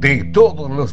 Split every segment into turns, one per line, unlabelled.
de todos los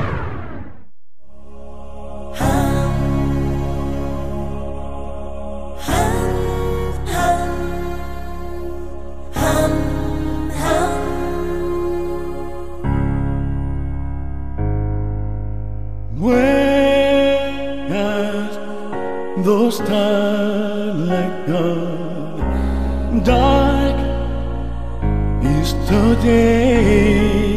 those times like God. Dark is today.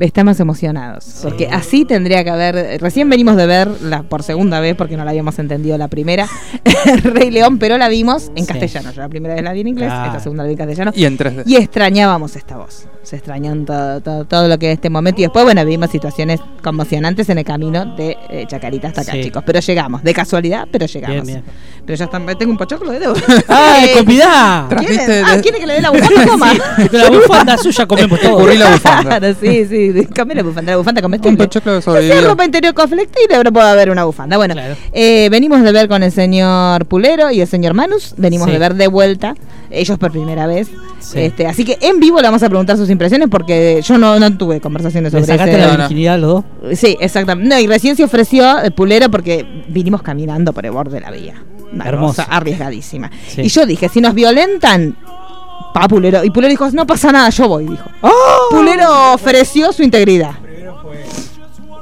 Estamos emocionados, porque así tendría que haber, recién venimos de verla por segunda vez, porque no la habíamos entendido la primera, Rey León, pero la vimos en
Sí.
castellano, yo la primera vez la vi en inglés,
Claro.
esta segunda la vi en castellano,
Y en 3D.
y extrañábamos esta voz. Se extrañó todo, todo, todo lo que es este momento. Y después, bueno, vimos situaciones conmocionantes en el camino de eh, Chacarita hasta acá,
Sí.
chicos. Pero llegamos, de casualidad, pero llegamos.
Bien, bien.
Pero ya están, tengo un pochoclo de dedo.
¡Ay, comida!
Trajiste
¿Quieren? Ah,
de-
¿quieren que le dé la bufanda? Toma.
De la bufanda suya comemos
Te
todo.
ocurrí la bufanda.
Claro, sí, sí, sí, come la bufanda, la bufanda
Un
comestible.
pochoclo
Hacer
sobrevivió.
ropa interior conflictiva, pero puede haber una bufanda. Bueno,
Claro.
eh, venimos de ver con el señor Pulero y el señor Manus, venimos
Sí.
de ver de vuelta, ellos por primera vez.
Sí.
Este, así que en vivo le vamos a preguntar sus impresiones porque yo no, no tuve conversaciones
¿Le
sobre
sacaste
ese-
la
No, no.
virginidad a los dos?
Sí, exactamente. No, y recién se ofreció el Pulero porque vinimos caminando por el borde de la vía. Una
Hermoso.
cosa arriesgadísima.
Sí.
Y yo dije, si nos violentan, pa Pulero. Y Pulero dijo, no pasa nada, yo voy, dijo. Pulero ofreció su integridad.
Primero fue.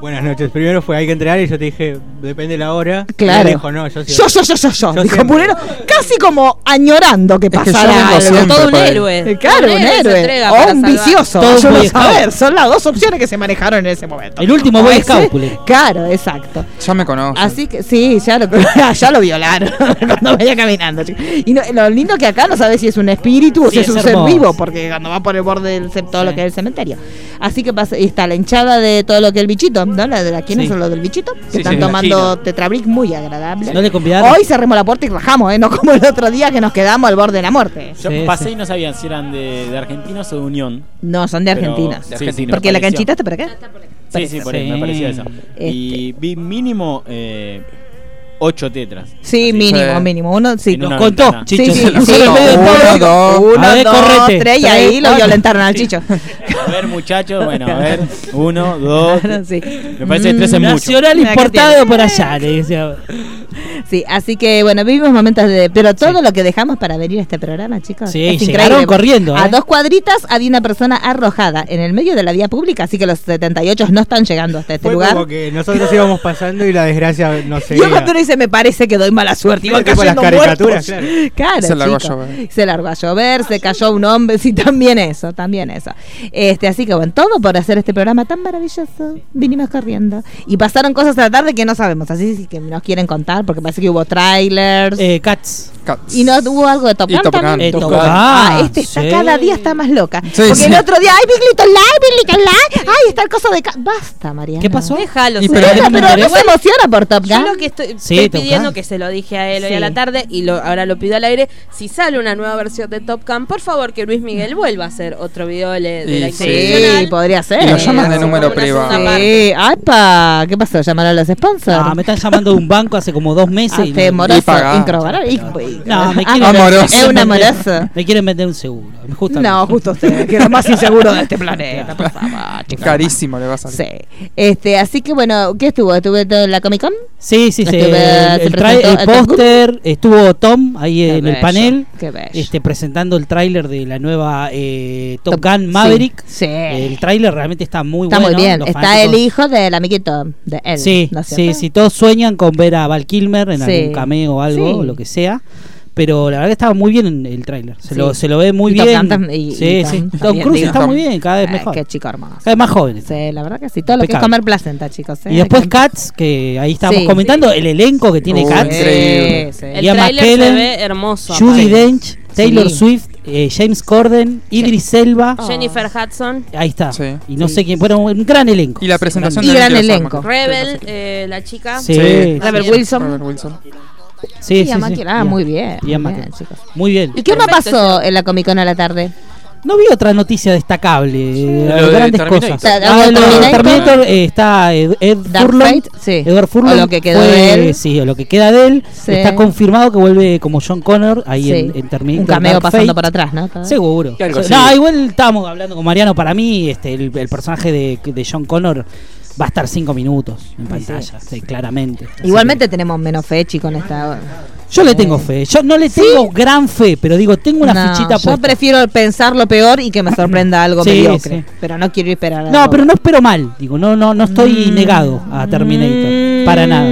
Buenas noches. Primero fue hay que entrenar y yo te dije, depende de la hora.
Claro.
Y él dijo, no, yo sí.
yo, yo, yo, yo, yo,
Yo
dijo
siempre.
Pulero, casi como añorando que
que yo
pasara
vengo
algo. Eh,
siempre.
Todo un
para él.
héroe.
Claro, un
se
héroe.
entrega
O
para
un
salvar.
vicioso.
Todo
yo
un
no
Boy Scout.
saber, son las dos opciones que se manejaron en ese momento.
El último
Ah,
Boy
sí,
Scout, Pulero.
Claro, exacto.
Ya me conoce.
Así que sí, ya lo, ya lo violaron cuando venía caminando. chico. Y no- lo lindo que acá no sabes si es un espíritu o si
Sí,
es,
es
un ser
hermoso.
vivo, porque cuando va por el borde del ce- todo lo
Sí.
que es el cementerio. Así que pasa, y está la hinchada de todo lo que es el bichito, ¿no? La de la, ¿Quiénes
Sí.
son los del bichito? Que
Sí,
están
sí, la
tomando tetrabric muy agradable.
¿No le convidaron?
Hoy cerremos la puerta y rajamos, ¿eh? No como el otro día que nos quedamos al borde de la muerte.
Yo
Sí,
pasé
sí.
y no sabían si eran de, de argentinos o de Unión.
No, son de
Pero-
Argentina.
de Argentina,
porque
me
la
pareció.
canchita está por acá.
Sí, sí, por ahí, me
Sí.
pareció eso. Y
Este.
vi mínimo eh, ocho tetras.
Sí, mínimo,
Sí.
mínimo. Uno, sí.
En una
Contó,
ventana.
Chicho.
Sí, sí,
Lo
sí,
saco.
en medio de
Uno,
todo,
dos.
uno,
A ver,
dos,
correte.
tres, y ahí lo violentaron al chicho.
A ver, muchachos, bueno, a ver. Uno, dos.
Claro, sí.
Me parece que tres es mucho.
Nacional
Mira,
importado
¿qué tiene?
por allá, le decía.
Sí, así que bueno, vivimos momentos de. Pero todo lo que dejamos para venir a este programa, chicos.
Sí,
es
llegaron
increíble.
corriendo,
A
¿eh?
dos cuadritas había una persona arrojada en el medio de la vía pública, así que los 78 no están llegando hasta este
Fue
lugar.
como que nosotros íbamos pasando y la desgracia no se
Yo
veía.
cuando uno dice, me parece que doy mala suerte, iban
Tipo las
cayendo
caricaturas,
muertos.
claro.
Claro,
Se largó a
chico.
llover.
Se largó a llover, se cayó un hombre, sí, también eso, también eso. Este, así que bueno, todo por hacer este programa tan maravilloso. Vinimos corriendo. Y pasaron cosas a la tarde que no sabemos, así que nos quieren contar, porque parece que hubo trailers.
Eh, Cats.
Cats.
y no hubo algo de Top
Y
Gun
Top Gun.
también.
Eh, Top
Gun.
Ah,
Gun,
este está
sí.
cada día está más loca.
Sí,
porque el
sí.
otro día, ay, Big Little Lies, Big Little Lies, ay, está el coso de... ca-". Basta, María.
¿Qué pasó?
Déjalo.
Y
sí.
pero-
Pero,
me
no
interesa.
se emociona por Top
Yo
Gun.
lo que estoy,
Sí,
estoy
Top
pidiendo
Gun.
que se lo dije a él hoy
Sí.
a la tarde y lo, ahora lo pido al aire. Si sale una nueva versión de Top Gun, por favor que Luis Miguel vuelva a hacer otro video de, de
Y
la
sí.
Sí,
internacional.
podría ser.
Y lo
Eh,
llaman de
así
número
como una
privado.
segunda parte.
Sí, apa, ¿qué pasó? ¿Llamaron a los sponsors?
Ah, me están llamando de un banco hace como dos meses. y
Hace
no-
moroso,
Y pagá.
incobrar- y- y-
No, me
Ah,
quieren
Amoroso.
Es un amoroso.
Me quieren vender un seguro. Justamente.
No, justo usted, que es lo más inseguro de este planeta, por favor, chicos.
Carísimo le va a salir.
Sí. Este, así que bueno, ¿qué estuvo? ¿Estuve todo en la Comic Con?
Sí, sí, sí.
Estuve-
El,
se
el tra-
presentó
el
a Tom Cruise.
póster, estuvo Tom ahí en el panel,
Qué bello.
este, presentando el tráiler de la nueva eh, Top
Top-
Gun Maverick.
Sí. sí.
El tráiler realmente está muy
Está
bueno.
muy bien.
los
Está
fanáticos-
el hijo del amiguito de él.
Sí,
¿no es
sí,
cierto?
sí, todos sueñan con ver a Val Kilmer en
Sí.
algún cameo o algo,
Sí.
lo que sea. Pero la verdad que estaba muy bien el tráiler. Se,
Sí.
lo, se lo ve muy
Y Tom
bien.
Hanks y-
sí,
y Tom
sí. Tom,
también,
Cruise
digo.
está muy bien, cada vez
Ay,
mejor.
Qué chico hermoso.
Cada vez más joven.
Sí, la verdad que sí. Todo lo que es
Impecable.
comer placenta, chicos. ¿eh?
Y después
Hay que-
Cats, que ahí estábamos
Sí.
comentando, el elenco que tiene
Uy,
Cats.
Increíble.
Sí, sí.
El
Ian
tráiler se
McKellen,
ve hermoso.
Judy
aparte.
Dench, Taylor
Sí.
Swift, eh, James Corden, Idris Elba.
Oh.
Jennifer Hudson,
Ahí está.
Sí.
Y no
Sí.
sé quién. Bueno, un gran elenco.
Y la presentación
Y
de
gran
Nicolas
elenco.
Armstrong.
Rebel, eh, la chica.
Sí.
Sí.
Sí.
Rebel
También.
Wilson.
Robert Wilson.
Sí, sí,
Ian
sí.
McKellen. Ah,
Ian-
muy bien.
Ian
muy bien,
McKellen.
chicos.
Muy bien.
¿Y qué más
Perfecto,
pasó en la Comic Con a la tarde?
No vi otra noticia destacable. eh,
Lo de
grandes
Terminator.
cosas.
Ta-
Ah, lo de
Terminator.
Terminator eh, está Ed, Ed
Dark
Furlong.
Fate, sí.
Edward Furlong.
O lo que quedó
fue-
de él.
Sí, o lo que queda de él.
Sí.
Está confirmado que vuelve como John Connor ahí
Sí.
en, en Terminator.
Un cameo
Dark
pasando
Fate.
por atrás, ¿no? Todo.
Seguro.
Y algo
Se-
así.
No, igual estábamos hablando con Mariano. Para mí, este, el, el personaje de, de John Connor va a estar cinco minutos en pantalla, sí, claramente. Así
Igualmente tenemos menos fechi con esta.
que yo le tengo fe. Yo no le tengo gran fe, pero digo, tengo una
No,
fichita
Yo
puesta.
prefiero pensar lo peor y que me sorprenda algo
Sí,
mediocre.
sí.
Pero no Mm. quiero esperar.
No,
algo.
pero no espero mal. Digo, no, no, no estoy negado a
Mm.
Terminator. Para nada.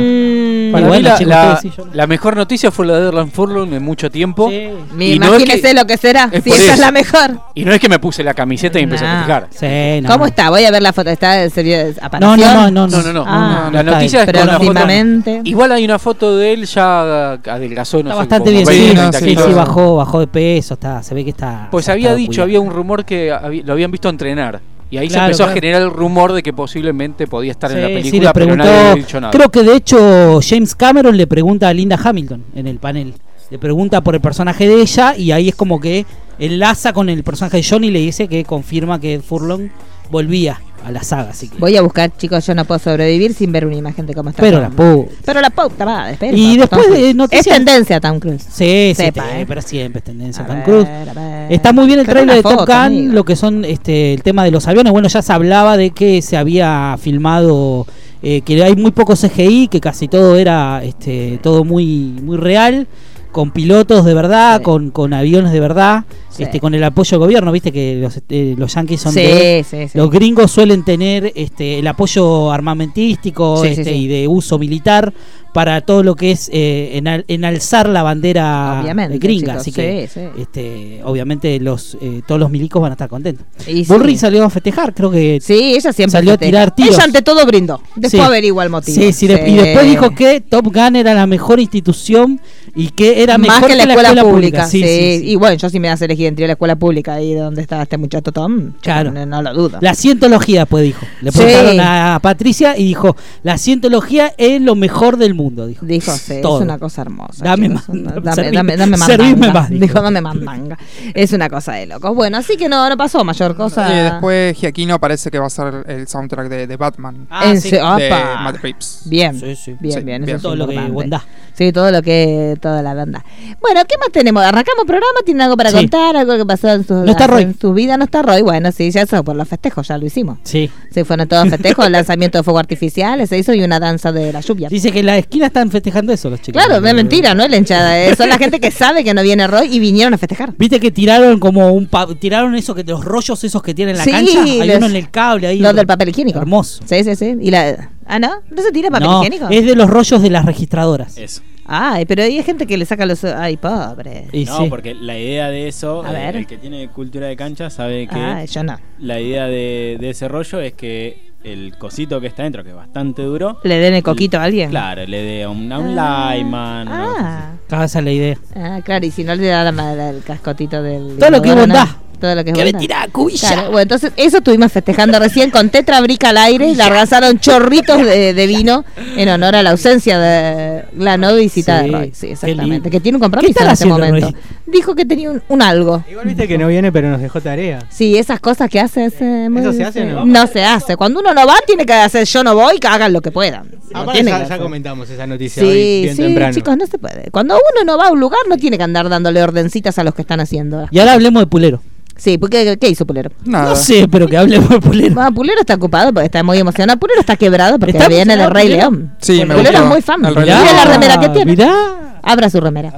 Para
Y
mí
bueno,
la,
chicos,
la-
ustedes sí, yo no.
la mejor noticia fue la de Erlan Furlong en mucho tiempo.
Sí.
Mi-
Y no es que-
imagínese lo que será.
es
si
por
esa es
eso.
la mejor.
Y no es que me puse la camiseta y empecé
No.
a festejar.
Sí, no.
¿Cómo está? Voy a ver la foto. ¿Está serio?
No, no, no, no.
No, no, no.
Ah,
la
está
noticia
ahí.
es con la foto.
Próximamente.
Igual hay una foto de él ya adelgazó, no
Está
sé,
bastante
como
bien.
20,
Sí,
no,
30
sí,
kilos.
sí, bajó, bajó de peso, está, se ve que está.
Pues
está
había
todo
dicho,
cuidado.
había un rumor que habi- lo habían visto entrenar. Y ahí se
Claro,
empezó
claro.
a generar el rumor de que posiblemente podía estar en la
Sí, sí,
película,
le
pero
preguntó-
nadie había dicho nada.
Creo que de hecho James Cameron le pregunta a Linda Hamilton en el panel. Le pregunta por el personaje de ella y ahí es como que enlaza con el personaje de Johnny y le dice que confirma que Ed Furlong volvía a la saga. Así que.
Voy a buscar, chicos. Yo no puedo sobrevivir sin ver una imagen de cómo está.
Pero la
Tom.
puedo.
Pero la puta madre, espera,
Y
Tom
después de
Cruise.
noticias-
Es tendencia Tom Cruise.
Sí, sí,
Sepa,
te-
eh.
pero siempre es tendencia
A
Tom
ver,
Cruise.
a ver.
Está muy bien el
Pero
trailer
una
de Top
foto,
Gun,
amigo.
lo que son este, el tema de los aviones. Bueno, ya se hablaba de que se había filmado, eh, que hay muy poco CGI, que casi todo era este, todo muy, muy real, con pilotos de verdad,
Sí.
con, con aviones de verdad,
Sí.
este, con el apoyo del gobierno. Viste que los, este, los yanquis son
sí,
de-
sí, sí.
Los gringos suelen tener este, el apoyo armamentístico
Sí, sí,
este,
sí.
y de uso militar para todo lo que es eh, enal- enalzar la bandera
Obviamente,
eh, gringa.
chicos,
así que
sí, sí.
Este, obviamente los eh, todos los milicos van a estar contentos.
Y sí.
Bullrich salió a festejar, creo que...
Sí, ella siempre
Salió a
festeja.
tirar tiros.
Ella ante todo brindó. Después
Sí.
averigua el motivo.
Sí, sí, de- y después dijo que Top Gun era la mejor institución y que era
más
mejor
que la escuela, pública.
Sí,
sí,
sí, sí.
Y bueno, yo si me das a elegir entre ir a la escuela pública y donde está este muchacho Tom, yo
Claro.
no, no lo dudo.
La cientología, pues dijo. Le
Sí.
preguntaron a Patricia y dijo, la cientología es lo mejor del mundo, dijo.
Dijo, sí,
Todo.
es una cosa hermosa.
Dame más,
chicos, una-
dame-
dame,
serví-
dame, dame más.
servime
manga.
más, dijo.
Dijo, dame más manga. Es una cosa de locos. Bueno, así que no, no pasó mayor cosa.
Y después Giaquino parece que va a ser el soundtrack de, de Batman.
Ah,
En
sí.
se-
de
¡Apa!
Matt Reeves.
Bien,
Sí, sí.
bien,
Sí,
bien.
bien.
Eso
Todo
es
lo que
importante.
bondad.
Sí, todo lo que. Toda la banda. Bueno, ¿qué más tenemos? Arrancamos programa, ¿tienen algo para
Sí.
contar? ¿Algo que pasó en su,
No está Roy.
en su vida? No está Roy. Bueno, sí, ya eso por los festejos, ya lo hicimos.
Sí.
Se fueron todos festejos, el lanzamiento de fuego artificial, se hizo y una danza de la lluvia.
Dice que en la esquina están festejando eso los chicos.
Claro, es mentira, no es la hinchada. eh. Son la gente que sabe que no viene Roy y vinieron a festejar.
Viste que tiraron como un pa- tiraron eso que los rollos esos que tienen en la
Sí,
cancha, hay
los-
uno en el cable ahí.
Los del papel higiénico.
Hermoso.
Sí, sí, sí. ¿Y la... Ah, ¿no? ¿No se tira papel
No,
higiénico?
es de los rollos de las registradoras.
Eso.
Ay, pero hay gente que le saca los... Ay, pobre.
Y
No,
sí.
porque la idea de eso,
A
eh,
ver. Ah,
el que tiene cultura de cancha sabe que
Ay, yo no.
la idea de, de ese rollo es que el cosito que está dentro, que es bastante duro,
¿Le den el coquito a alguien?
claro, le dé a un, a un
Ah.
lineman. una cosa así.
Ah.
Cada esa es la idea.
Ah, claro, y si no le da la madera el cascotito del.
Todo lo que es
inodoro,
bondad.
¿no? Todo lo que es
Que le
bondad.
tira a cubilla.
Claro, Bueno, entonces eso estuvimos festejando recién con Tetra Brica al aire y largazaron chorritos de, de vino en honor a la ausencia de la no visita
Sí,
de Roy. Sí,
qué
exactamente.
lindo.
Que tiene un
¿Qué
compromiso
estará
en este
haciendo
momento.
Roy?
Dijo que tenía un, un algo.
Igual viste que no viene, pero nos dejó tarea.
Sí, esas cosas que hace. hace muy-
¿Eso se hace o no?
se hace. Cuando uno no va, tiene que hacer yo no voy, que hagan lo que puedan. No
Aparte,
tiene
Ah, ya,
que
ya
hacer.
comentamos esa noticia hoy,
Sí,
bien
sí,
temprano.
chicos, no se puede. Cuando uno no va a un lugar, no tiene que andar dándole ordencitas a los que están haciendo.
Y ahora hablemos de Pulero.
Sí, porque ¿qué hizo Pulero?
Nada.
No sé, pero que hablemos de Pulero.
Bueno, Pulero está ocupado porque está muy emocionado. Pulero está quebrado porque
¿Está
viene del
emocionado,
Rey
Pulero? Ah,
León.
Sí, me
Pulero
gustó.
es muy fan.
El Rey
Mira
León.
la remera que tiene.
Mirá. Uh,
Abra su remera.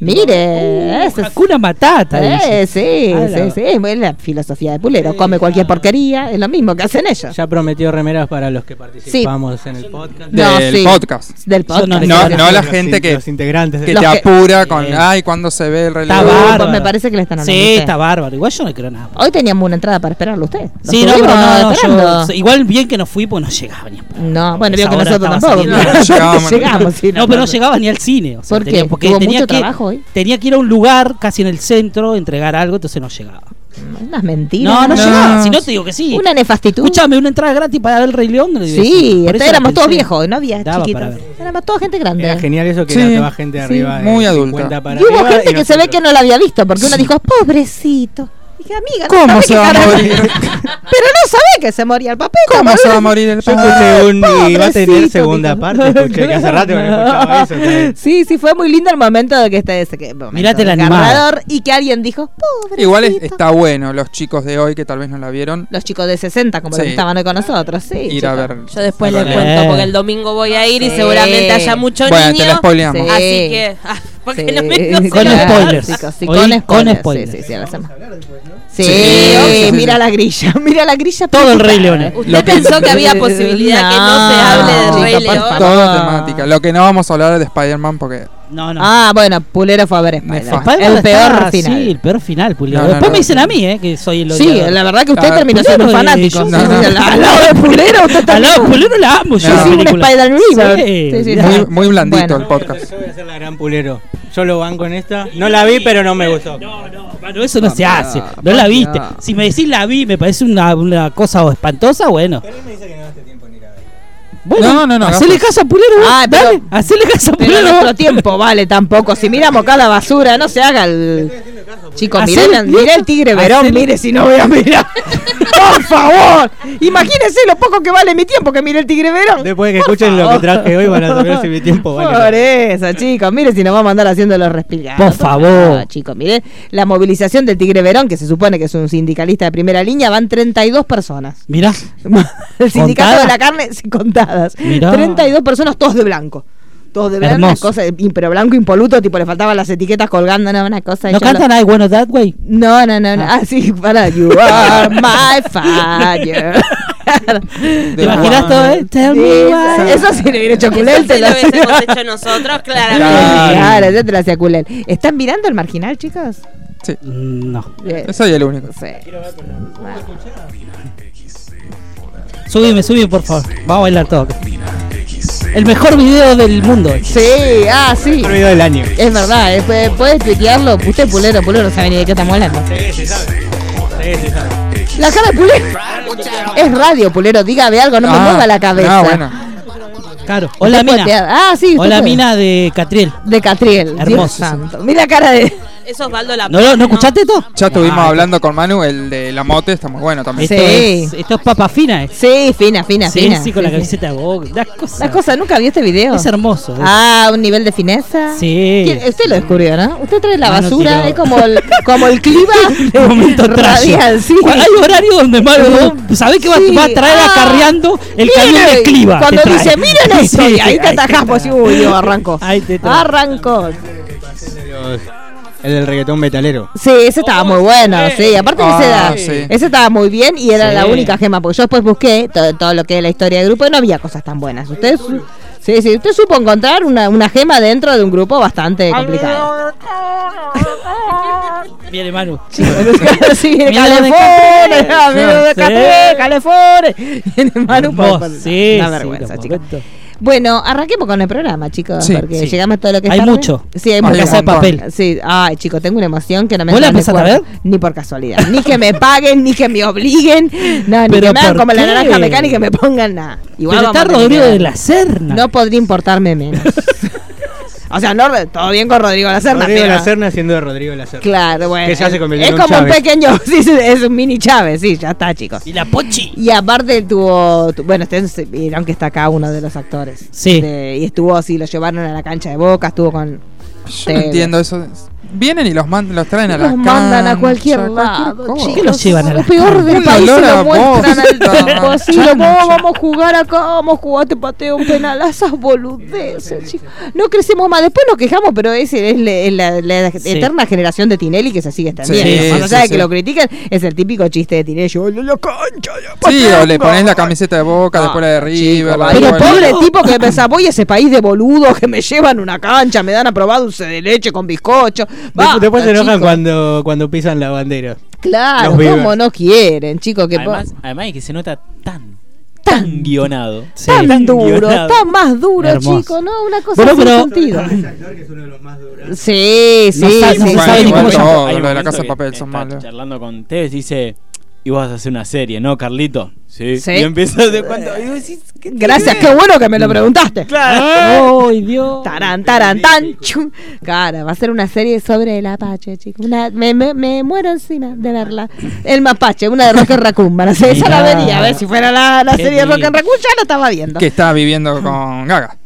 Mire, Eh, ese es-
Hakuna Matata. dice.
Eh, sí,
Ah,
sí,
la-
sí, es muy la filosofía de Pulero. Come cualquier porquería, es lo mismo que hacen ellos.
Ya prometió remeras para los que participamos en el podcast.
Del
sí.
podcast.
Del podcast.
no le
No,
Claro,
no
Los
la
in-
gente que,
Los integrantes
que
del
Los
te
que-
apura con,
Sí.
ay, cuando se ve el reloj.
Está
Uh,
bárbaro.
me parece que le están hablando
Sí,
ustedes.
está bárbaro. Igual yo no creo nada.
Hoy teníamos una entrada para esperarlo usted. ¿Lo
Sí, no, pero
estuvimos
no, no,
esperando?
yo- igual bien que no fui porque no llegaba ni a-
No, bueno,
Esa
veo que
hora
nosotros
estaba
tampoco.
saliendo.
pero
Llegábamos.
Llegamos, sí,
No, pero no llegaba ni al cine. O sea,
¿Por qué?
tenía- Porque
¿Tuvo
tenía
mucho
que,
trabajo hoy?
tenía que ir a un lugar casi en el centro, entregar algo, entonces no llegaba.
Unas mentiras.
No, no,
No.
llegaba. Si no, te digo que sí.
Una nefastitud.
Escuchame, una entrada gratis para ver el Rey León. le digo,
Sí,
por
entonces
eso
éramos todos
pensé,
viejos, no había
daba
chiquitos.
para ver.
Éramos toda gente grande.
Era genial eso que
Sí,
era toda gente
sí,
arriba. de
muy adulta.
50 para
Y hubo
arriba,
gente
y
que se ve
nosotros-
que no la había visto, porque uno dijo, pobrecito. Dije, amiga, no
¿Cómo
sabe
se
que
va a
cara-
morir?
Pero no sabe que se moría el papel.
¿Cómo se va a morir el
Yo
papá?
escuché un. Y va a tener
Ah, Pobrecito,
segunda
dijo.
parte. Escuché que hace rato que no escuchaba eso. que-
Sí, sí, fue muy lindo el momento de que este ese que momento
Mirate la animada.
desgarrador y que alguien dijo, pobre.
Igual es- está bueno los chicos de hoy que tal vez no la vieron
Los chicos de 60, como los que
Sí.
estaban hoy con nosotros, sí.
ir
chicos.
a ver.
Yo después le
Bueno,
cuento porque el domingo voy a ir y
Sí.
seguramente haya mucho
Bueno,
niño.
te la spoileamos.
Sí.
Así que, ah, porque no me no sé
Con spoiler.
nada.
spoilers.
Chicos, sí,
Hoy
con
con
spoilers.
spoilers.
Sí, sí, sí, a la semana. Sí,
Sí, sí, sí,
mira
sí.
la grilla, mira la grilla.
Todo el
puta.
Rey León. eh.
Usted
Lo que-
pensó que había posibilidad que no se hable del
No,
Rey
Ah, chica, por
León.
favor.
Todo temática. Lo que no vamos a hablar es de Spider-Man porque.
No, no.
Ah, bueno, Pulero fue a ver Spider-Man.
Nefasto.
Spider-Man
El peor
está-
final.
Sí, el peor final, Pulido.
No, no,
Después
no.
me dicen a mí, ¿eh? Que soy el
Sí,
odiador.
la verdad que usted
Ah,
terminó siendo un
Pulero,
fanático.
eh,
yo-
Sí,
no,
sí,
no.
Al lado de Pulero, usted
Al
también.
lado de Pulero la amo. yo
No.
esa
Sí, sí, un
película.
Spider River.
Sí,
Sí, sí,
mirá.
Muy, muy blandito
Bueno.
el podcast.
Yo voy a hacer la gran pulero. Yo lo banco en esta. No la vi, pero no me gustó.
No, no, mano, eso no se hace. No la viste. Si me decís la vi, me parece una, una cosa espantosa, bueno. Bueno,
No, no, no,
Hacele
hagamos-
caso a Pulero. vos,
Ah, pero-
dale, hacele caso a
Pero
Pulero.
nuestro
vos.
tiempo vale tampoco. Si miramos acá la basura, no se haga el. Chicos, miren,
Hacele-
mirá el tigre verón,
hacele-
mire si no voy a mirar. Por favor, imagínense lo poco que vale mi tiempo que mire el tigre verón.
Después de que
Por
escuchen lo que
favor.
traje hoy, van a saber si mi tiempo vale. o no.
Por eso, chicos, mire si nos vamos a andar haciendo los respirados.
Por favor.
No, chicos, mire la movilización del Tigre Verón, que se supone que es un sindicalista de primera línea, van 32 personas.
Mirá.
El sindicato
¿Contadas?
de la carne, sí, contadas.
Mirá.
32 personas, todos de blanco. Todos de blanco, una
Hermoso.
cosa, y- pero blanco impoluto, tipo le faltaban las etiquetas colgando, no, una cosa.
No
yo lo-
canta nada de bueno that way.
No, no, no, no. Ah, sí, para. You are my fire.
¿Te imaginas
Juan.
todo, eh? Tell
Sí,
me why.
eso sí le viene choculente.
Eso
la
sí lo hubiésemos
señora.
hecho nosotros, claramente.
Claro.
Claro, yo te la hacía culel. ¿Están mirando el marginal, chicos?
Mm, No.
Eh,
Soy el único.
no sé.
Subime, subime, por favor. Vamos a bailar todo. El mejor video del mundo.
Sí, ah, sí.
Otro video del año.
Es verdad, eh, puede- puedes tuitearlo. Usted pulero, pulero, no sabe ni de qué estamos hablando. La cara de pulero. Es radio, pulero, dígame algo, no me
Ah,
mueva la cabeza.
Ah, bueno.
Claro. Hola,
Usted puede-
mina.
Ah, sí. usted
Hola,
puede.
mina de Catriel.
De Catriel. Dios
Hermoso.
santo. Mira la cara de.
Eso es Osvaldo la
¿No, lo- no escuchaste esto?
Ya estuvimos
Ah,
hablando con Manu, el de la mote está muy bueno también.
Esto,
Sí.
es, esto es papa fina, eh.
Sí, fina, fina,
Sí,
fina.
sí, con la
Sí, sí.
camiseta de boca. Las cosas.
La cosa, nunca vi este video.
Es hermoso. eh.
Ah, un nivel de fineza.
Sí.
¿Quién- Usted lo descubrió, ¿no? Usted trae la
No, no
basura,
quiero-
es como el, como el clima
Un momento
radial,
trash.
sí.
Hay horario donde más sabés que va,
Sí.
va a traer
Ah,
acarreando el
Miren
camión de
ahí,
cliva.
Cuando
te trae.
dice, miren esto,
Sí,
y ahí te atajás, pues sí, uy, yo arrancó.
Ahí te trae.
Arrancó.
El del reggaetón metalero.
Sí, ese estaba muy bueno,
Oh,
sí. Aparte que ese,
Ah,
era-
sí.
ese estaba muy bien y era
Sí.
la única gema, porque yo después busqué todo, todo lo que es la historia del grupo y no había cosas tan buenas. Usted, su- sí, sí, usted supo encontrar una, una gema dentro de un grupo bastante complicado.
Viene Manu.
sí, viene
Mira lo de
Calefones,
Café.
amigo de
Sí.
Café, Calefones. Viene Manu
Hermoso,
por-
sí,
Una
sí,
vergüenza,
los
chicos.
momentos.
Bueno, arranquemos con el programa, chicos,
Sí,
porque
sí.
llegamos a todo lo que es
Hay
tarde.
mucho.
Sí, hay
Más
mucho.
que hacer
papel.
Sí, ay, chicos, tengo una emoción que no me
¿Vos la
entra en el
empezás a
cuerpo,
ver?
Ni por casualidad. Ni que me paguen, ni que me obliguen. No, ni
¿Pero
que me hagan
por
como la
qué?
naranja mecánica y me pongan nada.
Pero está
vamos a
Rodrigo
terminar.
de la Serna.
No podría importarme menos. o sea, no, todo bien con Rodrigo de la Serna.
Rodrigo
pero-
la Serna siendo de Rodrigo la Serna.
Claro, bueno.
Que ya se convirtió
es
en un
como un
Chávez.
pequeño, sí, sí, es un mini Chávez, sí, ya está, chicos.
Y la Pochi.
Y aparte tuvo, tu- bueno, ustedes se- vieron que está acá uno de los actores.
Sí.
De- y estuvo así, lo llevaron a la cancha de Boca, estuvo con...
Yo no entiendo eso. Vienen y los, man- los traen a la
Este. Los mandan a
cancha,
cualquier
cualquier
lado,
cosa.
chicos.
¿Qué los llevan a
Lo
las
peor
canchas?
del
Un
país se
olor
lo
a
muestran al
bosta.
tipo así,
Chancho.
lo- ¿cómo vamos a jugar acá? Vamos a jugar, te pateo un penal, a esas boludeces, chicos. No crecemos más, después nos quejamos, pero ese es la, es la- la
Sí.
eterna generación de Tinelli que se sigue extendiendo.
Sí,
Más
sí,
allá de
sí.
que lo critican, es el típico chiste de Tinelli, yo, "Olé la cancha, la
Sí, o le
patengo".
pones la camiseta de boca,
Ah,
después la de
Chico,
River. la de
pero
Boca.
pobre
no.
tipo que pensaba, voy a ese país de boludos que me llevan una cancha, me dan a probar dulce de leche con bizcocho. Basta,
Después, después se enojan
chico.
cuando, cuando pisan la bandera.
Claro,
los
como
Beavers.
no quieren, chicos, que po-
Además, además es que se nota tan, tan guionado.
tan
tan
duro,
guionado.
tan más duro,
Hermoso.
chico, ¿no? Una cosa
Bueno,
sin
pero-
sentido. Sí, sí,
No sabe-
sí,
no
sí.
sabe ni
igual
cómo
todo,
Hay un
lo de la
momento
casa de
que
papel son
está
malos.
charlando con Tevez dice. y vos vas a hacer una serie, ¿no, Carlito? Sí.
Sí.
Y empezás de cuánto. Y vos decís, ¿qué te
Gracias, qué bueno que me
Mm.
lo preguntaste. Ah. Oh,
Claro.
¡Ay, Dios!
Tarán, tarán, tan, chum. Cara, va a ser una serie sobre el Apache, chicos. Una- me, me- me muero encima de verla. El Mapache, una de Rock and Raccoon. van a hacer. esa la
Mirá.
vería. A ver si fuera la, la
Qué
serie de Rock and
lindo.
Raccoon, ya la estaba viendo.
Que está viviendo con Gaga.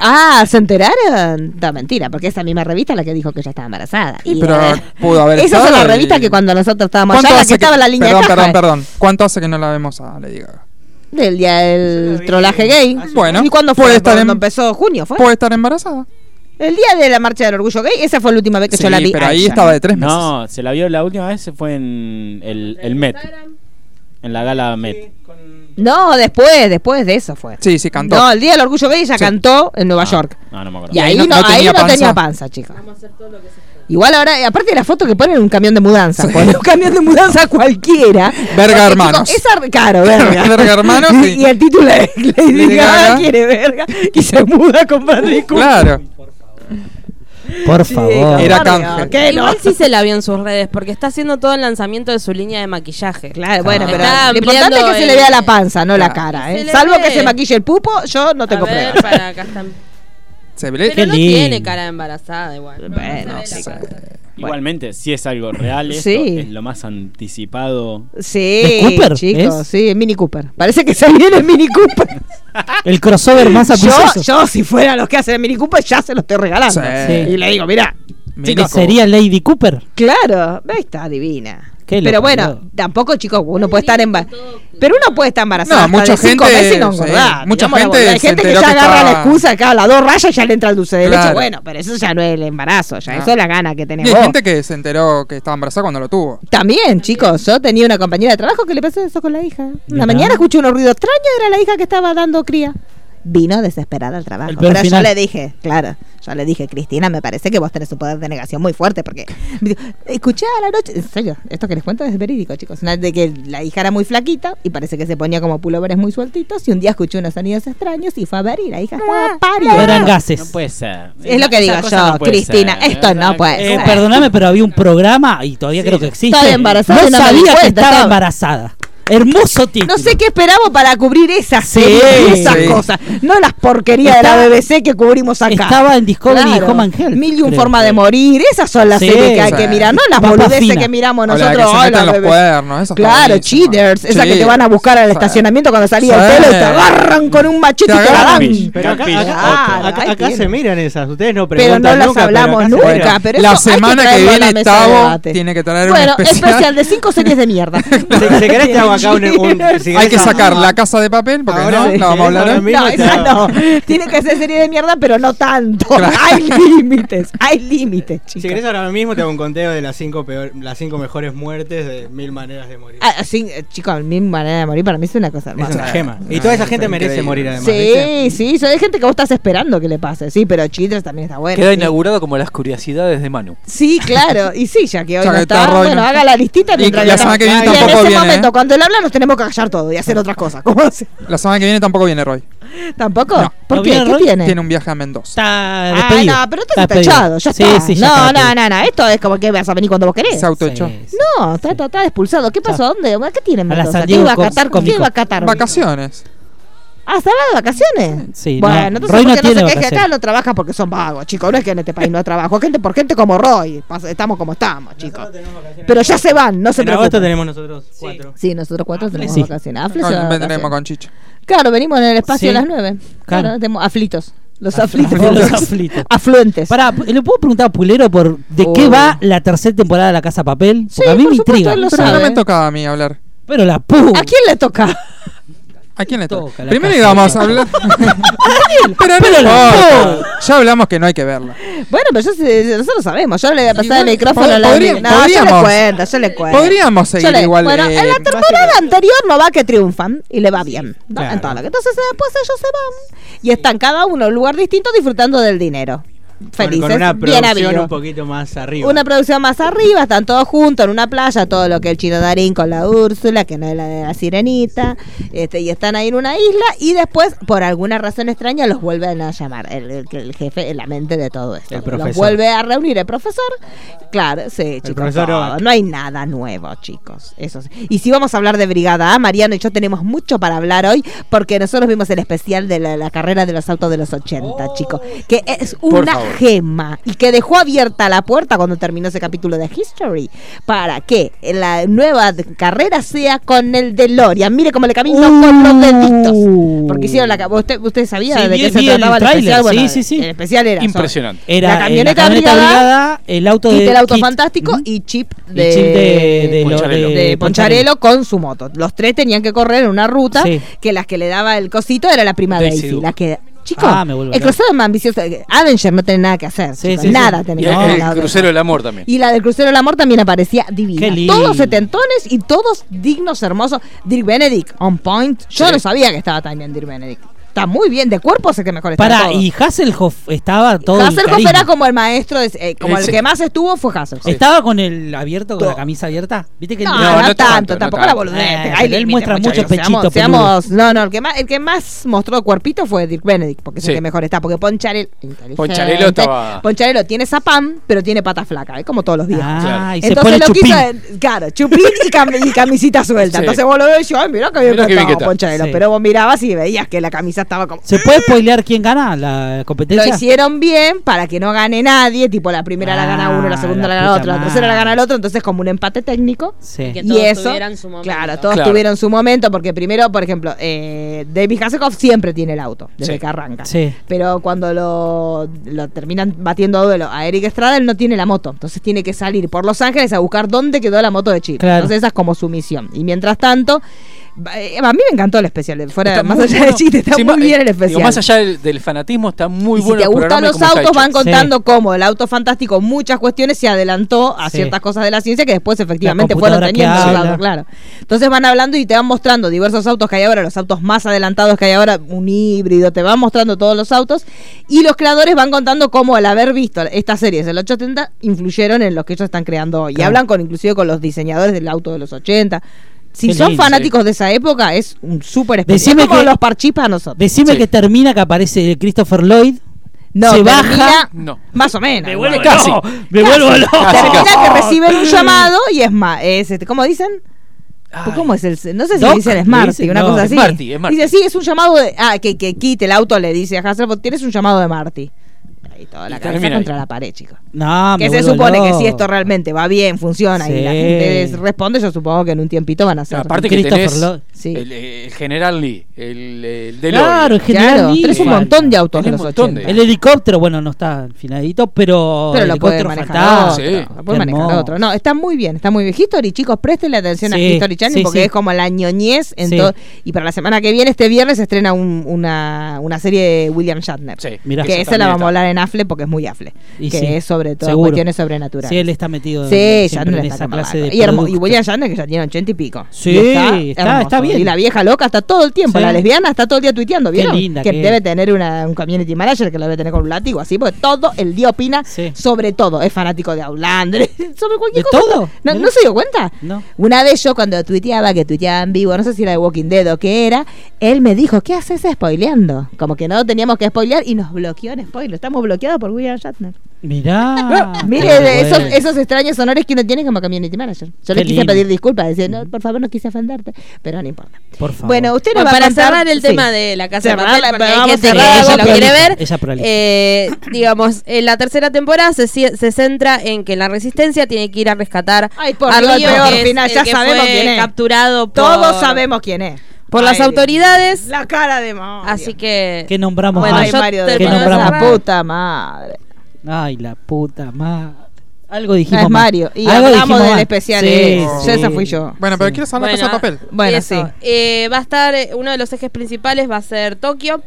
Ah, ¿se enteraron? No, mentira, porque esa misma revista es la que dijo que ella estaba embarazada. Y,
Pero
eh,
pudo haber
Esa es
estado
la
y-
revista que cuando nosotros estábamos allá,
¿Cuánto
la
hace
que estaba en la línea de
perdón,
caja,
perdón, perdón. ¿Cuánto hace que no la vemos a Lady Gaga?
del día del
vi
trolaje gay.
hace
Bueno,
¿Y cuándo
puede
fue?
estar
¿Cuándo
en-
empezó? ¿Junio fue?
Puede estar embarazada.
El día de la marcha del orgullo gay, esa fue la última vez que
Sí,
yo la vi.
pero
a
ahí
ella.
estaba de tres meses.
No, se la vio la última vez, se fue en el, el Met, en la gala Met.
No, después, después de eso fue.
Sí, sí, cantó.
No, el día del orgullo gay ella
Sí.
cantó en Nueva
Ah,
York.
No, no me acuerdo.
Y ahí no,
no
ahí
tenía
no
panza.
tenía panza, chica. Igual ahora, eh, aparte de la foto que ponen en un camión de mudanza, ponen un camión de mudanza cualquiera.
Verga
Porque,
hermanos.
chicos, esa, claro, verga.
Verga hermanos,
Y,
sí.
y el título es Lady
Lady
Gaga
Gaga.
"Ah, quiere verga y se muda con Bradley Cooper.
Claro.
Por favor.
Era
Por Dios,
canje.
¿qué no?
Igual sí se la vio en sus redes, porque está haciendo todo el lanzamiento de su línea de maquillaje.
Claro, bueno,
Ah.
pero
Está
lo importante es
ampliando
que se
el- Ah.
le vea la panza, no la
Claro.
cara,
Se
¿eh?
le
Salvo
ve.
que se maquille el pupo, yo no
A
tengo
ver,
pruebas. Eh,
para acá están-
Se
Pero
ve.
Qué
no
lindo.
tiene cara de embarazada igual. No,
Bueno,
no se ve
sí.
la cara.
Igualmente, si es algo real, esto
Sí.
es lo más anticipado.
Sí,
¿De Cooper?
chicos,
¿Es?
sí, Mini Cooper. Parece que se viene el Mini Cooper.
El crossover más
yo,
ambicioso.
yo, si fuera los que hacen el Mini Cooper, ya se lo estoy regalando.
Sí.
Y le digo, mira,
Mini
Chicos,
Cooper.
sería Lady Cooper.
claro, ve, está divina.
Qué
Pero
loco,
bueno,
boludo.
tampoco, chicos, uno puede estar embarazado. Pero uno puede estar embarazado.
No,
hasta
mucha
de cinco
gente-
meses y no
sí,
engordar,
mucha
digamos la
gente
verdad. Hay
se
gente que
enteró
ya
que
agarra la
estaba-
excusa, que a las dos rayas ya le entra el dulce de leche.
Claro.
Bueno, pero eso ya no es el embarazo, ya
No.
eso es la gana que tenés
Y hay
vos.
gente que se enteró que estaba embarazada cuando lo tuvo.
También, chicos, yo tenía una compañera de trabajo que le pasó eso con la hija. Una
Mirá.
mañana escuché unos ruidos extraños, era la hija que estaba dando cría. Vino desesperada al trabajo.
El peor
Pero
final.
yo le dije, claro, yo le dije, Cristina, me parece que vos tenés un poder de negación muy fuerte porque me dijo, escuché a la noche, en serio, esto que les cuento es verídico, chicos, una de que la hija era muy flaquita y parece que se ponía como pulóveres muy sueltitos y un día escuché unos sonidos extraños y fue a ver y la hija estaba
No Ah, eran
pálida.
gases.
No puede ser.
Es lo que digo
Esas
yo,
cosas puede
Cristina, esto no puede
Eh,
ser.
perdóname, pero había un programa y todavía creo que existe.
Estaba embarazada
No
y no me di
sabía que
cuenta,
estaba
estaba-
embarazada. Hermoso título.
No sé qué esperamos para cubrir esas
Sí,
series y esas
sí.
cosas, no las porquerías
Estaba-
de la BBC que cubrimos acá.
Estaba en Discovery
Claro.
Home and Health,
Mil y un
creo.
forma de morir. Esas son las
Sí,
series que hay
sí.
que mirar, no las
Papa
boludeces
Fina.
que miramos
O la
nosotros.
que se
ay,
meten los
la bebé.
cuernos. Esa está
Claro,
buenísima.
cheaters, esas que te
Cheaters,
van a buscar al
sí.
estacionamiento cuando salís del
Sí.
pelo y te agarran con un machete y
Te
te la
agarran.
dan.
Pero acá,
Catfish,
acá-
claro,
acá-
ahí
acá
tiene.
se miran esas. Ustedes no
Pero
preguntan
no las
nunca, pero
hablamos
acá se
Bueno,
nunca.
miran.
pero
la
eso hay que
semana que,
traerlo a la
viene
mesa de
Tavo
debate.
tiene que traer
Bueno,
un especial.
especial de cinco series de mierda.
Si, si querés te hago acá un... un- si
Hay
querés
que
hago-
sacar la casa de papel porque
Ahora
no
sí.
la vamos a hablar
Ahora
hoy.
mismo
No,
te
esa
hago-
no. Tiene que ser serie de mierda, pero no tanto.
Claro.
Hay límites, hay límites,
Si
chicos.
querés ahora mismo te hago un conteo de las cinco, peor, las cinco mejores muertes de mil maneras de morir.
Ah, sí, eh, chicos, mi manera de morir para mí es una cosa
es una
hermosa.
gema. Y
Ah,
toda esa
está
gente merece
increíble.
morir además. ¿viste?
Sí, sí, so- hay gente que vos estás esperando que le pase, sí, pero Cheaters también está bueno.
Queda
sí.
inaugurado como las curiosidades de Manu.
Sí, claro, y sí, ya que hoy
Ya
no
que
está,
está Roy,
bueno,
¿no?
haga la listita
Y
mientras
la
yo-
semana que viene
Y en
tampoco
ese
viene,
momento,
¿eh?
cuando él habla, nos tenemos que callar todo y hacer otras cosas. ¿Cómo hace?
La semana que viene tampoco viene Roy.
¿Tampoco?
No.
¿Por
¿No
qué?
viene
¿Qué
Roy?
tiene?
Tiene un viaje a Mendoza.
Está
Ah,
despedido.
no, pero esto está
despedido.
tachado, ya
Sí,
está.
sí, ya
no,
está
no,
despedido.
no, no, esto es como que vas a venir cuando vos querés.
Se autoechó.
Sí, sí.
No, está, está, está expulsado. ¿Qué pasó? ¿A ¿Dónde? ¿Qué tiene en
A la
Mendoza?
San
¿Qué
Diego
iba a
Comic-
Catar? ¿Qué
Comic
iba a Catar?
Vacaciones.
Ah, ¿se va de vacaciones?
Sí,
bueno,
no.
entonces
Roy
¿por
no
qué
tiene
se queje
vacaciones.
acá no trabaja porque son vagos, chicos. No es que en este país no hay trabajo. Gente por gente como Roy. Pas- Estamos como estamos, chicos. Pero ya se van, no se
En agosto
preocupen.
tenemos nosotros cuatro.
Sí, nosotros cuatro
Afle
tenemos
Ah, sí.
vacaciones. Afle se va de
Con- Vendremos
vacaciones.
con Chicha.
Claro, venimos en el espacio
Sí.
a las nueve. Claro,
Claro.
tenemos aflitos. Los
Aflitos.
aflitos.
Los aflitos.
Afluentes.
Pará, ¿le puedo preguntar a Pulero por de
Oh.
qué va la tercera temporada de La Casa Papel? Porque
Sí,
a mí
por
me
supuesto,
intriga.
él lo
Pero no
sabe.
me tocaba a mí hablar.
Pero la pu.
¿A quién le toca?
¿A quién le
Toca
toca?
la
Primero
casa
íbamos
de
a hablar. Pero no
Pero la
importa. Ya hablamos que no hay que verla.
Bueno, pero yo sé- nosotros sabemos. Yo le voy a pasar el
bueno,
micrófono a la
podría-
No, yo le
podríamos-
cuento, yo le cuento.
Podríamos seguir
Yo le-
igual.
Bueno,
eh,
en la temporada anterior no va que triunfan y le va bien. ¿no?
claro.
En todo lo que- Entonces eh, después ellos se van y están cada uno en un lugar distinto disfrutando del dinero. felices.
Con una
bien
producción
habido.
un poquito más arriba.
Una producción más arriba, están todos juntos en una playa, todo lo que el chino Darín con la Úrsula, que no es la de la sirenita, este, y están ahí en una isla, y después, por alguna razón extraña, los vuelven a llamar, el, el- el jefe, la mente de todo esto.
El
los
profesor.
vuelve a reunir el profesor, claro, sí, chicos,
profesor
todo.
Oak.
no hay nada nuevo, chicos, eso sí. Y si vamos a hablar de Brigada A, Mariano y yo tenemos mucho para hablar hoy, porque nosotros vimos el especial de la, la carrera de los autos de los 80,
Oh.
chicos, que es una
favor.
gema y que dejó abierta la puerta cuando terminó ese capítulo de History para que la nueva d- carrera sea con el DeLorean. Mire cómo le caminó con los deditos. Porque hicieron la ca- usted, usted sabía
Uh. Sí,
de
vi-
qué se
vi el
trataba el,
tráiler,
especial,
sí,
Bueno,
sí, sí.
el especial era
Impresionante.
Era
La
eh,
camioneta
brigada,
brigada,
el auto
Kit
de
del auto
Kit.
fantástico
Ujú.
y chip
Y
de,
chip de- de lo-
Poncharelo.
de Poncharelo con su moto. Los tres tenían que correr en una ruta
Sí.
que las que le daba el cosito era la prima
Daisy
Daisy,
Duke.
la que Chicos,
Ah, me vuelvo
el
loco.
crossover más ambicioso. Avenger no tiene nada que hacer.
Sí,
chicos,
sí, sí.
nada
Y
tiene que
el-
hacer. al
el,
lado de
crucero del amor también.
y la del Crucero del Amor también aparecía divina.
Qué lindo.
Todos setentones y todos dignos, hermosos. Dirk Benedict, on point. Yo no sabía que estaba tan bien Dirk Benedict. Está muy bien, de cuerpo sé que mejor está.
Para,
todo.
y Hasselhoff estaba todo. el
Hasselhoff
carisma.
era como el maestro, de- eh, como el
Sí.
que más estuvo fue Hasselhoff.
Estaba con el abierto, con
Todo.
la camisa abierta. ¿Viste que
No,
el-
no,
no
tanto,
tanto, no
tampoco
tanto.
la boludez.
Eh,
hay
pero él
límites,
muestra mucho
muchachos.
pechito
Seamos, seamos- no, no, el que, más, el que más mostró cuerpito fue Dirk Benedict, porque es el
Sí.
que mejor está. Porque Poncharel, inteligente,
Poncharelo estaba-
Poncharelo tiene zapam, pero tiene pata flaca, es como todos los días.
Ah,
Claro.
y se
Entonces
pone
lo
chupín.
quiso, eh, claro, chupín y, cam- y camisita suelta.
Sí.
Entonces vos lo ves y decís, ay, mirá que bien
Mirá
que
qué bien
estaba
que está.
Poncharelo.
Sí.
Pero vos mirabas y veías que la camisa estaba como...
¿Se puede spoilear quién gana la
Lo
competencia?
hicieron bien para que no gane nadie, tipo la primera la gana uno, la
Ah,
segunda
la
la, gana
puta
otro, la tercera la
madre.
gana el otro, entonces como un empate técnico.
Sí.
Que
Y
todos
eso,
tuvieran su momento.
claro, todos
Claro.
tuvieron su momento, porque primero, por ejemplo, eh, David Hasselhoff siempre tiene el auto, desde
Sí.
que arranca.
Sí.
Pero cuando lo, lo terminan batiendo a duelo a Eric Estrada, él no tiene la moto. Entonces tiene que salir por Los Ángeles a buscar dónde quedó la moto de Chile.
Claro.
Entonces esa es como su misión. Y mientras tanto, va- eh, a mí me encantó el especial. Fuera,
Está
más
muy
allá de
bueno.
chiste, está muy
Sí, ma-
bien el
eh,
especial.
digo, más allá del, del fanatismo, está muy
Y si
bueno
te
el
gustan
programa y
los
cómo está
autos,
hecho.
van
Sí.
contando cómo el auto fantástico, muchas cuestiones, se adelantó a
Sí.
ciertas cosas de la ciencia que después efectivamente
La
fueron
computadora
teniendo.
que
los
habla.
autos, claro. Entonces van hablando y te van mostrando diversos autos que hay ahora, los autos más adelantados que hay ahora, un híbrido, te van mostrando todos los autos. Y los creadores van contando cómo al haber visto estas series del 880 influyeron en lo que ellos están creando hoy. Y
Claro.
hablan con inclusive con los diseñadores del auto de los 80. Si
Qué
son
lindo,
fanáticos de esa época, es un súper especial.
Decime
como
que-
los parchís para nosotros.
Decime
Sí.
que termina que aparece Christopher Lloyd.
no,
se
termina
baja.
No.
Más o menos.
Me
igual.
vuelvo
Casi.
loco. Me vuelvo loco.
Termina que reciben un llamado y es más, es este, ¿cómo dicen?
Ay.
¿Cómo es el.? No sé si
Doc,
le dicen
le
Smarty,
dicen,
una
no,
cosa
es
así.
Marty, es Marty.
Dice, sí, es un llamado de. Ah, que, que quite el auto, le dice a Hasselhoff, tienes un llamado de Marty. Ahí toda la
Y
cabeza
termina
contra
ahí. Ah,
la pared, chicos.
No,
que
me
se
vuelvo
supone que
loco.
si esto realmente va bien, funciona y la
Sí.
gente les responde, yo supongo que en un tiempito van a hacer.
Aparte que
Christopher
tenés
Lloyd.
Sí.
el, eh, el General Lee, el, el DeLorean.
Claro, en general.
Claro,
Lee.
tenés un
Falta.
montón de autos de
Tenés
los
un montón
80.
de-
El helicóptero, bueno, no está afinadito, pero.
Pero lo
el
puede
helicóptero
manejar
fantástico.
Sí.
otro. Lo puede
Qué
manejar
hermoso.
otro. No, está muy bien, está muy bien. History, chicos, prestenle atención a
Sí,
History Channel
sí,
porque
sí.
es como la ñoñez. en
Sí.
todo- Y para la semana que viene, este viernes, se estrena un- una, una serie de William Shatner.
Sí,
Mirá.
Que
eso
esa la
también
vamos a
está.
hablar en AFLE porque es muy AFLE.
Y
que
sí,
es sobre todo
seguro.
cuestiones sobrenaturales.
Sí, él está metido
Sí,
siempre
Shatner
en
está
esa
como
clase
bárbaro.
de.
y, hermo- y
producto.
William Shatner que ya tiene ochenta y pico.
Sí,
Y
está- está bien.
Y la vieja loca está todo el tiempo.
Sí.
La lesbiana está todo el día tuiteando,
Qué
¿vieron?
linda
que,
que es.
debe tener una- un community manager que la debe tener con un látigo así, porque todo el día opina
Sí.
sobre todo. Es fanático de Outlander, sobre cualquier
¿De
cosa.
todo?
¿No,
Mirá.
¿no se dio cuenta?
No.
Una vez yo cuando tuiteaba, que tuiteaba en vivo, no sé si era de Walking Dead o qué era, él me dijo, ¿qué haces spoileando? Como que no teníamos que spoilear y nos bloqueó en spoiler. Estamos bloqueados por William Shatner.
Ah.
Mirá.
Mire
qué
de esos,
bueno.
esos extraños honores que uno tiene como community manager. Yo le
Qué
quise
lindo.
pedir disculpas, decir, no, por favor, no quise ofenderte, pero no importa.
Por favor.
Bueno, usted nos
Bueno,
va a
para
contar-
cerrar el
sí.
tema de la casa
Cerrar
de papel,
la-
porque hay
vamos
gente
a
que
cerrar,
lo
vamos a
quiere
prolija,
ver.
ella prolija.
Eh, digamos, en la tercera temporada se, ci- se centra en que la resistencia tiene que ir a rescatar
Ay, por
a
Dios,
Río,
peor
que es
final,
el
ya
que
sabemos
fue
quién es.
capturado por,
Todos sabemos quién es.
por las
Ay,
autoridades.
La cara de Mario.
Así que
¿Qué nombramos
Bueno,
mal?
yo
Mario,
termino
que
de
nombramos la
cerrar.
puta madre.
Ay, la puta madre. Algo
No
dijimos.
es
mal.
Mario. Y
Algo
hablamos
dijimos
del
mal.
especial.
Sí,
eh.
sí.
Yo esa fui yo.
Bueno, pero quiero saber la
Bueno,
casa de papel.
Bueno,
eso.
sí.
Eh, va a estar, eh, uno de los ejes principales va a ser Tokio,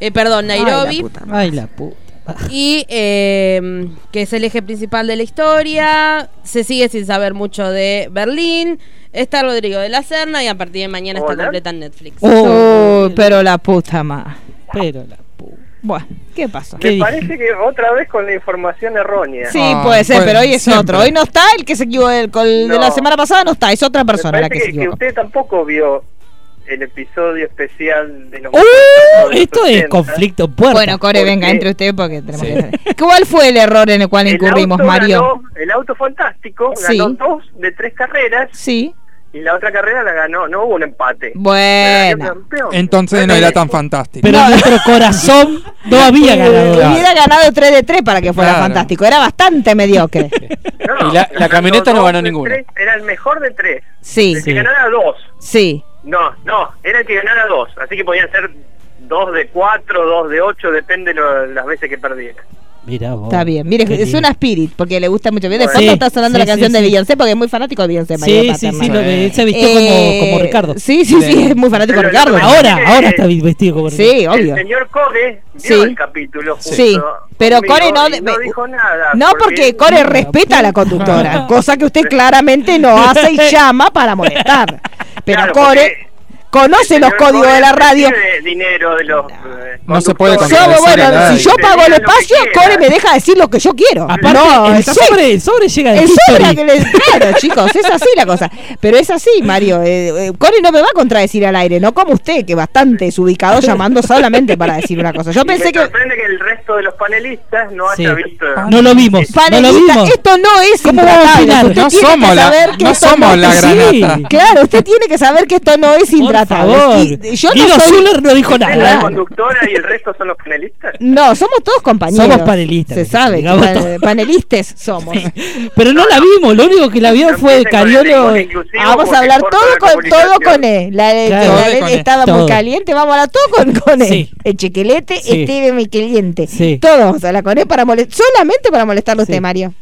eh, perdón,
Ay, la
Nairobi.
puta madre.
Ay, la puta. madre.
Y eh, que es el eje principal de la historia. Se sigue sin saber mucho de Berlín. Está Rodrigo de la Serna y a partir de mañana está completa en Netflix.
Uy, pero la puta madre.
Pero la puta.
Bueno, ¿qué pasó?
¿Qué
Me
dije?
parece que otra vez con la información errónea.
Sí,
Ah,
puede ser,
bueno,
pero hoy es
siempre.
otro. Hoy no está el que se equivocó. El, el de
No.
la semana pasada no está, es otra
Me
persona la que
parece
se
que, que
equivocó.
usted tampoco vio el episodio especial de los...
¡Oh!
¡Uh! Esto es
80.
conflicto puerta.
Bueno, Core,
Porque-
venga, entre usted porque tenemos
Sí.
que hacer- ¿Cuál fue el error en el cual
El
incurrimos,
auto
Mario?
ganó- el auto fantástico ganó
Sí.
dos de tres carreras
Sí.
y la otra carrera la ganó, no hubo un empate. Ganó
Bueno.
campeón.
Entonces no era tan fantástico.
pero nuestro corazón no había ganado.
Hubiera ganado 3 de 3 para que fuera
Claro.
fantástico. Era bastante mediocre.
No,
Y la- la camioneta no
dos
ganó
de
ninguna.
tres, era el mejor de tres.
Sí,
El que ganara dos.
sí.
No, no, era el que ganara dos. Así que podían ser dos de cuatro, dos de ocho, depende lo- las veces que perdiera.
Mirá vos.
Está bien. Mire,
Qué
suena a Spirit porque le gusta mucho. bien. De
Sí,
fondo está sonando
sí,
la canción
sí,
de
sí.
Beyoncé porque es muy fanático de Beyoncé. María
Sí, sí,
Paterna.
sí, lo que se vistió
Eh,
como, como Ricardo.
Sí, sí, sí, es muy fanático
Pero
de Ricardo.
no-
Ahora, ahora está vestido como Ricardo.
Sí, obvio.
El señor Core vio
Sí.
el capítulo justo
Sí, pero
conmigo
Core no
y
de-
no
me-
dijo nada.
No, porque Core respeta a la conductora, cosa que usted claramente no hace y llama para molestar. Pero
Claro,
Core conoce
el
los
señor
códigos
Core
de la radio.
recibe dinero de los eh,
No se puede
conductores.
contradecir
Yo,
a
bueno,
nadie.
si yo
Te
pago el
diga lo que
espacio,
quieras.
Core me deja decir lo que yo quiero.
Aparte,
no,
el,
sí.
sobre, el sobre llega de
El sobre
History.
la que le- Claro, chicos, es así la cosa. Pero es así, Mario. eh, eh, Core no me va a contradecir al aire, no como usted, que bastante es ubicado llamando solamente para decir una cosa. Yo
Y me
pensé que.
sorprende que el resto de los panelistas no
Sí.
haya visto.
No lo vimos. No lo
Panelista,
vimos.
esto no es
¿Cómo vamos a
intratable.
opinar?
Usted
No
tiene que
somos la,
saber que
no
esto
somos la
sí.
granata.
Claro, usted tiene que saber que esto no es
Por
intratable.
favor.
Y yo
Guido
no soy-
Zuller no dijo
¿Es la
nada. ¿eh?
Claro.
conductora y el resto son los panelistas?
No, somos todos compañeros.
Somos panelistas,
Se
que
sabe,
digamos
que
todo.
pan- panelistes somos.
Pero no la vimos, lo único que la vio
No
fue
empiecen con el
Cariolo.
lenguaje inclusivo
Ah, vamos a
porque
hablar
corta
todo
la
con todo
comunicación.
con él. La de,
Claro.
la
Todo
de-
con E.
estaba
Todo.
muy caliente, vamos a hablar todo con, con él.
Sí.
El chiquilete,
Sí.
Esteve Miqueliente.
Sí.
Todos vamos a hablar con él para molest- solamente para molestarlo a
Sí.
usted, Mario.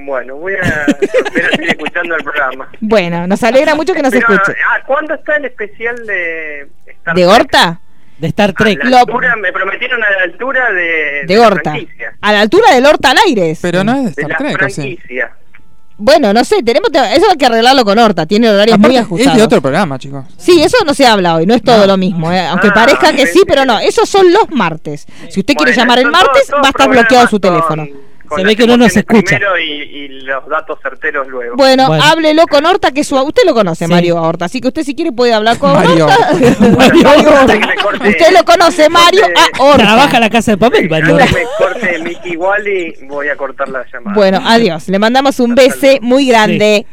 Bueno, voy a espero seguir escuchando el programa.
Bueno, nos alegra mucho que nos
Pero,
escuche.
ah, ¿Cuándo está el especial de Star
¿De
Trek?
Horta?
De Star
A
Trek.
la altura, me prometieron a la altura de, de
De
la
Horta.
franquicia.
A la altura del Horta al aire. es.
Pero no es de
De
Star
la
Trek, o sea.
franquicia.
Bueno, no sé, tenemos eso hay que arreglarlo con Horta, tiene horarios
Aparte,
muy
es
ajustados.
de otro programa, chicos.
Sí, eso no se habla hoy, no es todo lo mismo, eh, aunque
Ah,
parezca que sí,
sí,
pero
sí.
no, esos son los martes. Si usted quiere
Bueno,
llamar el
son
martes,
todos- todos
va a estar
programas
bloqueado su
con-
teléfono.
con
Se
las
ve que no nos
emociones
escucha.
primero Y, y los datos certeros luego.
Bueno,
Bueno.
háblelo con Horta, que su, usted lo conoce,
Sí.
Mario Horta, así que usted si quiere puede hablar con
Mario.
Horta.
Mario Horta.
Que me corte-
usted lo conoce, Mario, a Horta.
Trabaja en la casa de papel, Mario.
Ahora me corte Mickey Wally, voy a cortar la llamada.
Bueno, adiós, le mandamos un beso muy grande.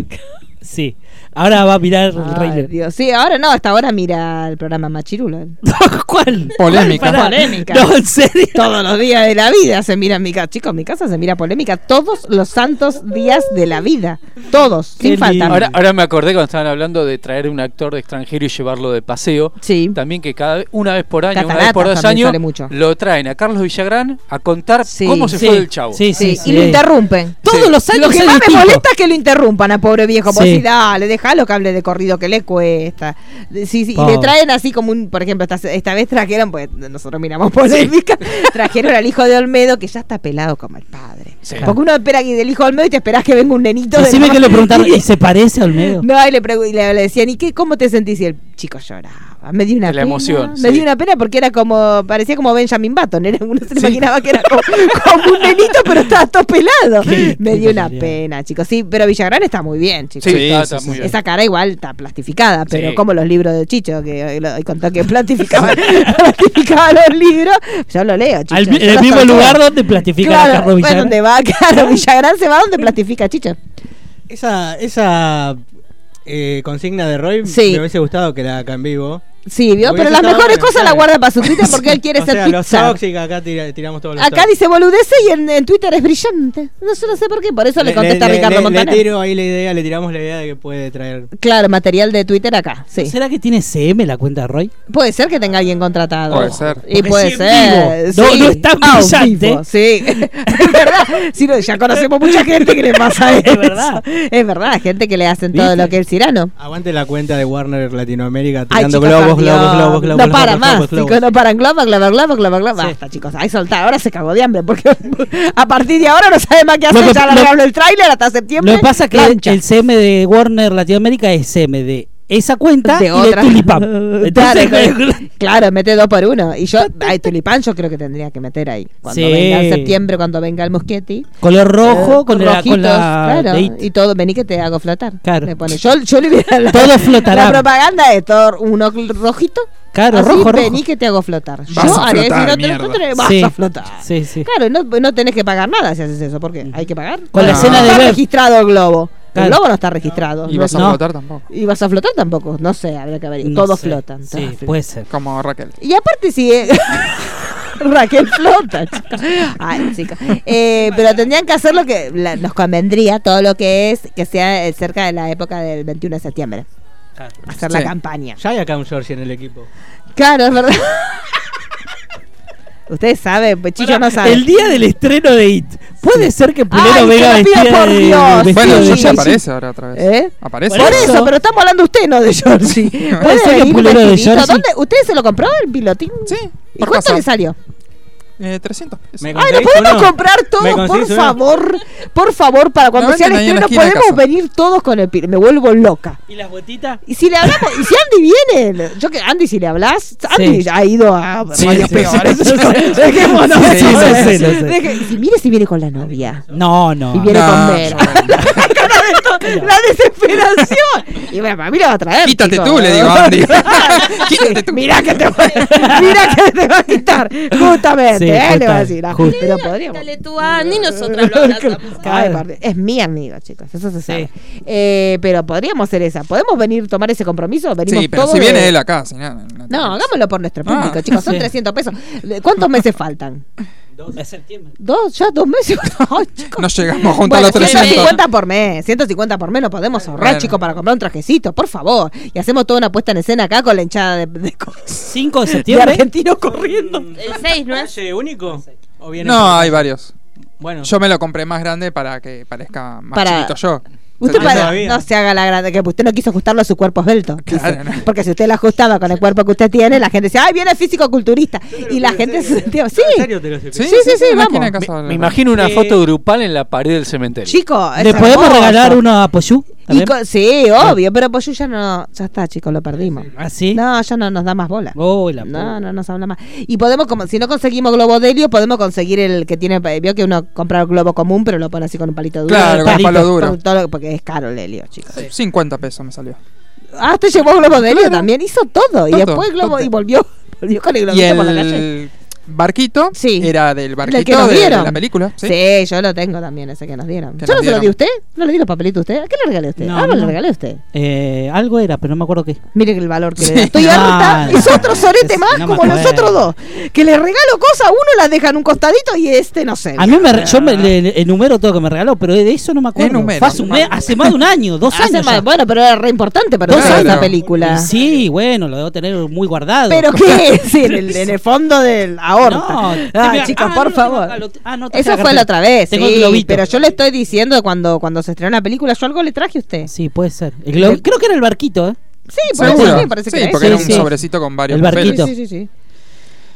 Sí. Ahora va a mirar el
Ay,
Rey León.
Dios. Sí, ahora no, hasta ahora mira el programa Machirulo.
¿Cuál?
Polémica.
¿Cuál? Pará.
Polémica.
No, en serio.
Todos los días de la vida se mira en mi casa. Chicos, en mi casa se mira polémica todos los santos días de la vida. Todos,
Qué
sin falta.
lindo.
Ahora, ahora me acordé cuando estaban hablando de traer un actor de extranjero y llevarlo de paseo.
sí.
También que cada vez, una vez por año, una
Cataratas
vez por dos
también
años,
sale mucho.
lo traen a Carlos Villagrán a contar
Sí.
cómo se
Sí,
fue el chavo.
Sí, sí,
Sí,
sí.
Y lo interrumpen.
Todos los años
Lo que
es
más me
distinto.
molesta es que lo interrumpan a pobre viejo. Vos
Sí.
decís, dale, dejalo que hable de corrido que le cuesta. De- sí, sí, Y
Pobre.
le traen así como un, por ejemplo, esta, esta vez trajeron, pues nosotros miramos polémica, trajeron al hijo de Olmedo que ya está pelado como el padre.
Sí.
Porque uno espera que del hijo de Olmedo y te esperás que venga un nenito. de
Decime
la-
que lo preguntaron. ¿Y se parece al medio?
No, y le, pregu- y le, le decían, ¿y qué, cómo te sentís? Y el chico lloraba. Me dio una
La
pena.
emoción,
Me
sí.
dio una pena porque era como, parecía como Benjamin Button. Era, uno se imaginaba que era como, como un nenito, pero estaba todo pelado.
Qué-
me
qué
dio una
barbaridad.
pena, chicos. Sí, pero Villagrán está muy bien, chicos.
Sí, está- está
sí,
muy
sí.
bien.
Esa cara igual está plastificada, pero
Sí.
como los libros de Chicho, que hoy lo- hoy contó que plastificaba, plastificaba los libros, yo lo leo, Chicho.
Al mi-
yo
en el
los
mismo
torturo.
lugar donde platifican
claro,
a Carlos
fue
Villagrán.
donde va, claro, Villagrán se va donde plastifica, Chicho.
Esa, esa eh, consigna de Roy
Sí.
me hubiese gustado que la haga en vivo.
Sí, ¿vio?
Hubiese
pero las
estado
mejores
bueno,
cosas
claro.
las guarda para su Twitter porque él quiere
o
ser
sea, los
pizza.
tóxicos acá tira- tiramos todos los
Acá
tóxicos.
dice boludece y en, en Twitter es brillante. No, yo no sé por qué, por eso le, contesta Ricardo
le-
Montaner.
Le tiro ahí la idea, le tiramos la idea de que puede traer.
Claro, material de Twitter acá, sí.
¿Será que tiene CM la cuenta de Roy?
Puede ser que tenga alguien contratado.
Puede ser.
Y
Porque
puede
si es
ser.
vivo. No-
sí.
no es tan
Ah, un
brillante.
vivo, Sí, es verdad. Sí, no, ya conocemos mucha gente que le pasa eso.
Es verdad.
Es verdad, gente que le hacen todo
¿Viste?
lo que es Cirano.
Aguante la cuenta de Warner Latinoamérica
Ay,
tirando
chicos,
globos,
por Dios.
globos, globos, globos.
No para
globos,
más,
globos, globos.
chicos, no paran. Globo, globo, globo, globo, globo.
Sí.
Basta, chicos, ahí soltar. Ahora se cagó de hambre porque a partir de ahora no sabe más qué
Lo
hacer.
que-
ya
lo-
largaron el tráiler hasta septiembre.
Lo que pasa es que
Plancha.
el CM de Warner Latinoamérica es CM de esa cuenta
de
y
otra.
de Tulipán. Entonces,
claro, claro, mete dos por uno. Y yo, ay, Tulipán, yo creo que tendría que meter ahí. Cuando
Sí.
venga en septiembre, cuando venga el Moschetti.
color rojo
Eh,
con, la,
rojitos,
con la
claro,
de-
y todo, vení que te hago flotar.
Claro.
Le pone, yo, yo le hubiera la-
Todo flotará.
La propaganda de Thor, uno cl- rojito.
Claro,
así,
rojo, rojo.
vení que te hago flotar.
Vas
yo
a
haré
flotar,
si no te-
mierda.
no te- vas
Sí.
a flotar.
Sí, sí.
Claro, no, no tenés que pagar nada si haces eso, porque hay que pagar.
Con
la
No.
escena
no
de
está
Ver.
registrado el globo.
Claro.
El globo no está registrado.
Y
no
vas a
No.
votar tampoco.
y vas a flotar tampoco. No sé, habría que ver.
No
todos
sé.
flotan.
Sí,
todos
puede ser.
Como Raquel.
y aparte si Raquel flota, chica. Ay, chica. Eh, pero tendrían que hacer lo que la- nos convendría, todo lo que es que sea eh, cerca de la época del 21 de septiembre. Hacer la
Sí.
campaña.
Ya hay acá un Georgie en el equipo.
Claro, es verdad. Ustedes saben, pues Chillo no sabe.
El día del estreno de IT. Puede ser que
Ay,
Pulero
te
venga
lo pido
vestida
por
de,
Dios.
vestido
Bueno,
de
yo ya
sí,
Georgie.
aparece ahora otra vez.
¿Eh?
Aparece.
Por eso,
eso.
pero estamos hablando usted, no de Georgie. Puede
ser que
venir
Pulero de
vestidito.
Georgie-
¿Dónde? ¿Usted se lo compró el pilotín?
Sí,
¿Y
por
cuánto
casa.
le salió?
Eh, 300 pesos.
Me
Ay, no
¿Conseguís
podemos
uno?
comprar
¿Me
todos, por
conseguís uno?
favor. Por favor, para cuando
Lo
sea el
venden ahí en la
estreno,
esquina de
podemos
casa.
venir todos con el pil. Me vuelvo loca.
¿Y las botitas?
Y si le hablamos, y si Andy viene, yo que Andy, si le hablas, Andy
Sí.
ha ido a
Sí,
varios
sí,
peores.
sí, sí, sí.
Dejémonos
Sí,
de
sí,
joder.
sí, sí, sí.
Deje- y si- mire si viene con la novia.
No, no.
Y viene
Ah, No,
con Vera.
yo-
la cara de to- la desesperación. Y bueno, para mí la va a traer.
Quítate
chico.
tú, le digo a Andy.
Sí, Mirá que te voy, mirá que te va a quitar. Justamente,
Sí,
¿eh? le
justa-
va a decir. ah,
justa.
Pero podríamos.
Dale tú a Andy, nosotras lo abrazamos.
Ay,
Claro.
por- es mi amigo, chicos. Eso se sabe. Eh, pero podríamos hacer esa. ¿Podemos venir tomar ese compromiso? Venimos
Sí, pero
todos
si viene
de-
él acá, si no, no, no te-
No, hagámoslo por nuestro público,
Ah,
chicos. Son
sí.
300 pesos. ¿De ¿Cuántos meses faltan?
Es septiembre.
¿Dos? ¿Ya dos meses? Ay, chicos.
No llegamos juntos
Bueno,
a los 300.
150 por mes, 150 por mes lo podemos ahorrar,
Bueno.
chicos, para comprar un trajecito, por favor. Y hacemos toda una puesta en escena acá con la hinchada de, de, de
5 de septiembre.
argentinos corriendo.
Mm.
El 6, ¿no es?
¿Valle único? ¿O viene
No, hay varios.
Bueno,
Yo me lo compré más grande para que parezca más
Para-
chiquito yo.
Usted
Todavía.
para- no se haga la grande, que usted no quiso ajustarlo a su cuerpo esbelto. dice.
Claro, no.
Porque si usted lo ajustaba con el cuerpo que usted tiene, la gente dice, ay, viene físico-culturista. Y la gente se sentía, sí.
¿En serio te lo explico?
Sí, sí, sí,
en la esquina
vamos.
de casa
Me,
del-
me imagino una
Sí.
foto grupal en la pared del cementerio.
Chico, es
¿Le podemos
hermoso.
regalar uno a Poyu?
Y co- sí, obvio, pero pues yo ya no, ya está, chicos, lo perdimos.
¿Así?
No, ya no nos da más bola.
Ah, Oh, la
No, no nos habla más. Y podemos, como si no conseguimos globo de helio, podemos conseguir el que tiene. eh, Vio que uno compra el globo común, pero lo pone así con un palito duro.
Claro, con un
Palito.
palo
Todo-
duro.
todo lo- porque es caro el helio, chicos.
50 pesos me salió.
Ah, te llevó globo de helio también. Hizo todo. Y
Todo,
después globo
todo.
y volvió, volvió con el
Y
globito por la calle.
el barquito
Sí.
era del
El que
barquito
nos
de, de
dieron.
la película.
¿sí?
¿sí?
yo lo tengo también, ese que nos dieron.
Que
yo no
nos
se lo di a
dieron.
usted. No le di los papelitos a usted. ¿A qué le regalé a usted?
No,
ah,
no.
no le regalé a usted.
Eh, algo era, pero no me acuerdo qué.
Mire que el valor que le da. Estoy
No,
harta.
no.
Es otro sorete
Es-
más
no me
como los
acuerdo.
otros dos. Que le regalo cosas, uno las deja en un costadito y este no sé.
A mí me, re- yo me, le- le enumero todo que me regaló, pero de eso no me acuerdo.
Enumero.
Fue hace, un mes- hace más de un año, dos
Hace
años.
más-
ya.
bueno, pero era re importante para
Dos
nosotros
años.
esa película.
Y Sí, bueno, lo debo tener muy guardado.
¿Pero qué es? En el, en el fondo del aorta.
No,
ah,
mira,
chicos,
ah,
por
no, lo tengo
favor.
acá, lo t- ah, no, traje
Eso
la
fue la
carpeta.
otra vez,
Tengo el
sí,
globito.
pero yo le estoy diciendo cuando, cuando se estrenó la película, yo algo le traje a usted. Sí,
Sí, puede ser. El globo- creo que era el barquito, ¿eh?
por eso
Seguro.
sí, parece que
sí,
era
porque
eso.
era un
Sí, sí.
sobrecito con varios
El barquito.
papeles.
Sí, sí, sí, sí.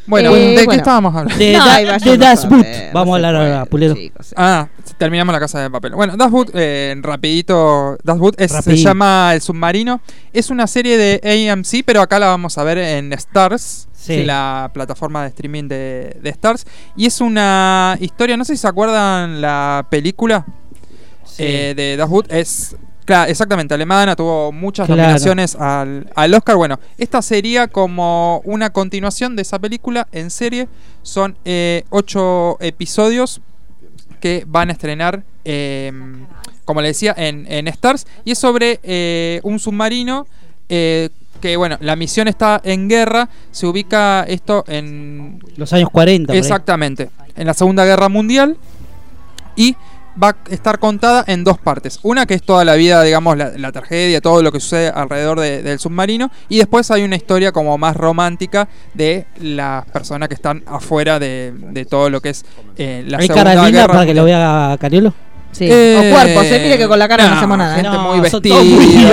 Bueno,
Eh,
¿de qué
bueno.
estábamos hablando?
De,
No,
Da-
ahí va,
de
yo no
Das
sabía,
Boot.
no
Vamos a
se
hablar ahora,
puede,
Pulero.
chicos.
Ah, terminamos la casa de papel. Bueno, Das Boot, eh, rapidito, Das Boot es- se
Rapidín.
llama El Submarino. Es una serie de AMC, pero acá la vamos a ver en Stars,
Sí.
en la plataforma de streaming de, de Stars. Y es una historia, no sé si se acuerdan la película eh, de Das Boot. Es, claro, exactamente, alemana, tuvo muchas
Claro.
nominaciones al, al Oscar. Bueno, esta sería como una continuación de esa película en serie. Son eh, ocho episodios que van a estrenar, eh, como le decía, en, en Stars. Y es sobre eh, un submarino eh, que, bueno, la misión está en guerra. Se ubica esto en
Los años 40. por ahí.
Exactamente. En la Segunda Guerra Mundial. Y va a estar contada en dos partes. Una que es toda la vida, digamos, la, la tragedia, todo lo que sucede alrededor de- del submarino. Y después hay una historia como más romántica de las personas que están afuera de, de todo lo que es eh, la
¿Hay
Segunda
caras lindas
Guerra
para que lo
Mundial.
vea Cariolo?
Sí.
Eh,
o cuerpos, se mire que con la cara no,
no,
hacemos nada. ¿eh?
gente muy
son todos
vestida.
muy-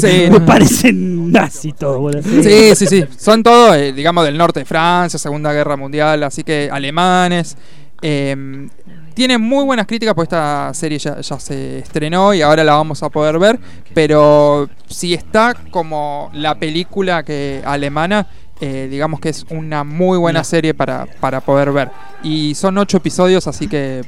Sí,
me
no.
parecen nazis todos, boludo.
Sí, sí, sí. Son todos, eh, digamos, del norte de Francia, Segunda Guerra Mundial, así que alemanes. eh, Tiene muy buenas críticas, porque esta serie ya, ya se estrenó y ahora la vamos a poder ver. Pero si está como la película que alemana, eh, digamos que es una muy buena serie para, para poder ver. Y son ocho episodios, así que.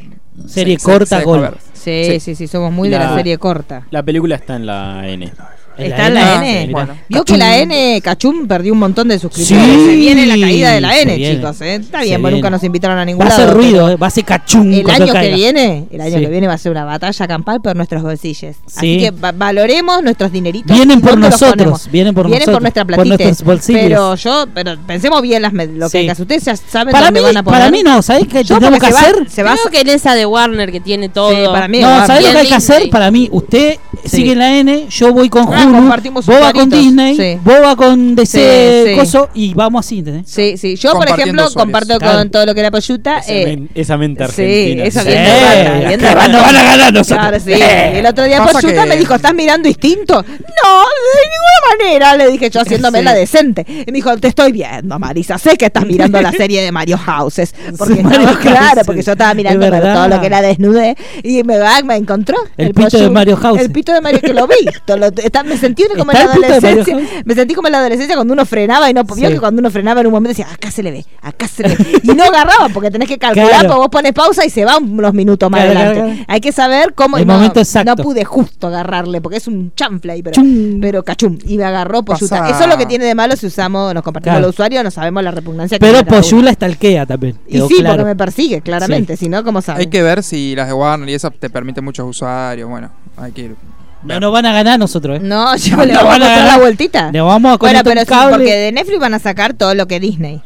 Serie
se- se-
corta,
se deja
gol.
ver.
Sí, sí,
Sí.
sí, somos muy de la
La-
serie corta.
La película está en la N.
¿Está en la N?
sí,
mirá.
bueno.
Vio que la N, Cachum, perdió un montón de suscriptores.
Sí.
Se viene la caída de la
Se
N,
viene.
chicos. ¿eh? Está
Se
bien, porque nunca
viene.
nos invitaron a ningún
Va a
lado.
hacer
pero
ruido, eh, va a ser cachum.
El
cuando
año que
caiga.
viene, el año
Sí.
que viene va a ser una batalla campal por nuestros bolsillos. Así
Sí.
que va- valoremos nuestros dineritos.
Vienen
y
por
dónde los
nosotros,
ponemos.
vienen por nosotros,
nuestra
por
platita.
nuestros bolsillos.
Pero yo, pero pensemos bien las, med- lo que
Sí.
hay que hacer. Ustedes ya saben
Para mí,
dónde van a poner.
para mí no, ¿sabés qué
Yo
tenemos que
porque se va-
hacer?
se va a-
Creo que en esa de Warner que tiene todo.
Sí, para mí.
No,
va
¿sabés lo
bien
que hay que
Disney.
hacer? Para mí, usted
Sí.
sigue en la N, yo voy con
Ah,
Hulu,
compartimos
vos va con
usuarios.
Disney,
Sí.
vos va con DC
Sí, sí.
Coso y vamos así, ¿entendés?
Sí, sí. Yo, por
Compartiendo
ejemplo,
usuarios.
comparto
Claro.
con todo lo que era Payuta.
Esa,
Eh,
men- esa mente
sí,
argentina.
eso
Sí,
bien
eh,
barbata, bien
acá
barbata.
no van a ganar nosotros.
Claro, sí.
Eh.
El otro día
Pasa
Payuta
que-
me dijo, ¿estás mirando distinto? No, de ninguna manera, le dije yo haciéndome
Sí.
la decente. Y me dijo, te estoy viendo, Marisa, sé que estás mirando la serie de Mario Houses. Porque
Sí,
estaba-
Mario
claro,
Houses.
porque yo estaba mirando
Es
pero
verdad.
todo lo que la desnudé. Y me, va- me encontró.
El pito de Mario Houses.
El pito de Mario que lo vi. To- lo- está- me sentí como en
¿Está
la
el pito de Mario
adolescencia. Me sentí como en la adolescencia cuando uno frenaba y no vio
Sí.
que cuando uno frenaba en un momento decía, acá se le ve, acá se le ve. Y no agarraba porque tenés que calcular,
Claro.
porque pues vos pones pausa y se va unos minutos más
Claro,
adelante.
claro, claro.
Hay que saber cómo.
El
no,
momento exacto.
no pude justo agarrarle, porque es un chanfla ahí, pero,
Chum.
pero cachum. Y me agarró Poyuta.
Pasa-
Eso es lo que tiene de malo si usamos, nos compartimos
Claro.
los usuarios, no sabemos la repugnancia que
Pero
tiene cada uno.
Poyula estalquea también.
Y
quedó
sí,
claro.
porque me persigue, claramente. Si no, ¿cómo sabe?
Hay que ver si las de Warner y esa te permite muchos usuarios. Bueno, hay que ir.
No nos van a ganar nosotros, ¿eh?
No, yo
No,
le
no
vamos a
van a
mostrar la
ganar.
vueltita.
Le vamos a
bueno,
conectar
pero
un
sí,
cable.
porque de Netflix van a sacar todo lo que Disney.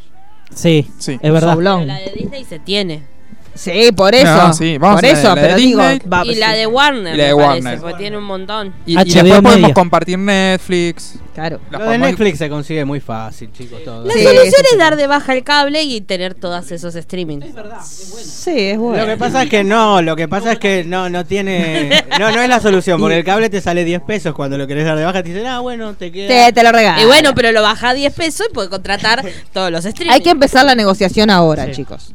Sí,
Sí.
es verdad.
Soblón.
La de Disney se tiene.
Sí, por eso.
No, Ah, sí, vamos
por
a la de- la
eso,
de
pero digo.
Disney.
va-
Y la de Warner.
Y la de
me
Warner.
parece, porque tiene un montón.
Y, y
HBO
después podemos
Media.
compartir Netflix.
Claro.
las
Lo de
formas-
Netflix se consigue muy fácil, chicos. Todo.
La
Sí.
solución es dar de baja el cable y tener todos esos streaming.
Sí, es bueno.
Lo que pasa es que no, lo que pasa es que no, no tiene. No, no es la solución, porque el cable te sale 10 pesos cuando lo querés dar de baja. Te dicen, ah, bueno, te queda.
Te, te lo regalo.
Y bueno, pero lo baja a 10 pesos y puede contratar todos los streaming.
Hay que empezar la negociación ahora, chicos.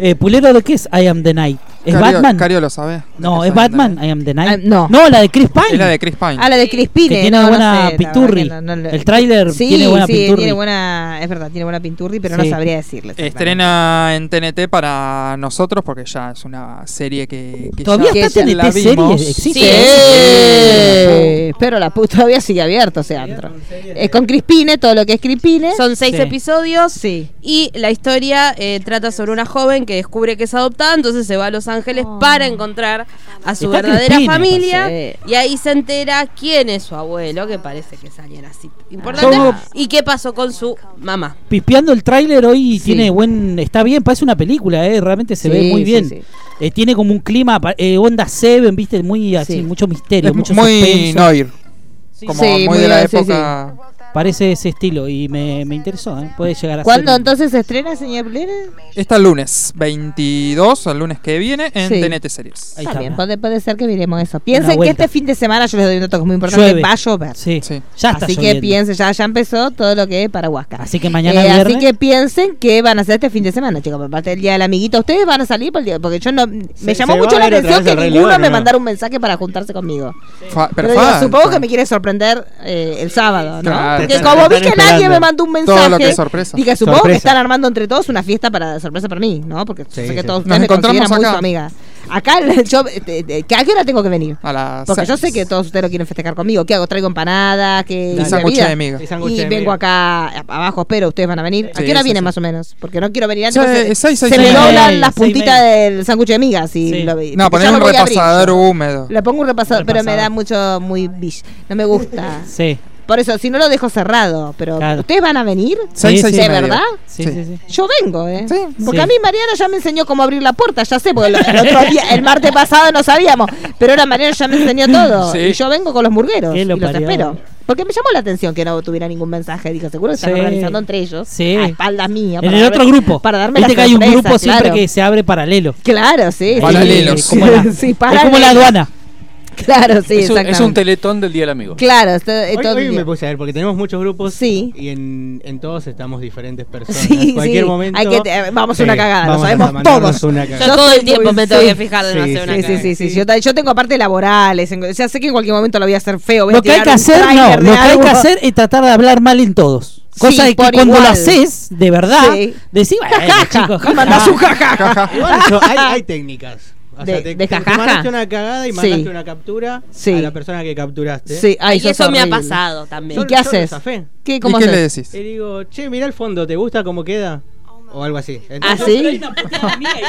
Eh, ¿Pulero de qué es I Am the Night? ¿Es
Cario-
Batman?
Cario lo sabe.
no,
Eso
es Batman, I Am the Night.
Ah, no.
no, la de Chris Pine.
Es la de Chris Pine.
Ah, la de Crispine.
Que tiene
no, no
buena
sé, la
Piturri.
verdad que no- no le-
El tráiler
sí,
tiene buena
sí,
Piturri.
tiene buena, es verdad, tiene buena Pinturri, pero no
Sí.
sabría decirle. exactamente.
Estrena en TNT para nosotros porque ya es una serie que, que
Todavía
ya,
está
que ya
TNT
la vimos.
series, existe.
Sí.
Sí.
Pero la puta todavía sigue abierto ese antro. Es con Crispine, todo lo que es Crispine.
Son seis
Sí.
episodios.
Sí.
Y la historia eh, trata sobre una joven que descubre que es adoptada, entonces se va a Los Ángeles para encontrar a su
Está
verdadera
Cristina,
familia.
parece.
Y ahí se entera quién es su abuelo, que parece que es alguien así importante,
Todo-
y qué pasó con su mamá.
Pispeando el tráiler hoy
Sí.
tiene buen, está bien, parece una película, eh, realmente se
Sí,
ve muy
sí,
bien.
sí.
Eh, tiene como un clima, pa- eh, onda Seven, viste, muy así,
Sí.
mucho misterio,
Es
mucho
muy
suspenso.
Noir. Como
Sí,
muy
muy
de la
bien, sí,
época.
Parece ese estilo y me, me interesó, eh, puede llegar a
¿Cuándo
ser.
entonces se estrena, señor Plena?
Está el lunes 22, el lunes que viene, en
Sí.
TNT Series.
Ahí
Está
está.
bien, puede, puede ser que miremos eso. Piensen que
vuelta.
este fin de semana, yo les doy un dato que es muy importante,
Llueve.
va a llover.
Sí.
Sí.
Ya está
así que
lloviendo.
piensen, ya, ya empezó todo lo que es para Huasca.
Así que mañana
Eh,
viernes.
Así que piensen que van a hacer este fin de semana, chicos. Aparte del día del amiguito, ustedes van a salir por el día- porque yo no. Me
Se-
llamó
se
mucho
va
la
a ver otra
atención
vez
que
el Rey
ninguno
León,
me
¿o no?
mandaron un mensaje para juntarse conmigo.
Fa- pero
Pero digo,
fan,
supongo
fan.
que me quiere sorprender eh, el sábado, ¿no?
Claro,
que
te
como vi
están
que nadie
esperando.
me mandó un
Todo
mensaje.
lo que es sorpresa.
Dije, supongo que
Sorpresa.
están armando entre todos una fiesta para sorpresa para mí, ¿no? Porque yo
Sí,
sé que
sí.
Nos
todos ustedes me
encontramos
consideran muy
acá.
su amiga. Acá, yo, eh, eh, ¿a qué hora tengo que venir?
A las
Porque yo sé
seis.
que todos ustedes lo quieren festejar conmigo. ¿Qué hago? Traigo empanadas, que
Y sándwiches de miga.
Y
y
sándwiches de
vengo
miga.
acá a- abajo, espero ustedes van a venir. ¿A
Sí,
qué hora
sí,
vienen
sí.
más o menos? Porque no quiero venir antes.
Sí,
porque se
seis, seis
se
y
me
media.
doblan
Seis,
las
seis y
puntitas
media.
del sándwich de migas. Y
Sí.
No,
lo- porque ya
poner un
voy a abrir
repasador
yo.
húmedo.
Le pongo un repasador, pero me
Repasador.
da mucho, muy bish. No me gusta.
Sí.
Por eso, si no lo dejo cerrado, pero
Claro.
¿ustedes van a venir?
Seis,
Sí,
seis
sí.
y
¿De
medio.
verdad?
Sí,
Sí.
sí, sí.
Yo vengo, ¿eh?
Sí.
Porque
Sí.
a mí Mariana ya me enseñó cómo abrir la puerta, ya sé, porque lo- el otro día, el martes pasado no sabíamos, pero ahora Mariana ya me enseñó todo.
Sí.
Y yo vengo con los murgueros
Qué
y
lo
los
parió.
espero. Porque me llamó la atención que no tuviera ningún mensaje. Dijo, seguro que están
Sí.
organizando entre ellos.
Sí.
A espaldas mías.
En
para
el
darme-
otro grupo.
Para darme
Viste
las
que hay un
sorpresas,
grupo siempre
claro.
que se abre paralelo.
Claro, sí.
Paralelos.
Es como la,
Sí,
es como la
paralelos.
aduana.
Claro, sí,
es, un,
exactamente.
es un teletón del Día del Amigo.
Claro, esto- eh,
Hoy,
todo
hoy
el día.
me puse a ver porque tenemos muchos grupos
Sí.
y en, en todos estamos diferentes personas.
Sí,
en cualquier
sí.
momento.
Hay que te- vamos a
Sí,
una cagada, lo
vamos a
sabemos
mandarnos
todos.
una
Yo
cagada.
todo
soy
el tiempo
muy-
me tengo
sí.
que fijar en
Sí,
hacer una
Sí, sí,
cagada.
sí, sí, Yo, ta- yo tengo aparte laborales. en- ya sé que en cualquier momento lo voy a hacer feo. voy a
Lo que hay
tirar
que
un
hacer, no.
tráiler de
Lo que hay
algo.
que hacer es tratar de hablar mal en todos.
Sí,
Cosa de que
por
cuando lo
igual.
haces, de verdad,
Sí.
decís, bueno, chicos,
Y mandás un jajaja.
Igual yo- hay, hay técnicas. O sea,
De-
te, te-
de
te
jajaja.
mandaste una cagada y
Sí.
mandaste una captura
Sí.
a la persona que capturaste.
Sí, ay,
Y
sos
eso me ha
horrible.
pasado
¿Y
también.
qué
yo
haces?
lo zafé.
¿Qué,
¿Y
cómo
qué le
haces? Eh,
decís?
Y digo, che, mira el fondo, ¿te gusta cómo queda? O algo así.
¿Ah,
Entonces,
sí?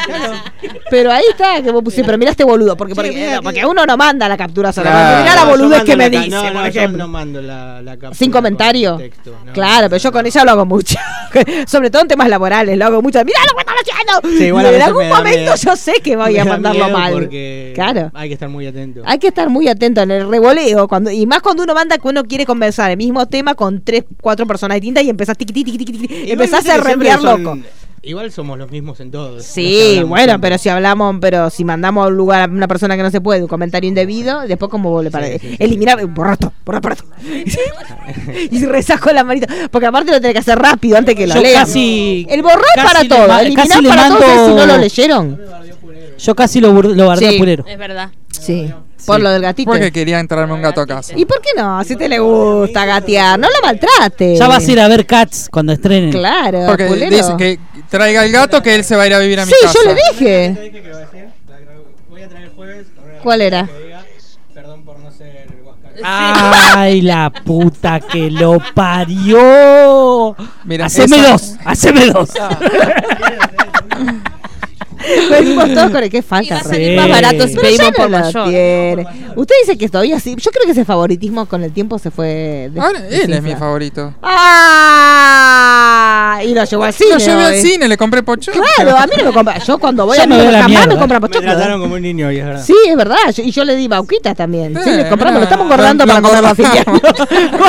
Pero ahí está, que vos pusiste, pero mirá este boludo, porque,
Sí,
porque,
mirá
no,
que-
porque uno no manda la captura solamente.
Claro.
Mirá la
No, ah, yo
boludez
mando
que me
la ca-
dice,
no, no,
por
yo
ejemplo.
no mando la, la captura
Sin
con
comentario.
el texto, no,
claro, pero yo
no,
con
no.
ella lo hago mucho. Sobre todo en temas laborales, lo hago mucho. Mirá lo que están haciendo.
Sí, igual a
Pero en
veces
algún
me da
momento
miedo.
yo sé que voy
Me
a
da
mandarlo
miedo
mal.
Porque
Claro.
Hay que estar muy atento.
Hay que estar muy atento en el revoleo cuando y más cuando uno manda que uno quiere conversar el mismo tema con tres, cuatro personas distintas y empezás tiqui, tiqui, tiqui, tiqui, tiqui,
Igual
empezás
viste
a
que siempre
reenviar
son-
loco.
Igual somos los mismos en todos. Nos
Sí,
hablamos
bueno,
siempre.
pero si hablamos, pero si mandamos a un lugar a una persona que no se puede, un comentario indebido, después como vuelve para
Sí, sí, sí.
eliminar, borrar esto, borrar borra esto. y rezas con la manita, porque aparte lo tenés que hacer rápido antes que lo
Yo
lean.
casi-
el borrar
casi
para
le
todo,
ma-
eliminar
casi le
para todo
mando-
si no lo leyeron.
yo casi lo, bur- lo bardeo a
Sí.
Pulero.
Es verdad.
Sí, por lo del gatito.
Porque quería entrarme un gato a casa.
Este.
¿Y por qué no? Si te le gusta gatear, no lo maltrates.
Ya vas a ir a ver Cats cuando estrenen.
Claro,
Porque
pulero.
dice que traiga el gato que él se va a ir a vivir a mi
Sí,
casa.
yo le dije.
¿Qué va a decir? La gra- Voy a traer el jueves.
¿Cuál era?
Que diga, Perdón por no ser guasca.
Ah,
Ay, la puta que lo parió.
Mira,
haceme
esa-
dos, haceme dos.
Venimos Pues, todos con el que
Y va
falta.
a
salir
Rodri.
más barato si
Pero
pedimos
ya no
por
lo
mayor.
tiene. Usted dice que todavía sí. Yo creo que ese favoritismo con el tiempo se fue. de-
Ahora, Ah, él es mi
desinfla-
favorito.
¡Ah! Y lo llevó al cine.
Lo llevé al
hoy.
cine, le compré pochoclo. Eh,
Claro, a mí no me compra. Yo cuando voy
Ya
a
me
mi
voy a la
jamás me
mierda.
compra
Me
pochoclo.
trataron como un niño, y es verdad.
Sí, es verdad. Yo- y yo le di bauquitas también. Sí,
Sí,
le compramos, lo
mirá,
estamos guardando
lo
para comer a fin de año.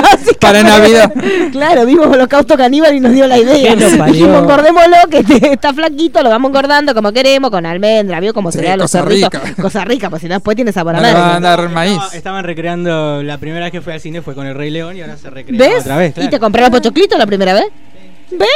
Básicamente.
Para Navidad.
Claro, vimos Holocausto Caníbal y nos dio la idea.
Que lo parió.
Dijimos, engordémoslo, que este- está flaquito, lo vamos engordando como queremos, con almendra, vio como
Sí,
se le da a los
cosa
cerditos.
rica.
Cosa rica, pues si no después tiene sabor a
No le va a
madre.
dar maíz.
Estaba- estaban recreando. La primera vez que fui al cine fue con el Rey León y ahora se recrea
¿Ves?
otra vez.
¿Y
claro.
te compré los pochoclitos la primera vez? ¿Ves? No te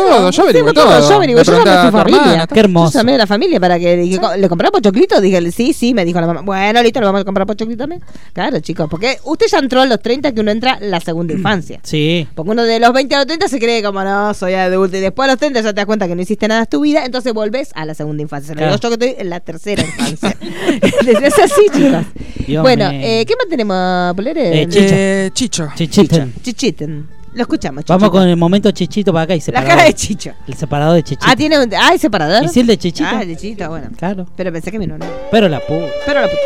digo.
Todo, yo averigüé
Hicimos
todo.
Yo averigüé,
Le
yo llamé a
pregunté
tu
a tu
familia.
hermana,
Qué hermoso.
Yo llamé a la familia para que dije, ¿le compramos pochoclito? Dije, sí, sí, me dijo la mamá. Bueno, ahorita le vamos a comprar pochoclito también. Claro, chicos, porque usted ya entró a los 30 que uno entra la segunda infancia.
Sí.
Porque uno de los 20 a los 30 se cree como no, soy adulto. Y después a los 30 ya te das cuenta que no hiciste nada en tu vida, entonces volvés a la segunda infancia. Se lo
Claro.
digo yo que estoy en la tercera infancia. es así, chicos.
Dios
bueno,
mío.
eh, ¿qué más tenemos, Polere?
Eh, chi-
Eh, Chicho.
Chichiten.
Chichiten. Lo escuchamos, Chichiten.
Vamos con el momento chichito para acá y
la
separado.
cara de Chicho.
El separado de chichito.
Ah, tiene un. Ah, ¿es separador.
¿Y si el de Chichito?
Ah, el de Chichito, bueno.
Claro.
Pero pensé que vino, ¿no?
Pero la puta.
Pero la puta.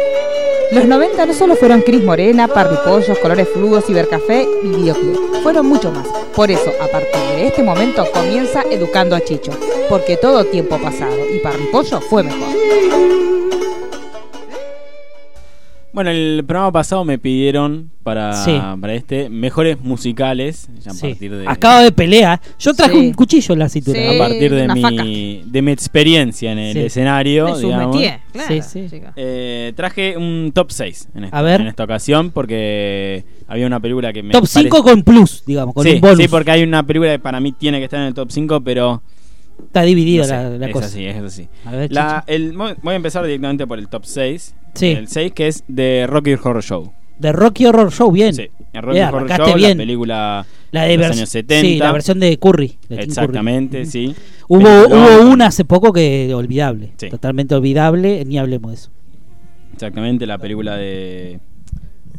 Los 90 no solo fueron Cris Morena, Parripollos, Colores Fluos, Cibercafé y Videoclub. Fueron mucho más. Por eso, a partir de este momento, comienza Educando a Chicho. Porque todo tiempo pasado y Parripollo fue mejor.
Bueno, el programa pasado me pidieron para,
Sí.
para este mejores musicales. ya a
Sí.
partir de,
Acabo de pelear. Yo traje
Sí.
un cuchillo en la cintura.
Sí.
a partir de
una faca.
mi, de mi experiencia en el
Sí.
escenario. digamos.
claro, Sí, sí. chica.
Eh, traje un top 6 en, esta-
A ver.
en esta ocasión porque había una película que me.
Top
pare-
5 con plus, digamos, con
sí,
un bonus.
sí, porque hay una película que para mí tiene que estar en el top 5, pero.
Está
no
dividida
sé,
la, la
es
cosa.
así, es así.
A ver,
La-
Chicho.
el- voy a empezar directamente por el top 6.
Sí.
El 6 que es de Rocky Horror Show.
De Rocky Horror Show, bien.
Sí, el Rocky
Bien,
Horror
arrancaste
Show, la
bien.
película
La
de
de
los
vers-
años 70.
Sí, la versión de Curry. de Tim
Exactamente,
Curry.
sí.
Hubo,
Peliculón.
hubo una hace poco que olvidable.
Sí.
Totalmente olvidable, ni hablemos de eso.
Exactamente, la película de,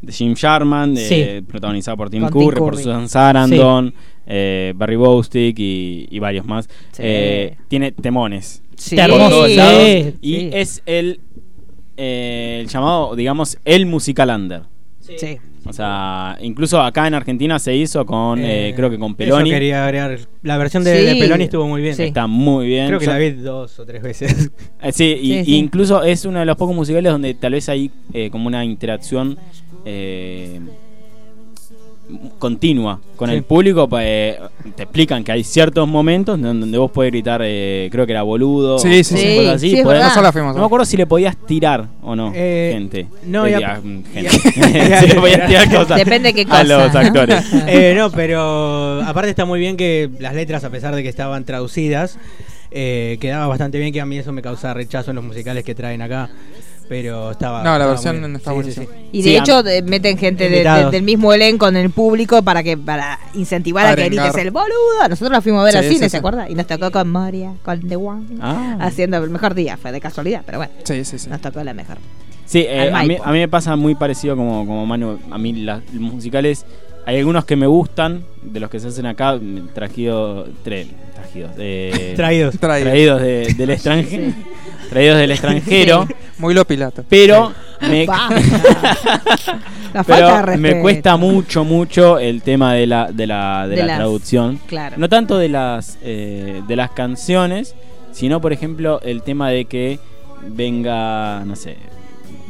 de Jim Sharman, de-
Sí.
protagonizada por Tim
Con Tim
Curry, por
Curry.
Susan Sarandon, eh, Barry Bostick y, y varios más.
Sí.
Eh, tiene temones.
Sí.
Está hermoso.
por todos
Sí,
lados.
sí.
Y es el, eh, el llamado, digamos, el musical under.
Sí.
O sea, incluso acá en Argentina se hizo con, eh,
Eh,
creo que con
eso
Peloni.
quería agregar. La versión de, de
Sí.
Peloni estuvo muy bien.
Sí.
Está muy bien.
Creo que
Yo-
la vi dos o tres veces.
Eh, Sí, y,
Sí,
y
sí.
incluso es uno de los pocos musicales donde tal vez hay eh, como una interacción eh, continua con el público. pa- eh, te explican que hay ciertos momentos don- donde vos podés gritar, eh, creo que era boludo.
Sí, sí,
o
sí.
cosas así,
Sí, es
podés-
verdad.
Nosotros la fuimos a
no
ver.
me acuerdo si le podías tirar o no,
Eh,
gente.
no,
Eh,
y a-
ah, mm,
y a-
gente. Si le podías tirar cosas
Depende de qué
a
cosa,
los
¿no?
actores.
Eh, no, pero aparte está muy bien que las letras, a pesar de que estaban traducidas, eh, quedaba bastante bien que a mí eso me causa rechazo en los musicales que traen acá. Pero estaba.
No, la
estaba
versión
muy bien.
está buenísima.
Y de
Ah, Sí,
hecho de- meten gente de-
Invitados.
de- del mismo elenco en el público para que para incentivar a que
Arengar.
grites el boludo. Nosotros la fuimos a ver
Sí,
al cine,
sí, sí.
¿se acuerda? Y nos tocó con Moria, con The One,
Ah.
haciendo el mejor día. Fue de casualidad, pero bueno,
Sí, sí, sí.
nos tocó la mejor.
Sí, eh,
Al
a, mí,
Maipo.
a mí me pasa muy parecido como, como Manu. A mí la- los musicales, hay algunos que me gustan, de los que se hacen acá, mm, trajido, tre- trajidos, eh,
Traídos.
Traído.
traídos de- del extranjero, traídos del extranjero,
Muy lo pilata.
pero me, pero
La falta de respeto.
me cuesta mucho, mucho el tema de la, de la, de
De
la
las-
traducción.
Claro.
No tanto de las, eh, de las canciones, sino, por ejemplo, el tema de que venga, no sé,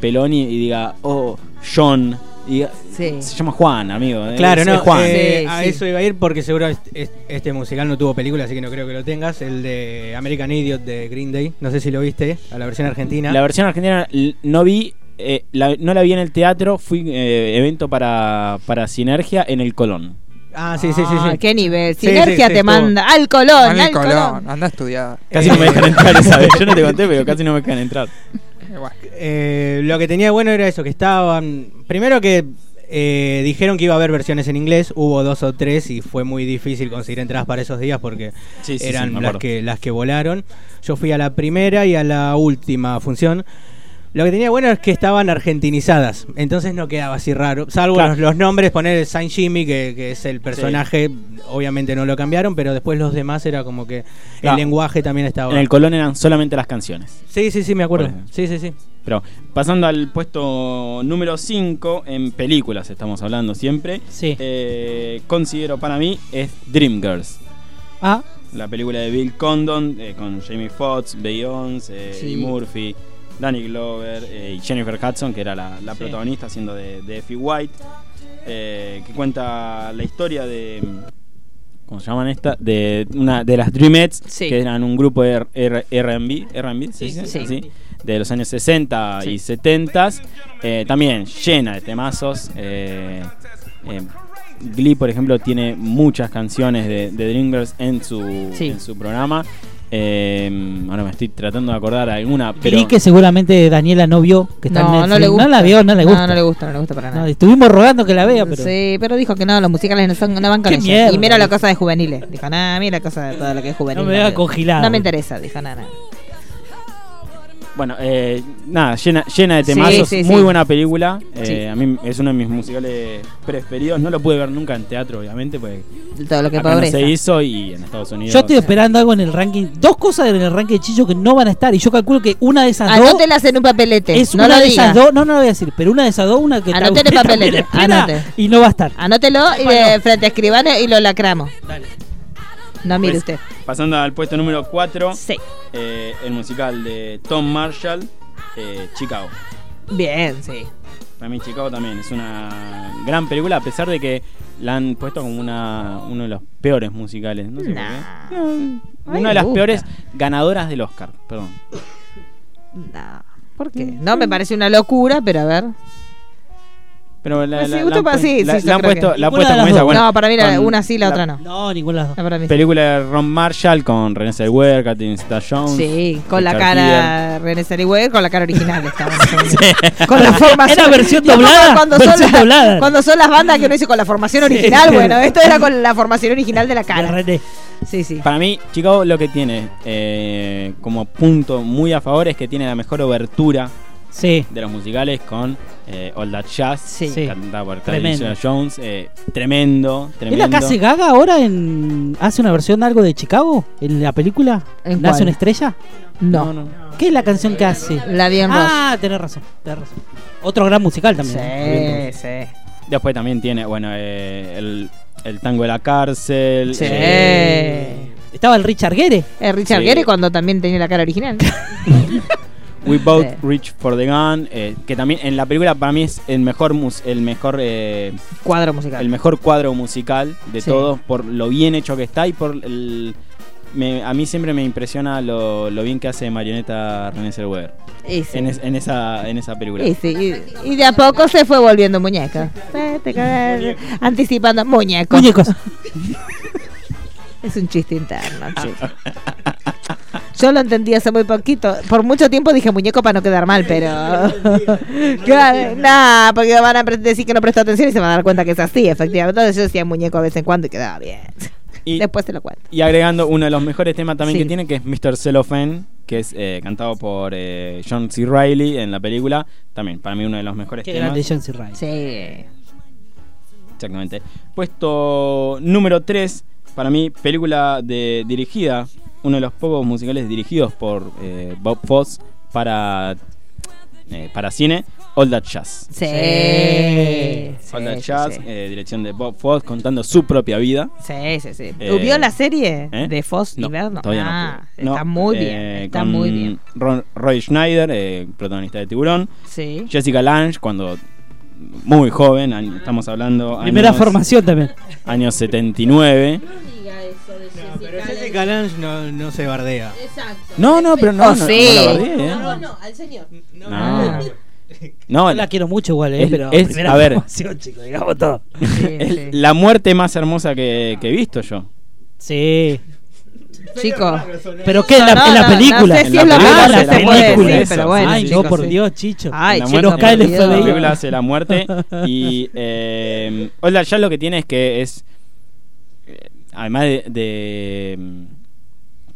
Peloni y diga, oh, John. y diga,
Sí.
Se llama Juan, amigo. eh,
Claro,
es-
no,
es Juan.
eh,
Sí,
a
sí.
eso iba a ir porque seguro est- est- este, musical no tuvo película, así que no creo que lo tengas. El de American Idiot de Green Day, no sé si lo viste, a la versión argentina.
La versión argentina l- no vi. eh, la- no la vi en el teatro, fui eh, evento para, para Sinergia en el Colón.
Ah, sí, sí, sí. sí.
Ah, qué nivel.
Sí, sí,
Sinergia
sí,
te
estuvo.
manda. Al Colón,
Daniel
al Colón.
Colón, anda estudiada.
Casi no me dejan entrar esa vez. Yo no te conté, pero casi no me dejan entrar.
Eh, bueno.
Eh, lo que tenía bueno era eso, que estaban... Primero que eh, dijeron que iba a haber versiones en inglés, hubo dos o tres y fue muy difícil conseguir entradas para esos días porque
Sí, sí, sí,
eran
me
las,
acuerdo.
que, las que volaron. Yo fui a la primera y a la última función. Lo que tenía bueno es que estaban argentinizadas, entonces no quedaba así raro. Salvo
Claro.
los, los nombres, poner Saint Jimmy, que, que es el personaje, obviamente no lo cambiaron, pero después los demás era como que
Claro.
el lenguaje también estaba.
Ah. En el Colón eran solamente las canciones.
Sí, sí, sí, me acuerdo.
Bueno.
Sí, sí, sí.
Pero pasando al puesto número 5, en películas estamos hablando siempre,
Sí.
eh, considero para mí es Dreamgirls.
Ah,
La película de Bill Condon eh, con Jamie Foxx, Beyoncé, eh,
Sí.
Eddie Murphy, Danny Glover eh, y Jennifer Hudson, que era la, la
Sí.
protagonista haciendo de, de Effie White, eh, que cuenta la historia de... ¿Cómo se llaman esta? De una de las Dreamettes,
Sí.
que eran un grupo de R- R&B, R&B, ¿se dice?
sí,
Sí. de los años 60 y 70, eh, también llena de temazos. eh, eh, Glee, por ejemplo, tiene muchas canciones de, de Dreamgirls en su,
Sí.
en su programa. Eh, ahora me estoy tratando de acordar alguna, pero...
pero... que seguramente Daniela no vio. Que está en
No, no
Netflix.
le gusta.
No la vio, no le gusta.
No, no le gusta, no le gusta para
No,
nada.
estuvimos rogando que la vea, pero.
Sí, pero dijo que no, los musicales no, son, no van con
Qué
ella.
mierda,
y mira la
dijo.
cosa de juveniles. Dijo, nada, mira la cosa de todo lo que es juvenil.
No me haga
quiero.
congelado.
No me interesa, dijo, nada. nada.
Bueno, eh, nada, llena, llena de temazos,
Sí, sí,
muy
sí.
buena película. eh,
Sí.
A mí es uno de mis musicales preferidos. No lo pude ver nunca en teatro, obviamente, porque
Todo lo que
acá no
pobreza.
se hizo y en Estados Unidos...
Yo estoy esperando algo en el ranking. Dos cosas en el ranking de Chicho que no van a estar. Y yo calculo que una de
Ah,
esas dos.
Anótelas en un papelete.
Es
no
una
lo
de
digas.
esas dos. No, no lo voy a decir. Pero una de esas dos, una que está
Anoté en el
usted también
papelete,
espera
anote.
Y no va a estar.
Anótelo y eh, frente a escribano y lo lacramos. No mire
Pues,
usted.
Pasando al puesto número 4.
Sí.
eh, el musical de Tom Marshall, eh, Chicago.
Bien, sí.
Para mí Chicago también es una gran película, a pesar de que la han puesto como una, uno de los peores musicales. No sé por
Nah.
qué. No,
Ay,
Una
me
de las
gusta.
peores ganadoras del Oscar, perdón.
No. ¿Por qué?
Mm.
No, me parece una locura, pero a ver.
Pero la,
Pues sí,
la- la
justo
han
para-
pu-
sí,
la-
sí, yo
la han
creo
puesto,
que-
la han
Ninguna
puesto
de
como
las
esa.
dos.
Bueno,
no, para mí la-
con
una sí, la, otra no.
No, ninguna de las
No,
dos.
para mí sí.
Película de Ron Marshall con Renée Zellweger, Catherine Zeta-Jones.
Sí, con la
Richard
cara René Zellweger, con la cara original. estaba en ese momento.
Gere.
Con la formación.
Era versión
Yo como
doblada,
Cuando,
versión
son las,
doblada.
cuando son las bandas que uno dice con la formación original, bueno, esto era con la formación original de la
La
cara.
René.
Sí, sí.
Para mí, Chicago lo que tiene eh, como punto muy a favor es que tiene la mejor obertura
Sí.
de los musicales con eh, All That Jazz,
Sí.
Sí.
cantada por
Tremendo.
Tremendo. Jones. eh, tremendo,
¿Es
tremendo.
la que hace Gaga ahora en. hace una versión de algo de Chicago? ¿En la película?
¿En
¿Nace
cuál?
una estrella?
No.
¿Qué es la canción que hace?
La vi en Ross.
Ah, tenés razón, tenés razón. Otro gran musical también.
Sí,
¿eh?
sí.
Después también tiene, bueno, eh, el, el tango de la cárcel.
Sí.
eh,
Eh,
Estaba el Richard Gere.
Richard
Sí.
Gere cuando también tenía la cara original.
We Both
Sí.
Reach for the Gun, eh, que también en la película para mí es el mejor mus- el mejor eh,
Cuadro musical.
el mejor cuadro musical de
Sí.
todos por lo bien hecho que está y por el me- a mí siempre me impresiona lo, lo bien que hace Marioneta René Zellweger
Y sí.
en, es- en esa en esa película.
Y, sí, y- y de a poco se fue volviendo muñeca. Vete, cagar- Anticipando. Muñeco.
Muñecos.
Es un chiste interno, chicos. Yo lo entendí hace muy poquito. Por mucho tiempo dije muñeco para no quedar mal, pero. Claro, Nada, porque van a pre- decir que no prestó atención y se van a dar cuenta que es así, efectivamente. Entonces yo decía muñeco de vez en cuando y quedaba bien.
Y-
Después te lo cuento.
Y agregando uno de los mejores temas también
Sí.
que tiene, que es Mr. Cellophane, que es eh, cantado por eh, John C. Reilly en la película. También, para mí, uno de los mejores
Qué
temas.
grande John C. Reilly.
Sí.
Exactamente. Puesto número 3, para mí, película de, dirigida, uno de los pocos musicales dirigidos por eh, Bob Foss para, eh, para cine, All That Jazz.
Sí.
Sí.
Sí,
All That
sí,
Jazz,
sí.
eh, dirección de Bob Foss, contando su propia vida.
Sí, sí, sí.
Eh,
¿Vio la serie
¿eh?
de Foss y
No,
Verno?
todavía no
Ah,
pude. No,
está muy
eh,
bien. Está
con
muy bien.
Ron- Roy Schneider, eh, protagonista de Tiburón.
Sí.
Jessica Lange, cuando muy joven, año- estamos hablando.
Primera
años,
formación también.
Años 79.
Pero Jessica Lange no, no se bardea.
Exacto.
No, no, pero no.
Oh,
no- no,
sí.
la bardeé, ¿eh?
no, al señor.
Ah,
No.
Yo
No,
la quiero mucho igual, eh,
es-
pero
es-
primera
a ver.
formación, chicos, digamos todo.
Sí,
es
sí.
la muerte más hermosa que, que he visto yo.
Sí.
Chicos.
Pero qué, en la,
No,
en la
no,
película.
No sé si
En
es
la
lo
película
ah,
mejor
se
que
la
la mueve,
se puede
película.
decir,
sí,
pero bueno.
Ay, no,
chicos,
por
sí.
Dios, Chicho.
Ay,
La
se
muerte
nos cae el
por Dios.
La
FBI.
película hace la muerte. Y eh, Old Dutch Jazz lo que tiene es que es. eh, Además de. de, mm,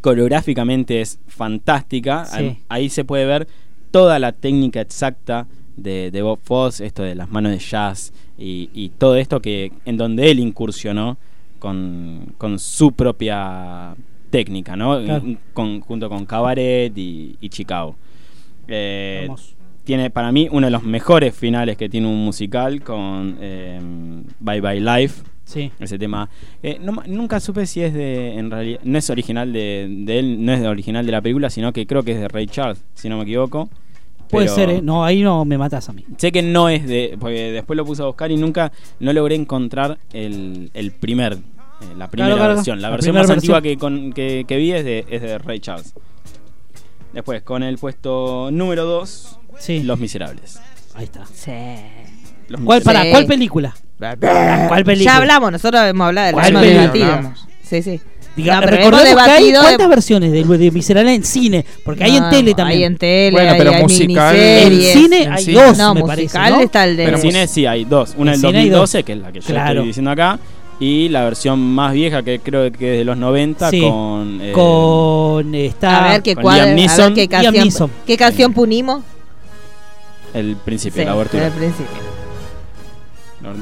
coreográficamente es fantástica.
Sí.
Ahí, ahí se puede ver toda la técnica exacta de, de Bob Foss, esto de las manos de jazz y, y todo esto que en donde él incursionó con, con su propia técnica, ¿no?
Claro.
En- con- junto con Cabaret y, y Chicago. Eh,
Hermoso.
tiene para mí uno de los mejores finales que tiene un musical con eh, Bye Bye Life.
Sí.
Ese tema. eh, no ma- nunca supe si es de. En realidad. No es original de, de él, no es original de la película, sino que creo que es de Ray Charles, si no me equivoco.
Puede
Pero
ser, ¿eh? No, ahí no me matas a mí.
Sé que no es de. Porque después lo puse a buscar y nunca. No logré encontrar el, el primer. eh, la primera
claro,
versión. La,
la
versión
primera
más antigua
versión.
que, con- que- que vi es de, es de Ray Charles. Después, con el puesto número 2,
Sí.
Los Mm. Miserables.
Ahí está.
Sí.
Los
¿Cuál,
Miserables.
pará,
Sí.
¿Cuál película? ¿Cuál película?
Ya hablamos, nosotros hemos hablado de la
¿Cuál
hemos
película
debatido.
hablamos?
Sí, sí.
Diga,
No, pero
recordemos
hemos
que hay
debatido
cuántas
de-
versiones de, de Miserable en cine, porque hay en
No,
tele también.
Hay en tele,
Bueno,
hay,
pero
hay
musical-
En
series.
miniseries.
cine
En
hay
cine.
dos,
No,
me parece.
musical
¿no?
está el de.
en cine sí hay dos. Una
En
del
cine hay dos.
2012, que es la que yo
Claro.
estoy diciendo acá. Y la versión más vieja, que creo que es de los 90,
Sí.
con. eh,
Con eh, está
a ver qué
con
cuadro,
Liam
a ver
Neeson.
qué
Liam
canción,
Neeson.
qué canción punimos.
El principio,
Sí,
la abertura.
al principio.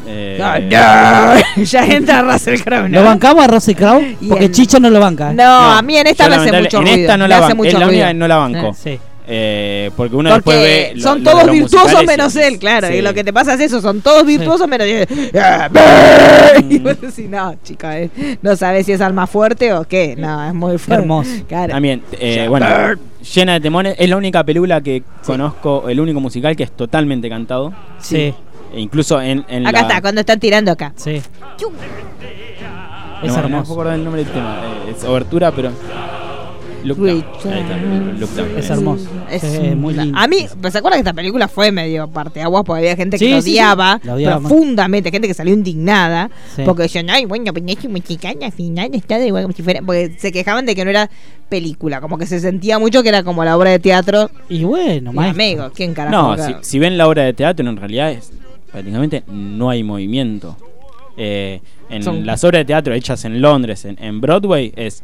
Eh,
ya entra Russell Crowe.
¿Lo bancamos a Rose Crow?
Y
Porque
el-
Chicho no lo banca. ¿eh?
No, a mí en esta
yo
me hace
lamentable-
mucho
en
ruido.
esta no
me
la
hace
ban-
mucho
es la única
ruido.
que no la banco.
Sí.
Eh, porque uno después ve.
Porque
lo-
son
lo de
todos
los
virtuosos
musicales y-
menos él, claro.
sí.
Y lo que te pasa es eso, son todos virtuosos menos él.
Mm.
Y vos decís, no, chica, eh, no sabes si es alma fuerte o qué. No, es muy fuerte.
Hermoso.
Claro.
También, eh, bueno, llena de temones. Es la única película que conozco, el único musical que es totalmente cantado.
Sí.
E incluso en, en
Acá
la-
está, cuando están tirando acá.
Sí.
No,
Es
no me
hermoso.
puedo acordar el nombre del tema. eh, es Obertura, pero. Look Down. Ahí está, Look Down.
Es hermoso.
Es
Sí, muy
una-
lindo.
A mí, pues, ¿se acuerdan que esta película fue medio parte aguas? Porque había gente que
Sí,
lo
sí, sí.
odiaba
La odiaba.
profundamente, gente que salió indignada.
Sí.
Porque decían, ay, bueno, pues es mexicana, al final está de igual como si fuera. Porque se quejaban de que no era película, como que se sentía mucho que era como la obra de teatro.
Y bueno,
Y,
maestro.
amigo, ¿quién carajo?
No, si, si ven la obra de teatro, en realidad es, prácticamente no hay movimiento. Eh, en
Son-
las obras de teatro hechas en Londres, en, en Broadway, es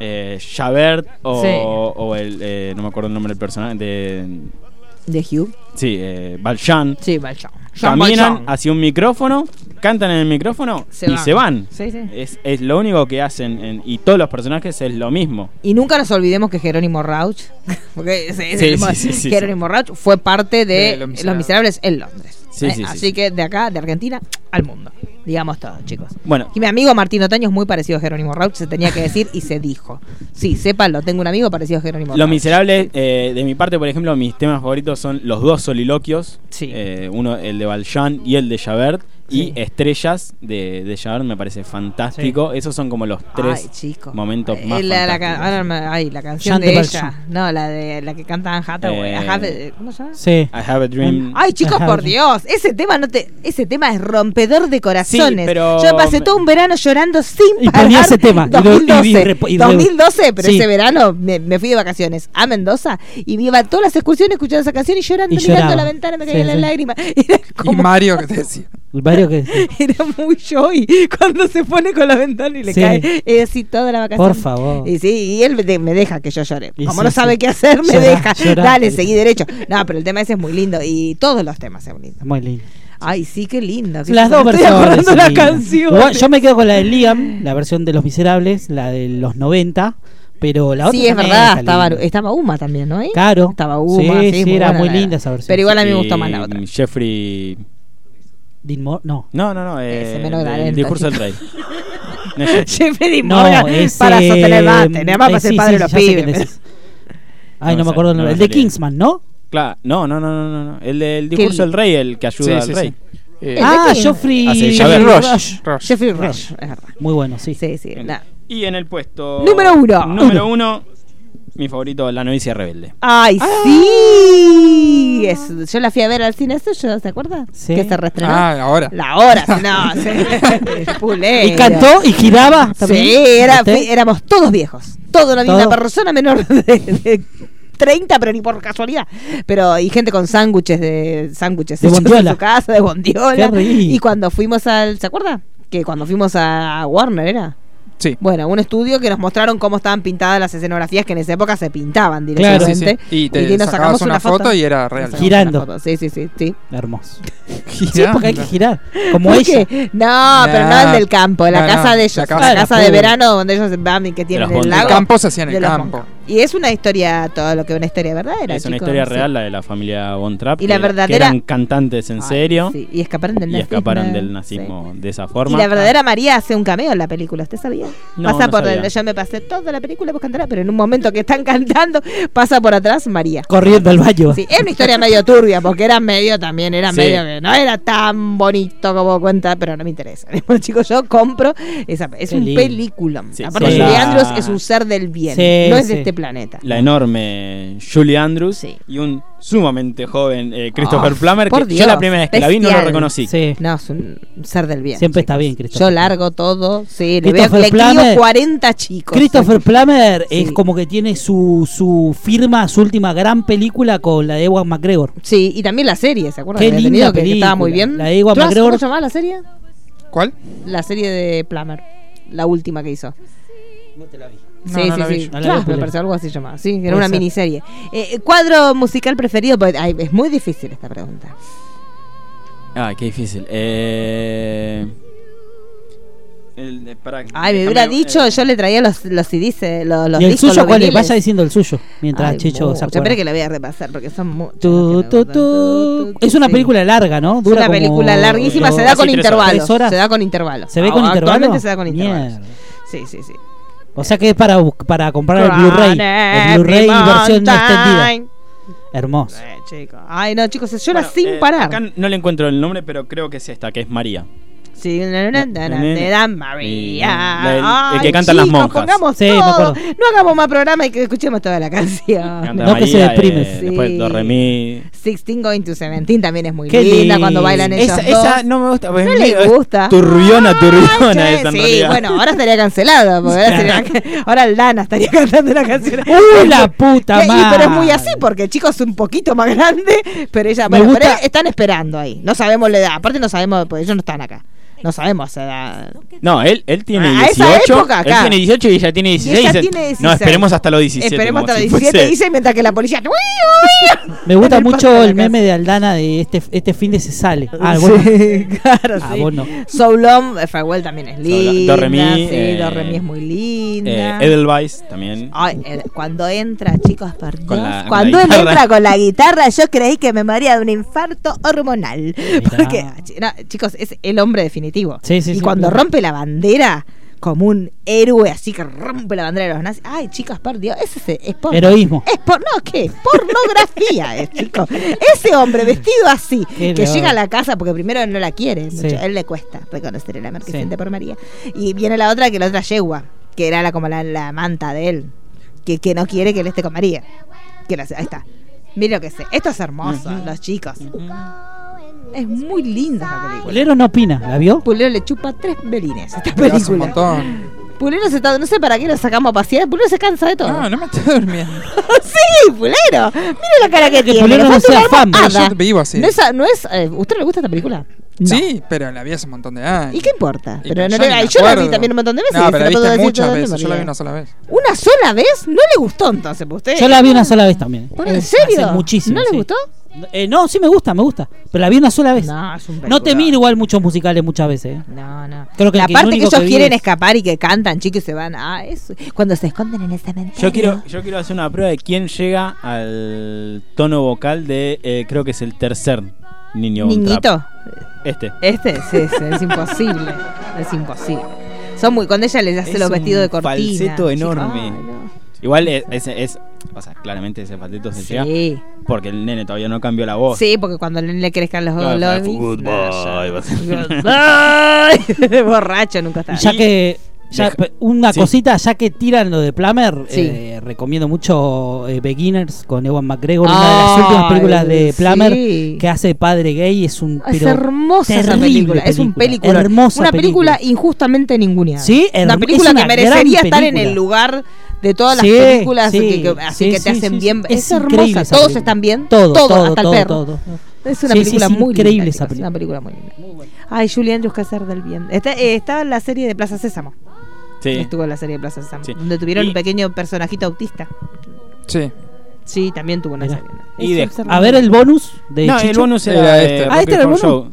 eh, Javert o,
Sí.
o el. eh, no me acuerdo el nombre del personaje. De,
De Hugh.
sí, eh, Valjean.
Sí, Valjean. Jean
Caminan
Valjean.
hacia un micrófono, cantan en el micrófono
Se
y
van.
se van.
Sí, sí.
Es, es lo único que hacen. en- y todos los personajes es lo mismo.
Y nunca nos olvidemos que Jerónimo Rauch, porque ese es
Sí,
el mo-
sí, sí, sí,
Jerónimo Rauch fue parte de,
De Los
Los
Miserables.
Miserables en Londres. ¿eh?
Sí, sí, sí,
Así
sí.
que de acá, de Argentina, al mundo. Digamos todo, chicos.
Bueno,
Y mi amigo Martín Otaño es muy parecido a Jerónimo Rauch, se tenía que decir y se dijo. Sí, sépanlo, tengo un amigo parecido a Jerónimo
Los
Rauch.
Miserables, eh, de mi parte, por ejemplo, mis temas favoritos son los dos soliloquios.
Sí.
Eh, uno, el de Valjean y el de Javert.
Sí.
Y Estrellas de, de Javert me parece fantástico. Esos son como los tres
Ay, chico.
momentos
Eh,
más
la, la,
fantásticos.
ca- ahora me- ay, la
Jean
canción de
de
ella. No, la de la que canta Anne Hathaway.
Eh,
I have a- ¿Cómo se llama?
Sí.
I have a dream.
Ay, chicos,
Ajá.
por Dios, ese tema no te, ese tema es rompedor de corazones.
Sí, pero-
Yo pasé todo un verano llorando sin
Y
parar.
ponía ese tema, y lo- y
2012,
vi repo- y re-
2012, pero
Sí.
ese verano me, me fui de vacaciones a Mendoza y me iba a todas las excursiones escuchando esa canción y llorando,
Y
mirando
lloraba.
la ventana, me
Sí,
caían las
sí.
lágrimas. Era
Y
como
Mario que te decía.
Varios que.
era muy joy cuando se pone con la ventana y le
Sí.
cae eh, así toda la vacación.
Por favor.
Y sí, y él me de- me deja que yo llore.
Y
Como
sí,
no sabe
sí.
qué hacer, me
Llorá,
deja.
llorá.
Dale, seguí derecho. No, pero el tema ese es muy lindo y todos los temas son lindos.
Muy lindo.
Ay, sí, qué lindo. qué
Las dos
lindo. Me
versiones.
Estoy acordando
son
la
lindas.
canción.
Igual yo me quedo con la de Liam, la versión de Los Miserables, la de los 90, pero la otra.
sí, es
también
verdad,
está
estaba,
linda.
estaba Uma también, ¿no? ahí?
Claro.
Estaba Uma.
Sí, sí, era
buena,
muy
la verdad.
linda esa versión.
Pero igual a mí me
Y
gustó más la otra.
eh, Jeffrey.
Dean Mor- no.
No, no, no. eh,
Ese menos
del
talento,
discurso del
chico.
rey. No es Jeffrey.
Jeffrey Dean
No,
Morgan
ese-
para sostener el bate, nada
eh,
más para ser
sí,
padre de
sí,
los
ya sé quién
pibes.
decís. Ay,
No
no,
me
me acuerdo el
sale, no me
nombre. El de
salía.
Kingsman, ¿no?
Claro, no, no, no, no, no, no. El del
Que
discurso
el-
del rey, el que ayuda
Sí,
al
sí,
rey.
Eh,
El-
Ah,
de King-
Joffrey.
Ah,
Joffrey
sí, Jeffrey
Rush.
Rush.
Rush.
Jeffrey Rush, es verdad.
Muy bueno, sí.
Sí, sí,
Bien.
nada.
Y en el puesto.
Número uno.
Número uno. Mi favorito, La novicia rebelde.
¡Ay,
Ah.
sí! Es- yo la fui a ver al cine yo ¿se acuerda?
Sí.
Que se reestrenó.
Ah, ahora.
La hora, si no. sí. Pulero.
Y cantó y giraba. también.
Sí, era-
¿Viste?
fui- éramos todos viejos. Todos, no había una
Todos.
persona menor de, de 30, pero ni por casualidad. Pero, y gente con sándwiches de sándwiches
De
hechos en
bondiola.
su casa, de bondiola.
Qué rico.
Y cuando fuimos al, ¿se acuerda? Que cuando fuimos a Warner era.
Sí.
Bueno, un estudio que nos mostraron cómo estaban pintadas las escenografías que en esa época se pintaban
Claro.
directamente.
Sí, sí. Y te
que nos
sacabas una foto, y era
Nos
real.
sacamos
Girando.
una foto. Sí, sí, sí. sí.
Hermoso. Sí,
Girando.
porque hay que girar. Como
¿Por
ella.
qué? No, pero no el del campo, la
No,
casa
no,
de ellos.
la
La
casa.
casa, de
Pobre.
verano donde ellos van y que tienen
los
el
bondes.
El
lago.
campo se hacía en
de
el
los
campo.
Y es una historia, todo lo que una historia verdadera.
es una
chicos,
historia
sí.
real, la de la familia Von Trapp.
Y la
que- que
verdadera-
eran cantantes en
Ay,
serio
sí, Y escaparon del
y
nazismo.
escaparon del
sí.
nazismo de esa forma.
Y la verdadera María hace un cameo en la película, ¿usted sabía?
No,
pasa
no
por
sabía.
el- yo me pasé toda la película buscándola, pero en un momento que están cantando, pasa por atrás María.
Corriendo al baño.
Sí, es una historia medio turbia, porque era medio también, era
Sí.
medio que no era tan bonito como cuenta, pero no me interesa. Bueno, chicos, yo compro esa es
Qué
un
lindo.
película.
Sí,
Aparte
sí.
Julie
La-
Andrews es un ser del bien,
Sí,
no es de
sí.
este planeta.
La enorme Julie Andrews
Sí.
y un sumamente joven eh, Christopher
Ah,
Plummer. Que
por
yo
Dios,
la primera vez que la vi no lo
bestial.
reconocí.
Sí.
No, es un ser del bien.
Siempre está
chicos.
bien,
Yo
Christopher.
largo todo, sí, le, veo,
Christopher
le crío
Plummer.
40 chicos. eh.
Christopher Plummer es
Sí.
como que tiene su, su firma, su última gran película con la de Ewan McGregor.
Sí, y también la serie, ¿se acuerdan?
Qué
Que había
linda
tenido, que- que estaba muy
película.
bien.
La de Ewan
Trust, ¿Cómo
McGregor.
se llamaba la serie?
¿Cuál?
La serie de Plummer, la última que hizo.
No te la vi.
No,
sí,
no
sí,
la vi
sí.
yo.
No la
Claro,
vi,
me
Julián.
parece algo así llamado. Sí, era
Puede
una
ser.
miniserie. Eh, cuadro musical preferido, Porque, ay, es muy difícil esta pregunta.
Ah, qué difícil. Eh... el de- pará,
Ay, me
déjame,
hubiera
eh,
dicho, yo le traía los, los CDs, eh, los, los
¿Y el
discos,
suyo
los
cuál es?
viniles.
Vaya diciendo el suyo mientras
Ay,
Checho
mucho.
se acuerda.
Espera que la voy a repasar porque son muchos.
Tu,
los que me
tu,
gustan. Tu,
tu.
tu, tu,
Es una
sí.
película larga, ¿no?
Es una
como-
película larguísima, se da
casi
con
tres horas.
intervalos.
¿Tres horas?
Se da con intervalos.
¿Se ve con
Ah,
intervalo?
Actualmente se da con intervalos.
Mierda.
Sí, sí, sí.
O sea que es para, bus- para comprar el Blu-ray. El
Chronic
Blu-ray versión no extendida.
Mountain.
Hermoso.
Eh, chicos. Ay, no, chicos, se llora
Bueno,
sin
eh,
parar.
Acá no le encuentro el nombre, pero creo que es esta, que es María.
Sí, na, na, na, na, na, na, María.
El- el que
Ay,
cantan las
chicos,
monjas.
Pongamos
Sí, me
todo.
acuerdo.
No hagamos más programa y que escuchemos toda la canción.
Canta
No, que se
María,
deprime.
eh, Después
Sí.
Do, Re, Mi.
Sixteen Going to Seventeen también es muy
Qué
linda
lindo.
cuando bailan ellos
Esa,
dos.
esa no me gusta. pues,
No
es
le
medio- es
gusta.
Turbiona, turbiona
Ay, che,
esa en
sí,
realidad.
bueno, ahora estaría cancelada. Porque ahora, sería- ahora Lana estaría cantando la canción.
¡Uy, la puta
Y- y-
madre!
pero es muy así porque chicos un poquito más grande, pero ella
Me
bueno,
gusta-
pero están esperando ahí. No sabemos la edad, aparte no sabemos porque ellos no están acá. No sabemos la edad.
No, él, él tiene
Ah, A esa
18.
época,
él
acá.
tiene 18 y ella tiene 16.
ella
dicen,
tiene
No,
16.
esperemos hasta los 17.
Esperemos
como
hasta
si
los 17
fuese-
dice mientras que la policía
Me gusta
En el
mucho
patio de la
el meme
casa.
de Aldana de este, este fin de se sale. Ah, bueno.
Sí, claro,
Ah,
sí.
vos no.
So Long, eh, Farewell también es
Long,
linda.
Do Re Mi,
sí,
eh,
Do Re Mi es muy
Eh,
linda.
Edelweiss también.
Ay, eh, cuando entra, chicos, por Dios,
Con la- con
cuando
la
él
guitarra.
entra con la guitarra, yo creí que me moría de un infarto hormonal.
Mirá.
Porque, ah, chi- no, chicos, es el hombre definitivo.
Sí, sí,
y
sí,
cuando
claro.
rompe la bandera, como un héroe así que rompe la bandera de los nazis. Ay, chicas, por Dios, ese es, es porno.
Heroísmo.
Es por, no, ¿qué? Pornografía es, chico. Ese hombre vestido así,
Qué
que
loco.
llega a la casa porque primero no la quiere, mucho,
Sí.
a él le cuesta reconocer el amor que
Sí.
siente por María. Y viene la otra que la otra yegua, que era la, como la, la manta de él, que, que no quiere que él esté con María. Que la- ahí está. Mira lo que sé. Esto es hermoso, los chicos. Es muy linda la película.
Bolero no opina, ¿la vio?
Pulero le chupa tres belines a esta
Te hace un
película.
montón.
Pulero se está, no sé para qué lo sacamos a pasear, Pulero se cansa de todo.
No, no me estoy durmiendo.
Sí, Pulero. Mira la cara que,
Que
tiene.
Pulero
le
no
falta
sea
una
fan,
Ah,
pero
almohada.
yo vivo así.
Ah, No es, no es, eh, ¿Usted le gusta esta película? No.
Sí, pero la vi hace un montón de años.
¿Y qué importa?
Y
Pero
yo
no
ni
le-
me
yo la vi
acuerdo.
también un montón de veces.
No,
se
pero la
la puedo
viste
decir
muchas
toda de
veces. Yo la vi
memoria.
una sola vez.
¿Una sola vez? No le gustó entonces pues, usted.
Yo la vi una sola vez también.
¿En
Eh,
serio?
hace muchísimo.
¿No le
sí.
gustó?
Eh, no, sí me gusta, me gusta. Pero la vi una sola vez. No,
No, es un
te
peliculón.
miro igual muchos musicales muchas veces. eh.
No, no.
Creo que
la
el
parte que
único
ellos
vi
quieren
es-
escapar y que cantan, chicos, y se van. Ah, eso. Cuando se esconden en el cementerio.
Yo quiero, yo quiero hacer una prueba de quién llega al tono vocal de, eh, creo que es el tercer niño. Von Trapp.
Niñito.
Este.
Este es, ese, es imposible. Es imposible. Son muy. Cuando ella les hace
Es
los vestidos de
un
cortina.
falseto
chicos,
enorme.
ay, no.
Igual es, es, es- o sea, claramente ese falteto se llega
Sí.
porque el nene todavía no cambió la voz.
Sí, porque cuando le crezcan los
Claro,
olores.
goodbye, va a
Goodbye. Borracho nunca está.
Y ya que. ya,
Deja-
pe- una
Sí.
cosita, ya que tiran lo de Plummer,
Sí.
eh, recomiendo mucho eh, Beginners con Ewan McGregor, una de las últimas películas
Ay,
de Plummer
sí.
que hace padre gay, es un
es
pero
hermosa esa
terrible
película. Es un película.
Hermosa
una película, injustamente ninguneada.
Sí,
una
hermo-
película
es una
que merecería
gran
estar en
película.
el lugar de todas las
Sí,
películas
sí,
que, que- así
sí,
que te
sí,
hacen
sí,
bien.
sí.
Es,
increíble
hermosa.
esa
Todos
película.
están bien.
Todo, todo,
hasta
todo,
el perro.
todo.
Es una
Sí, sí,
película
sí,
muy
increíble
linda,
esa
chicos, Una película muy linda. Ay, Julián Andrews que hacer del bien. Está, eh, estaba en la serie de Plaza Sésamo.
Sí.
Estuvo en la serie de Plaza Sésamo.
Sí.
Donde tuvieron
Y-
un pequeño personajito autista.
Sí.
Sí, también tuvo una
Mirá.
serie.
Y
Es
de-
observable.
A ver el bonus de
No, el
Chicho.
bonus era,
Era
eh,
este.
Rocky
Ah, este era el
Horror
bonus.
Show.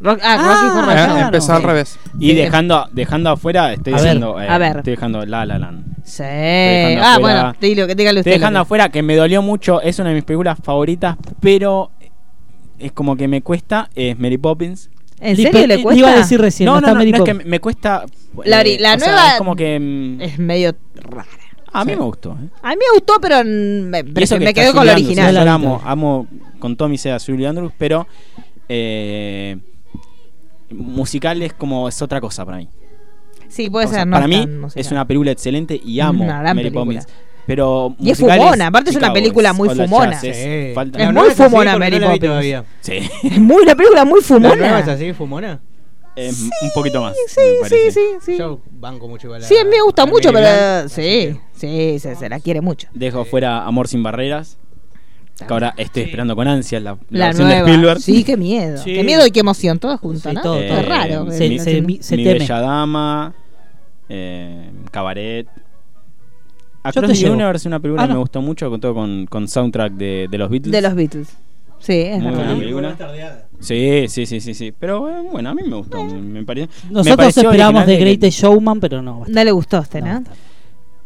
Rock- ah, Rocky Horror
Ah,
Show.
Empezó al
Sí.
revés.
Y
Sí.
dejando, dejando afuera, estoy
A ver,
dejando, eh,
a ver.
estoy dejando La La Land.
Sí.
dejando
Ah,
afuera-
bueno, dilo, que dígale usted.
Estoy dejando
lo que-
afuera que me dolió mucho, es una de mis películas favoritas, pero es como que me cuesta, es Mary Poppins.
¿En
Li-
serio
pe-
le
li-
cuesta?
Iba a decir recién,
no,
no,
no,
está
no, no
médico.
es que me, me cuesta. eh,
La ori- la
o sea,
nueva-
es como que. mm,
Es medio rara.
a mí me gustó. eh.
A mí me gustó, pero mm, me,
Y eso que
me
está
quedo con
Julie
la
Andrews,
original.
yo la amo, amo con Tommy sea Julie Andrews, pero eh, musical es como es otra cosa para mí.
Sí, puede
O sea,
ser. no
para
es
mí
tan musical.
es una película excelente y amo
Una gran
Mary
película.
Poppins. Pero
Y es
musical
fumona, aparte es una
Chicago
película
Boys,
muy
All the
fumona. Eh.
Jazz, es
Sí.
falta-
La
Es
nueva
muy
así porque
fumona
Eh, no la
Mary
vi
Poppins.
todavía.
Sí,
Es muy, una película muy
¿La nueva
fumona.
es
Sí,
así, fumona?
es un poquito más. me
sí,
parece.
sí, sí.
Yo banco mucho igual.
Sí, a mí me gusta
a
mucho,
Emily Blunt,
pero
así
sí,
que-
sí, se, se la quiere mucho.
Dejo fuera Amor sin barreras, que ahora estoy esperando con ansias la, la
La
versión de
nueva.
Spielberg.
Sí, qué miedo.
Sí.
Qué miedo y qué emoción, todas juntas,
Sí,
¿no?
todo,
Qué
todo.
raro.
Se-
eh,
se-
no.
se
Mi
teme.
Bella Dama, eh, Cabaret.
Yo te
Across the
llevo.
Universe es una película
Ah, no.
que me gustó mucho, con todo con, con soundtrack de, de los Beatles.
De los Beatles. Sí, es
Muy buena
verdad.
película. Sí, sí, sí, sí, sí. Pero eh, bueno, a mí me gustó. Me, me pare- me
Nosotros
pareció
esperamos
original
de Greatest Showman, pero no. basta.
No le gustó a usted, ¿no?
No, basta.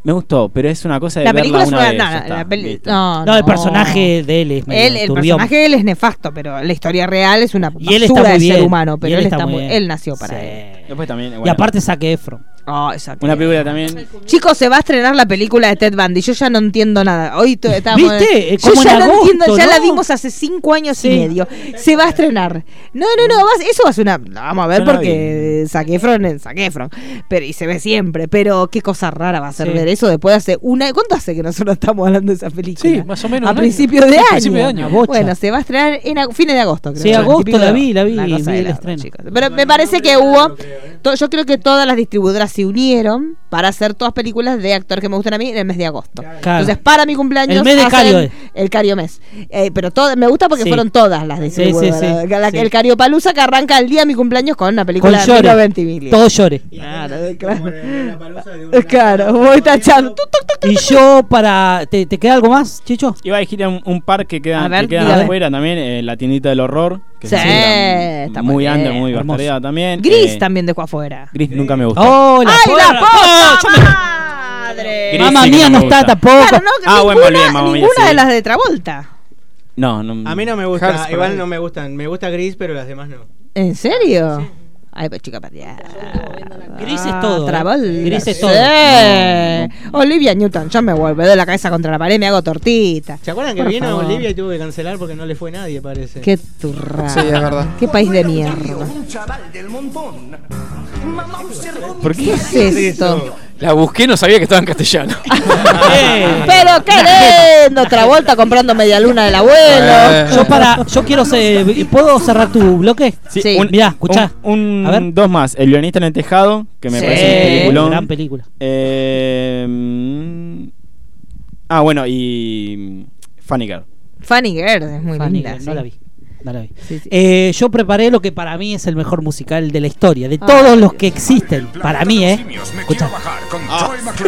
Me gustó, pero es una cosa de
La
verla
película es
una
una.
vez,
no,
ya
no,
está,
la peli-
listo.
no,
No, el
no.
personaje de él es medio
Él, el
turbión.
personaje de él es nefasto, pero la historia real es una
Y él está
basura
muy
de
bien.
ser humano,
y
pero él, está muy,
bien.
él nació para
Sí.
él.
Después también,
Y
bueno,
aparte saque Efron.
Oh, exacto.
una película también.
Chicos, se va a estrenar la película de Ted Bundy. Yo ya no entiendo nada. Hoy to- estábamos
¿Viste?
en-
Como
Yo
en
ya no
agosto,
entiendo. Ya
¿no?
la vimos hace cinco años
Sí.
y medio. Se va a estrenar. No, no, no. vas- eso va a ser una. la Vamos a ver
Yo la
porque Saquefron es Saquefron. Pero, y se ve siempre. Pero qué cosa rara va a ser
Sí.
ver eso después de hace una. ¿Cuánto hace que nosotros estamos hablando de esa película?
Sí, más o menos
A
un año.
principios de
Sí,
año.
a principios de año.
Una bocha.
Bueno, se va a estrenar en ag- fines de agosto, creo.
Sí,
yo,
agosto,
el típico
la
de-
vi, la vi,
una cosa
vi
de
el
la
estreno.
otra, chicos. Pero me parece que hubo. to- Yo creo que todas las distribuidoras se unieron para hacer todas películas de actor que me gustan a mí en el mes de agosto.
Claro.
Entonces, para mi cumpleaños.
El mes de
hacen
Cario es.
El Cario mes. Eh, pero todo, me gusta porque
Sí.
fueron todas las
sí,
distribuidoras.
sí.
La-
Sí.
El Cario Palusa que arranca el día de mi cumpleaños con una
Con
película de Milo
llore.
Ventimiglia.
Todo llore.
Claro, claro. Claro, voy tachando. Tuc, tuc, tuc, tuc.
Y yo para. ¿Te, te queda algo más, Chicho?
Iba a decir un, un par que
A
quedan,
ver,
que quedan
dígame.
afuera también, eh, La tiendita del horror. Que se
Sí,
considera
está muy
muy
bien.
under, muy
Hermoso.
bastardeada también.
Gris
Eh,
también dejó afuera.
Gris nunca me gustó.
¡Oh, la
¡Ay, la
porra!
puta madre!
Gris
Mamma
sí que
mía,
no
no
me
está
gusta.
tampoco.
¡Ah, Claro, no,
Ah,
ninguna,
bueno, volví, mamá mía,
ninguna
sí.
de las de Travolta.
No, no.
A mí no me gusta,
Hairspray.
igual no me gustan. Me gusta Gris, pero las demás no.
¿En serio? Ay, pues chica perdida.
Gris es todo,
Travolta.
¿eh? Gris es
Sí.
todo.
Olivia Newton, yo me vuelvo, me doy la cabeza contra la pared, me hago tortita.
¿Se acuerdan que
Por
vino
favor.
a Bolivia y tuvo que cancelar porque no le fue nadie, parece?
Qué turra.
Sí, es verdad.
Qué país de mierda.
¿Por
¿Qué
qué?
es esto?
La busqué, no sabía que estaba en castellano.
Eh,
Pero qué lindo, Travolta comprando media luna del abuelo.
Eh.
Yo para, yo quiero ser, ¿puedo cerrar tu bloque?
Sí.
Mirá, escuchá.
Un, un-
A ver.
Dos más. El guionista en el tejado, que me
Sí.
parece un peliculón.
Eh, Gran película.
Eh, mm, ah, bueno, y. Funny Girl.
Fanny Girl es muy
Fanny,
linda.
no
sí.
la vi. No la vi.
Sí, sí.
Eh, yo preparé lo que para mí es el mejor musical de la historia, de
Ah.
todos los que existen. Para mí, ¿eh? Escucha, Ah.
Sí,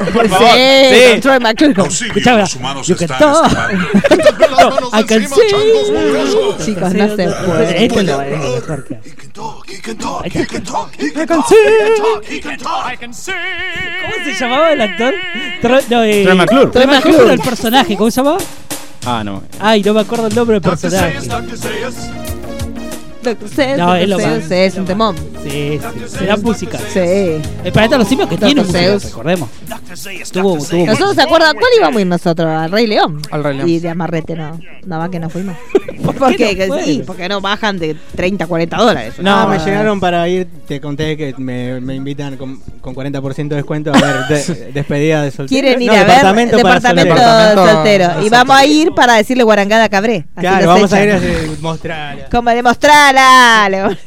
Eh, con Troy McClure.
escucha, yo que todo. I can see.
Chicos, no se puede.
Esto no es lo mejor que hay. ¿Cómo se llamaba el actor? Tro- no, eh,
Troy McClure.
Troy McClure era el personaje, ¿cómo se llamaba?
Ah, no.
Ay, no me acuerdo el nombre del personaje.
Doctor Seuss,
No, es lo
Doctor
más.
Seuss, es un temón.
Sí, sí, será música.
Sí.
El planeta de los simios que
Doctor
tiene música,
Seuss.
recordemos. Tuvo, tuvo
Nosotros se acuerdan cuál íbamos a ir nosotros, al Rey León.
Al Rey León.
Y de amarrete no, nada más que no fuimos.
¿Por qué
porque,
no
que-
fueron?
sí, porque no bajan de 30, 40 dólares.
No,
Ah,
me llegaron para ir, te conté que me, me invitan con, con 40% de descuento a ver de- despedida de soltero.
Quieren ir
No,
a ver
departamento para
departamento
soltero.
Departamento-
soltero. Y vamos a ir para decirle guarangada a cabré. Así
Claro,
los
vamos a ir
echan.
a ese- mostrar.
Como demostrala. le-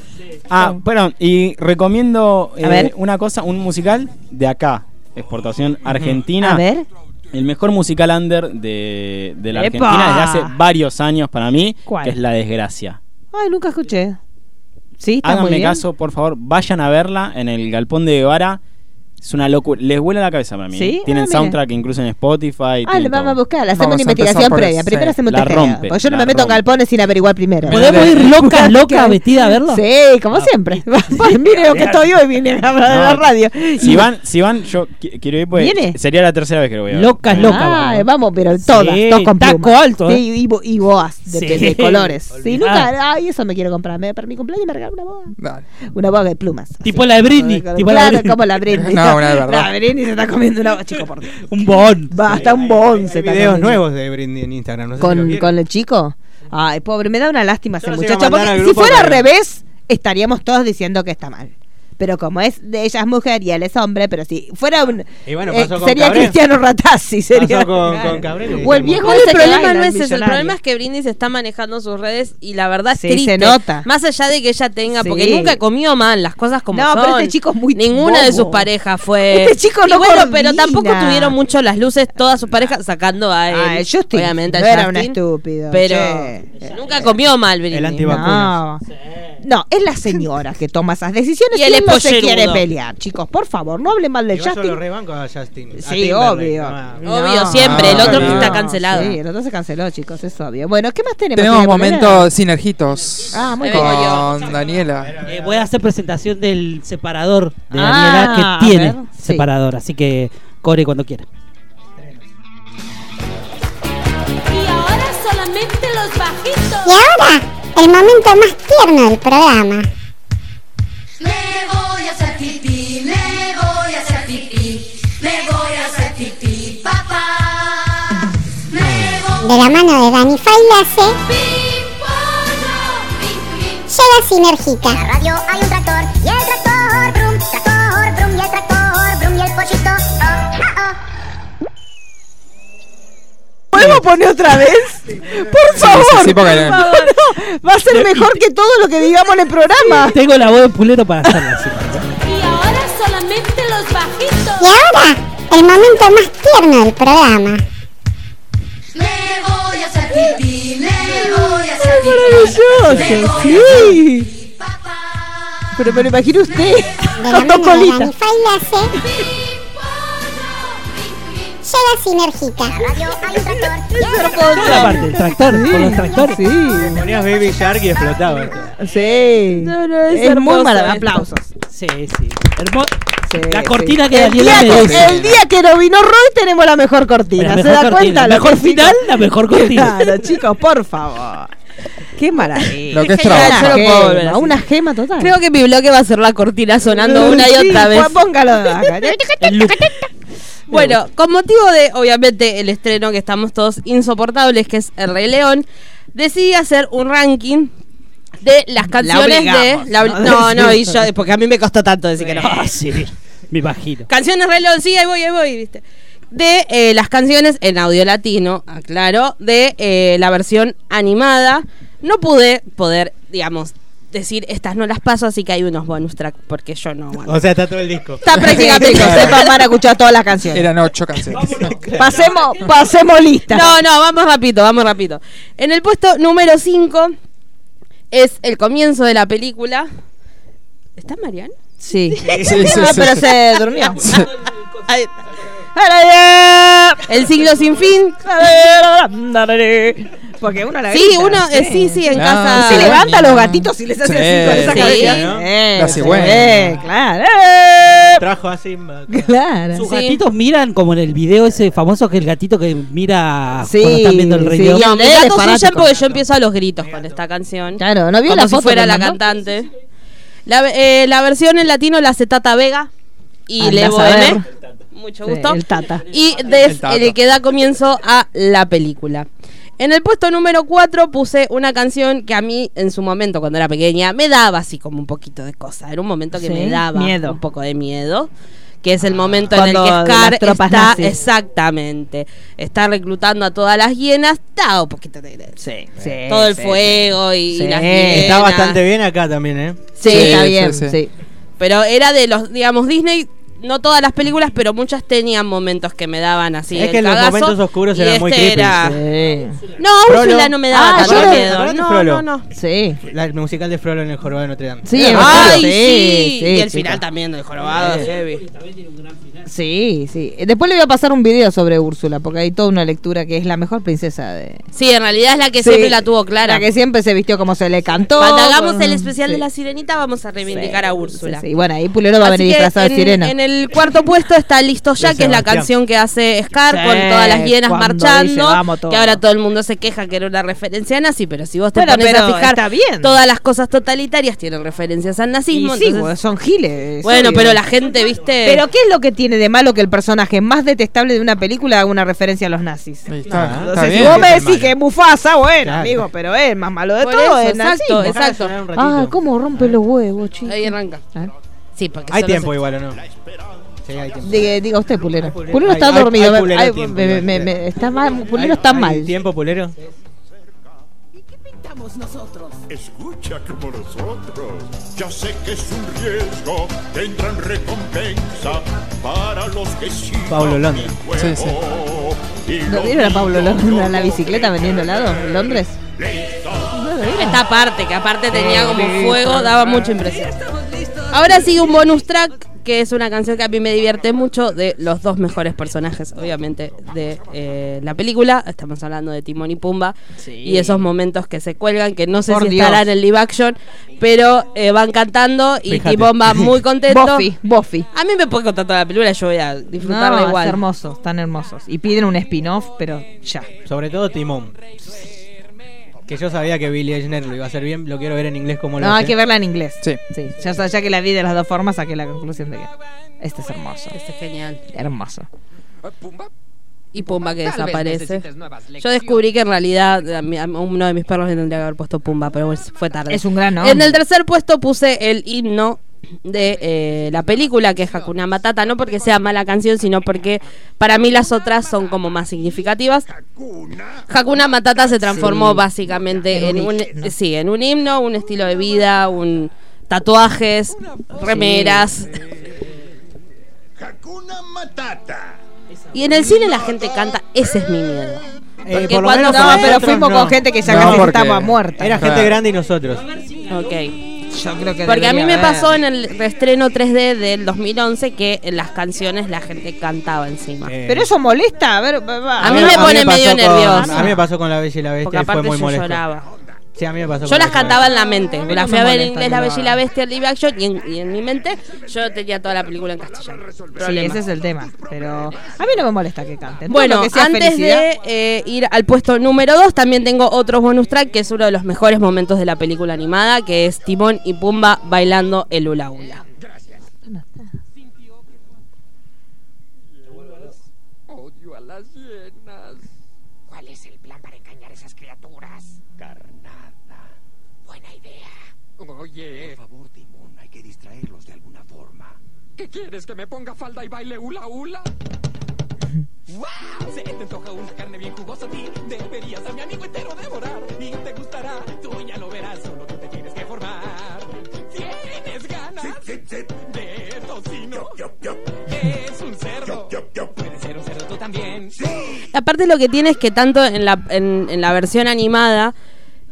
Ah, perdón. Y recomiendo eh,
ver.
una cosa, un musical de acá. Exportación argentina.
A ver.
El mejor musical under de, de la
¡Epa!
Argentina desde hace varios años para mí,
¿Cuál?
que es La Desgracia.
Ay, nunca escuché. Sí, está muy
Háganme
bien.
caso, por favor, vayan a verla en el Galpón de Guevara. Es una locura. Les vuela la cabeza para mí.
¿Sí?
Tienen
Ah, mira.
soundtrack incluso en Spotify.
Ah, le
tienen
vamos a
todo.
buscar, hacemos
Vamos
una
a empezar
investigación
por el-
previa. Primero
sí.
hacemos
La
testeo,
rompe,
Porque yo no
la
me meto en
rompe.
galpones sin averiguar primero.
¿Podemos ir locas, locas, vestidas a verlo?
Ah, Sí, como siempre. Pues Mire lo que estoy hoy, vine a hablar de la
No,
radio.
Si van, si van, yo qui- quiero ir porque
¿Viene?
sería la tercera vez que lo voy a ver.
Locas, locas.
Ay,
vamos.
Ah, eh, vamos, pero todas,
Sí,
todas con
taco
pluma.
alto, ¿eh?
Sí, y, bo- y boas de,
Sí.
de- de colores. Sí,
Olvidá.
nunca, ay, eso me quiero comprar. Me- Para mi cumpleaños me regaló una boa.
Dale.
Una boa de plumas.
Tipo la de Britney,
Claro,
tipo la de Britney.
como la Britney.
No, una de verdad.
La Britney se está comiendo una boa, chico, por Dios.
Un bon.
Basta, un bon
Hay
se está
videos
comiendo.
nuevos de Britney en Instagram. No sé si lo
con,
vieron.
con el chico. Ay, pobre, me da una lástima ese
Yo los iba a
muchacho.
mandar
Porque
al
si
grupo
fuera al
para-
revés, estaríamos todos diciendo que está mal. Pero como es de ella es mujer y él es hombre, pero si fuera un.
Y bueno,
eh,
pasó con
sería
Cabré.
Cristiano Ratazzi. Sería,
con-
Claro.
con Cabré, que
o el
dijimos,
viejo
Igual Pues,
ese
el
que
problema
baila,
no
el
es ese, el
millonario.
problema es que Brindis está manejando sus redes y la verdad es
Sí,
triste.
se nota.
Más allá de que ella tenga, porque
Sí.
nunca comió mal, las cosas como
No,
son.
pero este chico es muy
Ninguna de
bobo.
sus parejas fue.
Este chico
Y
no
bueno,
coordina.
pero tampoco tuvieron mucho las luces todas sus parejas sacando a él.
Ah, el Justin.
Obviamente, a
No era
Justin,
un estúpido,
Pero
che.
nunca comió mal, Brindis.
El antivacunas.
No. no, es la señora que toma esas decisiones
Y
y,
el
él no se
espollerudo.
quiere pelear, chicos. Por favor, no hable mal de
Y yo solo
Justin.
rebanco a Justin. a
Sí,
Timberlake,
obvio.
nomás.
Obvio, siempre.
El otro
está cancelado.
Ah, Sí, el otro se canceló, chicos, es obvio. Bueno, ¿qué más tenemos?
Tenemos
¿Tiene
momentos sinergitos
Ah, muy
bien.
con Daniela.
Eh, voy a hacer presentación del separador de
Ah,
Daniela
a
que tiene
ver, sí.
separador, así que core cuando quiera.
Y ahora solamente los bajitos.
Y ahora, el momento más tierno del programa.
Me voy a hacer pipí, me voy a hacer pipí, me voy a hacer pipí, papá. Me voy
De la mano de Dani Failase,
Pimpollo, pim, pim.
llega Sinergica.
En la radio hay un tractor y el tractor brum, tractor brum y el tractor brum y el pollito. Oh, oh, oh.
¿Podemos poner otra vez? Por favor.
sí, sí, porque-
por favor, no. Va a ser mejor que todo lo que digamos en el programa.
Ah, Tengo la voz de pulero para hacerla. así.
Y ahora solamente los
Y
bajitos.
ahora, el momento más tierno del programa.
Me voy a hacer pipí, me voy a hacer pipí.
Maravilloso, sí.
Papá.
Pero me lo imagino usted
De la
con
mano
dos
de Dani
colitas.
Failase,
Oh, Pimpollo, pim,
llega Sinergica.
pim. En la radio hay un tractor y el tractor
Toda la parte, el tractor, por los tractores.
Sí.
Ponías Baby Shark y explotaba. esto.
Sí.
No, no, es
muy
hermoso
maravilloso.
esto.
Aplausos.
Sí, sí. Hermo-
Sí,
La
sí.
cortina que
el día
Daniela me
que,
dice.
el día que no vino Roy tenemos la mejor
La
cortina.
mejor
¿Se da
cortina.
cuenta?
La
Lo
mejor
que,
final,
chicos?
la mejor cortina.
Claro, chicos, por favor. Qué maravilla.
Lo que es
Genial,
trabajo.
yo lo puedo volver a
Gema,
hacer.
una gema total.
Creo que mi bloque va a ser la cortina sonando una y
Sí,
otra vez.
pon- Póngalo acá.
Bueno, con motivo de, obviamente, el estreno que estamos todos insoportables, que es El Rey León, decidí hacer un ranking de las canciones de.
obligamos,
la-
¿no?
no, no, y yo, porque a mí me costó tanto decir que no.
Ah, sí, me imagino.
Canciones Rey León, sí, ahí voy, ahí voy, viste. De eh, las canciones en audio latino, aclaro, de eh, la versión animada. No pude poder, digamos, decir estas no las paso, así que hay unos bonus track porque yo no aguanto.
O sea, está todo el disco.
Está prácticamente
Sepan, van a escuchar todas las canciones.
Eran ocho canciones.
Pasemos, pasemos lista.
No, no, vamos rápido, vamos rápido. En el puesto número 5 es el comienzo de la película. ¿Está Mariana?
Sí.
sí, sí,
Ah, pero
sí.
se durmió.
Ahí está. El siglo sin fin.
Porque uno la
Sí,
grita,
uno, eh, sí, sí, en
No,
casa.
sí,
Se levanta a los gatitos y les hace
Sí.
así con esa
Sí.
cabeza.
¿no?
Eh,
La
sí,
cigüeña.
eh, claro. Eh,
Trajo así.
Claro.
Sus gatitos miran como en el video ese famoso que el gatito que mira
Sí,
cuando están viendo el rey
sí,
León.
No, me
Él es
gato
fanático.
suya porque yo empiezo a los gritos con esta canción.
Claro, ¿no vio
como
la
si
foto
fuera
que
la
mandó?
cantante. La, eh, la versión en latino la hace Tata Vega y
Andá a
Levo
saber.
M. Mucho
Sí,
gusto.
El tata.
Y des-
El Tata.
el que da comienzo a la película. En el puesto número 4 puse una canción que a mí en su momento cuando era pequeña me daba así como un poquito de cosa. Era un momento que
Sí,
me daba
miedo.
un poco de miedo. Que es el momento
Cuando
en el que Scar
las tropas
está
nazis.
exactamente. Está reclutando a todas las hienas. Está un poquito de
Sí, sí.
todo el
sí.
fuego y,
Sí.
Está
las hienas.
bastante bien acá también, ¿eh?
Sí,
Sí,
está
sí,
bien.
sí.
sí.
Pero era de los, digamos, Disney, no todas las películas, pero muchas tenían momentos que me daban así.
Es
el
que los
cagazo,
momentos oscuros
y este
eran muy creepy,
Sí.
No,
Frollo.
Úrsula Ah. no me daba
Ah,
tanto
yo era-
miedo.
¿Acuérdate,
No, no,
Frollo?
no.
Sí.
La- el musical de Frollo en el jorobado de Notre Dame.
Sí,
Ay, sí.
sí, sí,
y el
sí,
final
está.
también del jorobado, heavy.
Sí, sí. Después le voy a pasar un video sobre Úrsula, porque hay toda una lectura que es la mejor princesa de.
Sí, en realidad es la que
Sí.
siempre la tuvo clara.
La que siempre se vistió como se le cantó.
Cuando hagamos
con-
el especial
Sí.
de la sirenita, vamos a reivindicar
Sí,
a Úrsula.
sí, sí. Bueno, ahí Pulero va a
Así
venir
que
disfrazado
en,
de sirena.
En el cuarto puesto está Listo Ya,
De
que es la
Sebastián.
canción que hace Scar
Sí,
con todas las hienas
cuando
marchando.
dice, "Vamos todos".
que ahora todo el mundo se queja que era una referencia a nazi, pero si vos te
Bueno,
pones a
pero
fijar,
está bien.
todas las cosas totalitarias tienen referencias al
Y
nazismo.
sí,
entonces-
pues, son giles.
bueno,
obvio.
pero la gente, viste.
Pero ¿qué es lo que tiene de malo que el personaje más detestable de una película haga una referencia a los nazis?
Ahí Está,
Ah,
está
Entonces, si
bien.
vos me
Eso es
decís
malo.
que es Mufasa, bueno,
Claro.
amigo, pero es más malo de
Por
todo,
eso,
es
exacto,
nazismo.
exacto.
Dejala sonar un ratito.
Ah, cómo rompe los huevos, chico.
Ahí arranca.
Ah.
Sí, porque
Hay
son los-
tiempo igual, ¿o no? Sí, hay tiempo.
Diga, diga usted, Pulero.
Pulero.
Pulero está
Hay- hay-
dormido.
hay
me-
Pulero
ay,
tiempo,
me-
igual,
me- me-
Pulero.
está mal,
¿Hay-
Pulero está
hay
mal.
tiempo, Pulero?
Escucha que por nosotros, ya sé que es un riesgo, tendrán recompensa para los que sigan
Pablo Londra.
el
Sí, sí.
juego. Y
¿No
lo
vieron a Pablo
mío
Londra
yo
en la
no
bicicleta vendiendo helado en Londres?
Esta parte, que aparte tenía como fuego, daba mucha impresión. Ahora sigue un bonus track, que es una canción que a mí me divierte mucho, de los dos mejores personajes, obviamente, de eh, la película. Estamos hablando de Timón y Pumba. Y esos momentos que se cuelgan, que no sé
Por
si
Dios.
estará en el live action, pero eh, van cantando y
Fíjate.
Timón va muy contento.
Buffy, Buffy.
A mí me puede contar toda la película, yo voy a Ah, disfrutarla
No,
igual.
Es hermoso, están hermosos. Y piden un spin-off, pero ya.
Sobre todo Timón. Que yo sabía que Billy Eisner lo iba a hacer bien, lo quiero ver en inglés como lo
No, hay
hace.
que verla en inglés.
Sí.
Sí, ya, sa- ya que la vi de las dos formas, saqué la conclusión de que este es hermoso.
Este es genial.
Hermoso.
Y Pumba que desaparece. Yo descubrí que en realidad a mí- a uno de mis perros le tendría que haber puesto Pumba, pero bueno, fue tarde.
Es un gran nombre.
En el tercer puesto puse el himno de eh, la película que es Hakuna Matata, no porque sea mala canción, sino porque para mí las otras son como más significativas. Hakuna Matata se transformó básicamente Este, en
En un
un,
himno.
sí, en un himno, un estilo de vida, un tatuajes, remeras.
Hakuna Matata.
Y en el cine la gente canta, ese es mi miedo.
Eh,
Porque
por lo
cuando-
menos
No,
nosotros
pero fuimos
no.
con gente que ya
No,
casi
porque-
estaba muerta.
Era gente
Claro.
grande y nosotros.
Ok.
Yo creo que
Porque a mí
debería
me
haber.
pasó en el reestreno 3D del 2011 que en las canciones la gente cantaba encima.
Eh,
Pero eso molesta, a ver, va, va.
A mí me pone medio
pasó con-
nerviosa.
A mí me pasó con La Bella y la Bestia
Porque
y este fue
aparte
muy
yo
molesto.
lloraba.
Sí, a mí me pasó
Yo
con
las
esa
cantaba
vez.
en la mente.
mí no
La
me
fui a ver en
molesta
inglés
que
La
lo
Bella y
haga.
la Bestia, el live action, y en, y en mi mente yo tenía toda la película en castellano.
Sí,
Problema.
ese es el tema. Pero a mí no me molesta que canten. Todo
Bueno,
lo que sea
antes
felicidad-
de eh, ir al puesto número 2, también tengo otro bonus track que es uno de los mejores momentos de la película animada, que es Timón y Pumba bailando el hula hula.
Odio a las hienas. ¿Cuál es el plan para engañar a esas criaturas? Carnada. Buena idea. Oye. Por favor, Timón, hay que distraerlos de alguna forma.
¿Qué quieres? ¿Que me ponga falda y baile hula hula? ¡Wow! Se te antoja una carne bien jugosa a ti. Deberías a mi amigo entero devorar. Y te gustará, tú ya lo verás. Solo tú te tienes que formar. ¿Tienes ganas de tocino? Es un cerdo. Puede ser un cerdo tú también.
Aparte lo que tiene es que tanto en la, en, en la versión animada,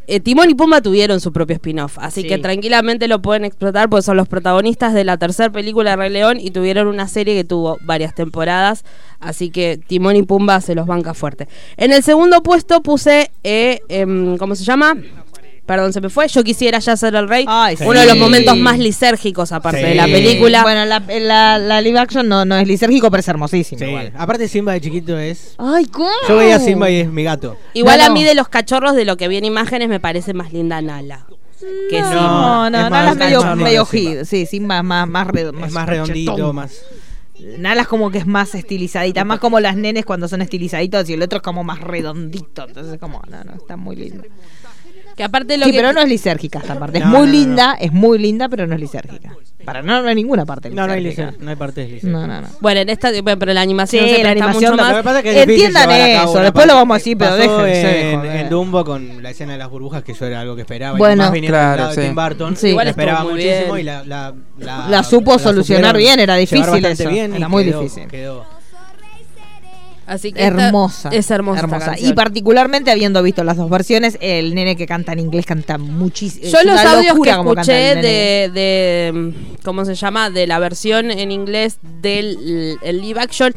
eh, Timón y Pumba tuvieron su propio spin-off, así
Sí.
que tranquilamente lo pueden explotar porque son los protagonistas de la tercera película de Rey León y tuvieron una serie que tuvo varias temporadas, así que Timón y Pumba se los banca fuerte. En el segundo puesto puse, eh, em, ¿cómo se llama? Perdón, se me fue. Yo quisiera ya ser el rey.
sí.
Uno de los momentos más lisérgicos aparte de la
Sí.
película.
Bueno, la, la, la live action no, no es lisérgico, pero es hermosísimo. igual.
Aparte, Simba de chiquito es.
Ay, ¿cómo?
Yo veía a Simba y es mi gato.
Igual
No,
a mí
no.
de los cachorros, de lo que vi en imágenes, me parece más linda Nala. Que
no,
sí.
no, no, Nala es medio,
más
medio
Simba.
hit, sí, sí, más, más, más, redo- más,
más redondito,
cachetón.
más-
Nala es como que es más estilizadita, más como las nenes cuando son estilizaditos y el otro es como más redondito, entonces como, no, no, está muy lindo.
Que aparte lo
sí,
que-
pero no es lisérgica esta parte, es
No,
muy
no, no,
linda, es muy linda, pero no es lisérgica. Para no, no hay ninguna parte
No, no hay
lisérgica.
lice- no hay partes lisas.
No, no, no.
Bueno, en esta, bueno, pero la
Sí,
animación se
la
presta
animación
mucho
no-
más.
Lo que pasa es que
Es difícil
Entiendan
llevar a cabo
eso,
una
después lo
parte
vamos a decir,
que
pero
pasó
déjense de
en,
joder.
en Dumbo con la escena de las burbujas, que yo era algo que esperaba.
Bueno.
y más viniendo del
Claro,
lado de
sí.
Tim Burton,
Sí. Igual
la esperaba
estuvo muy
muchísimo
bien.
y la, la, la,
La supo
la
solucionar
supieron
bien, era
llevar
difícil
bastante
eso,
bien y
era muy
quedó-
difícil.
quedó.
Así que esta-
Hermosa.
es hermosa. esta
Y
canción.
particularmente habiendo visto las dos versiones, el nene que canta en inglés canta muchísimo.
Yo los audios que escuché de, de, mm, ¿Cómo se llama? De la versión en inglés del el live action.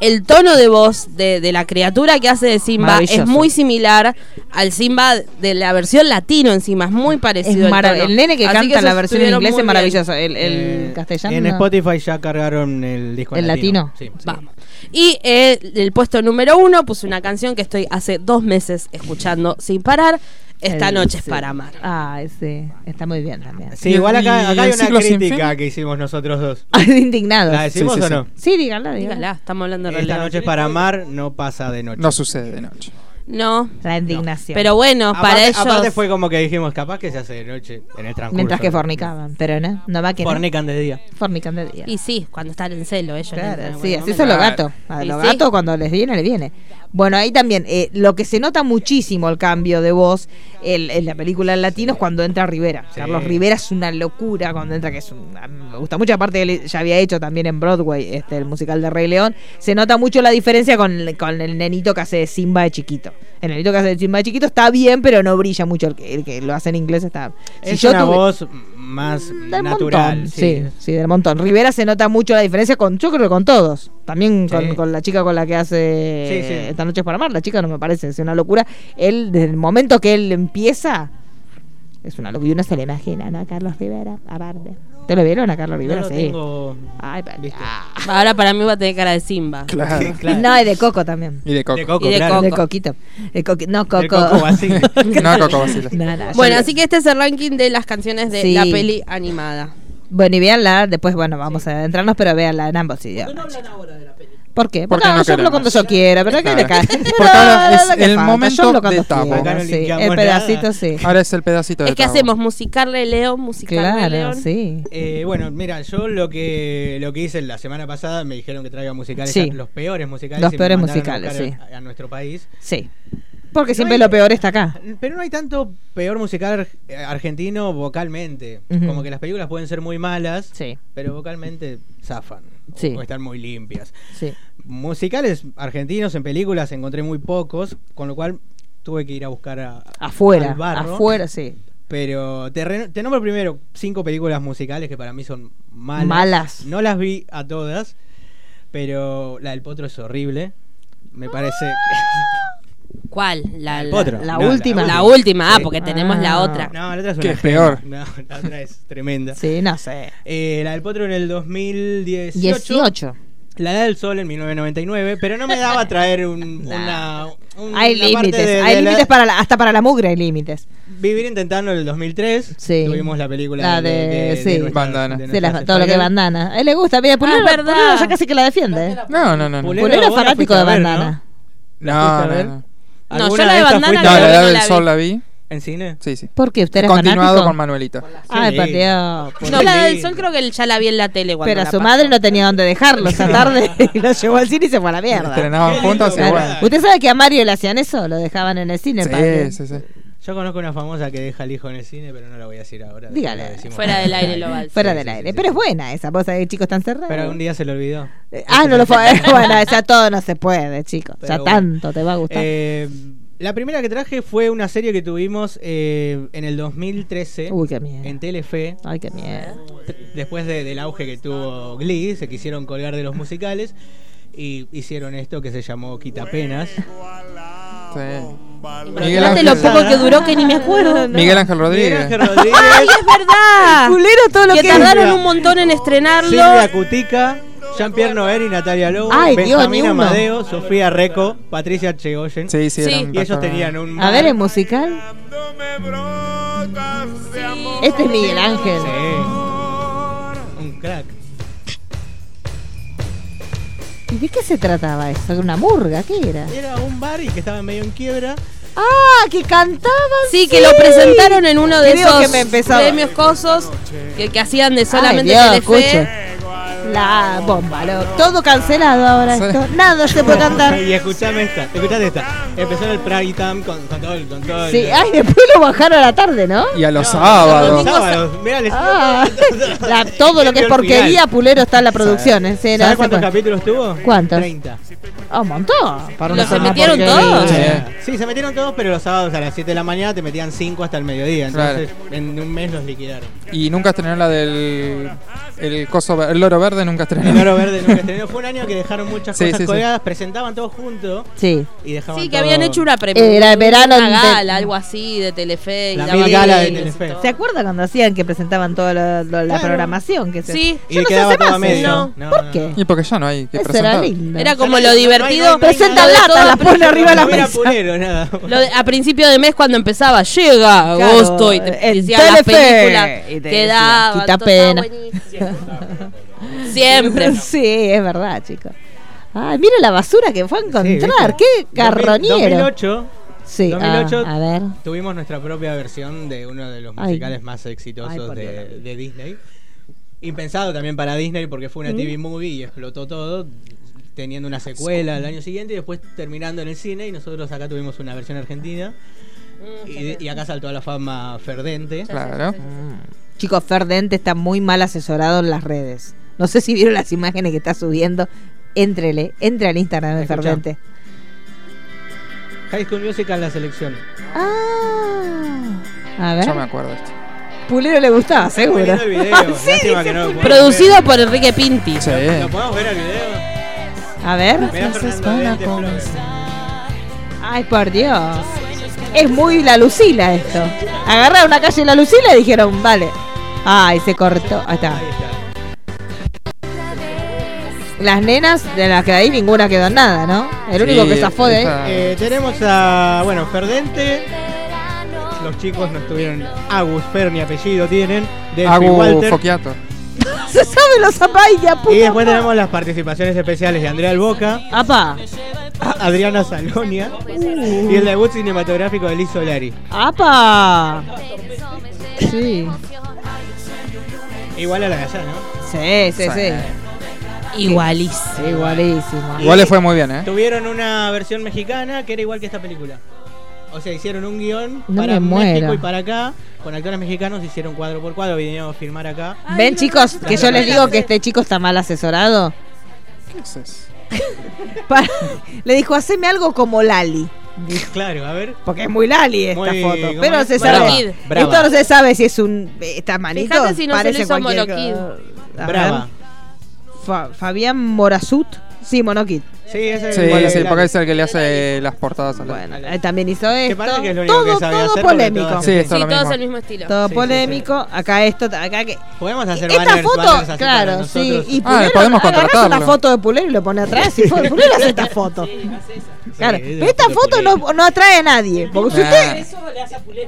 El tono de voz de, de la criatura que hace de Simba
Maravilloso.
es muy similar al Simba de la versión latino encima. Es muy parecido.
marav-
tono.
el nene que
Así
canta en
eso
la versión en
estuvieron
inglés
muy
es
bien.
maravilloso. El, el castellano.
Eh, En
no.
Spotify ya cargaron el disco en
¿El latino?
Sí, sí.
Vamos. Y eh, el puesto número uno puse una canción que estoy hace dos meses escuchando sin parar. Esta
El-
noche es
sí.
para amar.
Ah, sí. Está muy bien también.
Sí, igual acá, acá hay una crítica
indignada
que hicimos nosotros dos.
Indignados.
¿La decimos o no?
Sí, dígala, dígala.
Dígala, estamos hablando de
Esta
Releón.
noche es para amar, no pasa de noche.
No sucede de noche.
No.
La indignación.
Pero bueno, para
aparte,
ellos.
Aparte fue como que dijimos, capaz que se hace de noche en el transcurso.
Mientras que fornicaban. Pero no, no va que no.
Fornican de día.
Fornican de día.
Y sí, cuando están en celo, ellos.
Claro,
entran en
sí,
algún
así
momento.
son los gatos. A
Y
los
sí.
gatos cuando les viene, les viene. Bueno, ahí también, eh, lo que se nota muchísimo el cambio de voz el- en la película en latino es cuando entra Rivera. Carlos Rivera es una locura cuando entra, que es un- a mí me gusta mucho. Aparte, él ya había hecho también en Broadway este, el musical de Rey León. Se nota mucho la diferencia con, con el nenito que hace de Simba de chiquito. El nenito que hace de Simba de chiquito está bien, pero no brilla mucho. El que, el que lo hace en inglés está...
Es
Si yo
una
tuve-
voz más
del
natural.
montón,
sí.
sí. sí, del montón. Rivera se nota mucho la diferencia con, yo creo que con todos. También
Sí.
con, con la chica con la que hace
Sí, sí.
eh, Esta noche es para amar. La chica no me parece, es una locura. Él, desde el momento que él empieza, es una locura. Y uno se le imagina, ¿no? A Carlos Rivera, aparte. ¿Te lo vieron a Carlos
Yo
Rivera?
lo
sí.
tengo.
Ay, pa- ah.
Ahora para mí va a tener cara de Simba.
Claro.
No, y de Coco también.
Y de coco.
De coco,
Y de
claro.
Coco.
De Coquito. De Coqui- no, Coco.
Coco Basile.
No, Coco Basile.
No, no, yo
Bueno,
le-
así que este es el ranking de las canciones de
Sí.
la peli animada.
Bueno, y véanla, después, bueno, vamos a adentrarnos, pero véanla en ambos idiomas. ¿Por qué? Porque
Porque no
ahora yo hablo cuando yo quiera, pero acá
Claro.
acá.
Porque ahora es el momento
cuando
de Tabo.
quiera,
Acá no
sí.
limpiamos
El pedacito
nada.
sí.
Ahora es el pedacito de
Es que
Tabo.
hacemos musical de León, musical de
Claro,
León.
sí.
Eh, bueno, mira, yo lo que lo que hice la semana pasada me dijeron que traiga musicales,
Sí.
los peores musicales.
Los
y me
peores
mandaron a
musicales,
buscar A, a nuestro país.
Sí. Porque
No
siempre
hay-
lo peor está acá.
Pero no hay tanto peor musical ar- eh, argentino vocalmente.
Ujú.
Como que las películas pueden ser muy malas,
Sí.
pero vocalmente zafan. o-
Sí.
O están muy limpias.
Sí.
Musicales argentinos en películas encontré muy pocos, con lo cual tuve que ir a buscar a,
Afuera,
al barro.
afuera, sí.
Pero te, re- te nombro primero cinco películas musicales que para mí son malas.
Malas.
No las vi a todas,
Ah.
pero la del potro es horrible. Me parece.
¿Cuál? La, la-
Potro.
la
No, la última.
última. La última, ah,
Sí.
porque tenemos la
Ah.
otra.
No, la otra es una
Que
genia.
peor.
No, la otra es tremenda.
Sí, no sé.
Eh, la del Potro en el 2018.
18.
La edad del sol en 1999, pero no me daba traer un- una, un-
Hay
una parte
límites,
de-
hay
de la-
límites para la- hasta para la mugre hay límites.
Vivir intentando en el 2003. Tuvimos la película
La de, sí.
nuestra-
Bandana.
de Ah,
Sí, las-
nuestra
todo lo que es
española.
bandana. A él le gusta, mira, Pulero,
verdad.
Pulero ya casi que la defiende.
No, no, no. no.
Pulero era fanático de bandana.
No, no,
ver?
no.
No, yo la de
No, la
bandana no
edad del
la vi.
sol la vi.
¿En cine?
Sí, sí.
¿Por qué? ¿Usted era
Continuado
fanático?
con Manuelita.
Ay, por Dios. por
No,
Dios.
la del sol creo que ya la vi en la tele cuando
Pero
la
su
pasó.
madre no tenía dónde dejarlo esa tarde y lo llevó al cine y se fue a la mierda.
Estrenaban juntas y
Claro.
bueno.
¿Usted sabe que a Mario le hacían eso? Lo dejaban en el cine. padre.
Sí, sí, sí.
Yo conozco una famosa que deja al hijo en el cine, pero no la voy a decir ahora. después
Dígale.
la decimos.
Fuera del aire lo va a decir.
Fuera
Sí,
del
sí,
aire.
sí,
Pero es buena esa cosa de chicos tan cerrados.
Pero un día se le olvidó.
Eh, Ah, no lo fue. bueno, ya todo no se puede, chicos.
Pero
ya
bueno.
tanto te va a gustar.
Eh, la primera que traje fue una serie que tuvimos eh, en el 2013
Eh,
Uy, qué miedo.
en Telefe.
Ay, qué miedo.
Tr- Después de- del auge que tuvo Glee, se quisieron colgar de los musicales y hicieron esto que se llamó Quitapenas.
Miguel
Imagínate lo poco que duró que ni me acuerdo.
Miguel Ángel Rodríguez.
Miguel Ángel Rodríguez,
¡Ay, es verdad!
Culero todo lo
que
que
tardaron
es.
un montón en estrenarlo.
Silvia Cutica, Jean-Pierre Noer y Natalia Lobo,
Ay, Dios,
Benjamín
ni uno.
Amadeo, Sofía Reco, Patricia Chegoyen.
Sí, sí, eran
Y ellos
personas.
tenían un...
A ver, ¿es musical? Este es Miguel Ángel.
Sí. Un crack.
¿Y de qué se trataba eso? ¿De una murga? ¿Qué era?
Era un bar y que estaba medio en quiebra.
¡Ah! ¡Que cantaban!
Sí, que lo presentaron en uno de
Creo
esos
que me empezaba.
premios cosos que, que hacían de solamente
Dios,
Telefe.
La bomba, lo- todo cancelado ahora esto. Nada se puede cantar.
y escuchame esta, escuchate esta. Empezó en el Prime Time con, con todo el. Con todo el-
Sí, ah, ay, después lo bajaron a la tarde, ¿no?
Y a los
Sábados.
sábados.
Mirá, les-
Ah, la- todo lo que es porquería, Pulero está en la producción. ¿eh? Sí, no
¿Sabés
se
cuántos
puede.
capítulos tuvo?
¿Cuántos?
30.
Ah, un montón. Para
¿Los
una sola
emitieron
porquería.
todos?
Sí.
Sí, se metieron todos, pero los sábados a las 7 de la mañana te metían 5 hasta el mediodía. Entonces, en un mes los liquidaron.
Y nunca estrenaron la del. El coso ver- el loro verde nunca estrenó.
El oro verde nunca estrenó. Fue un año que dejaron muchas
Sí,
cosas
sí, sí.
colgadas, presentaban todos juntos
Sí.
y dejaban
Sí, que
todo-
habían hecho una
Eh,
premia.
era el verano
Una
de-
gala, algo así, de Telefe. y
La
daban
mil gala de
premios y
Telefe.
todo.
¿Se acuerdan cuando hacían que presentaban toda la, la
Claro.
programación? Que se...
Sí.
Y
Ya no se
quedaba
hace
todo a
más,
medio.
¿no?
No,
¿Por
no,
qué?
Y porque ya no hay que
Eso era
presentar.
lindo.
Era como
No,
lo
no, no, no,
divertido.
no, no,
Presenta
Lo de
lata,
todo-
las pone arriba de la
No era
mesa.
pulero, nada.
Lo de- a principio de mes cuando empezaba, llega
Claro,
agosto y te
en
decía las
Telefe.
películas
Y te
que
decía,
daban,
quita
todo
pena.
estaba buenísimo. Siempre.
Sí, es verdad, chicos. Ay, mira la basura que fue a
Sí,
encontrar. Qué
¿viste?
carroñero.
2008
sí, ah,
2008.
a ver.
tuvimos nuestra propia versión de uno de los
Ay.
musicales más
Ay,
exitosos
por Dios,
de, de Disney. Impensado también para Disney porque fue una TV movie y explotó todo, teniendo una secuela al año siguiente y después terminando en el cine. Y nosotros acá tuvimos una versión argentina. Y, y acá saltó a la fama Ferdente.
Claro.
Chicos, Ferdente está muy mal asesorado en las redes. No sé si vieron las imágenes que está subiendo. Éntrele, entre al Instagram de
Escuchá.
Ferdente.
High School Musical, la selección.
Ah, a
Yo me
ver.
acuerdo de esto.
Pulero le gustaba, seguro.
Está lindo el video,
Ah, Sí,
lástima que
dice
no lo
Pulero.
podemos
Producido por Enrique Pinti.
Sí.
ver. ¿Lo podemos ver al video?
A ver.
Mirá Fernando Dente, Flores.
Ay, por Dios. Es muy la Lucila esto. Agarraron una calle de la Lucila y dijeron, vale. Ay, se cortó. Ahí está.
Ahí está.
Las nenas de las que ahí ninguna quedó en nada, ¿no? El único
Sí,
que zafó de ahí.
esa-
Eh, tenemos a, bueno, Ferdente. Los chicos nos tuvieron Agus, Fer, mi apellido tienen. Delphi
Agu
Walter.
Foquiato.
Se sabe los zapallas,
Y
puta.
después tenemos las participaciones especiales de Andrea Alboca,
Apa.
a- Adriana Salonia
Uh.
y el debut cinematográfico de Liz Solari.
Apa. Sí.
Igual a la de allá, ¿no?
Sí, sí, sí.
Igualísimo.
Igualísimo.
Igual le fue muy bien, ¿eh?
Tuvieron una versión mexicana que era igual que esta película. O sea, hicieron un guión
No
para
me muero.
México y para acá. Con actores mexicanos hicieron cuadro por cuadro, vinieron a filmar acá.
Ven, chicos, que yo les digo que este chico está mal asesorado.
¿Qué es eso?
Pa- Le dijo, haceme algo como Lali.
Claro, a ver.
Porque es muy Lali esta
Muy-
foto.
¿cómo
Pero no
es?
se
Brava,
sabe.
brava.
Esto no se sabe si es un. Esta manito.
Fíjate si no se
parece
lo hizo
cualquier
Monokid.
co- A ver,
Brava.
Fa- Fabián Morazut. Sí, Monokid.
Sí, Sí, ese es
Sí,
el- bueno,
sí,
el-
porque es el que le hace las portadas a la Bueno,
Eh, también hizo esto.
parece que es lo único
todo,
que sabía
todo
hacer, porque
polémico.
todas- Sí, es todo Sí, lo todos mismo. el
mismo estilo.
Todo
Sí, sí,
polémico. Acá esto, acá que.
Podemos hacer
Esta
banners-
foto,
banners así para
claro,
nosotros.
sí. Y
Ah,
Pulero,
podemos
agarrás
contratarlo.
una foto de Pulero y lo pone atrás. Y fue, Pulero hace esta foto. Claro,
Sí,
pero esta foto no, no atrae a nadie. Porque si
Ah.
usted.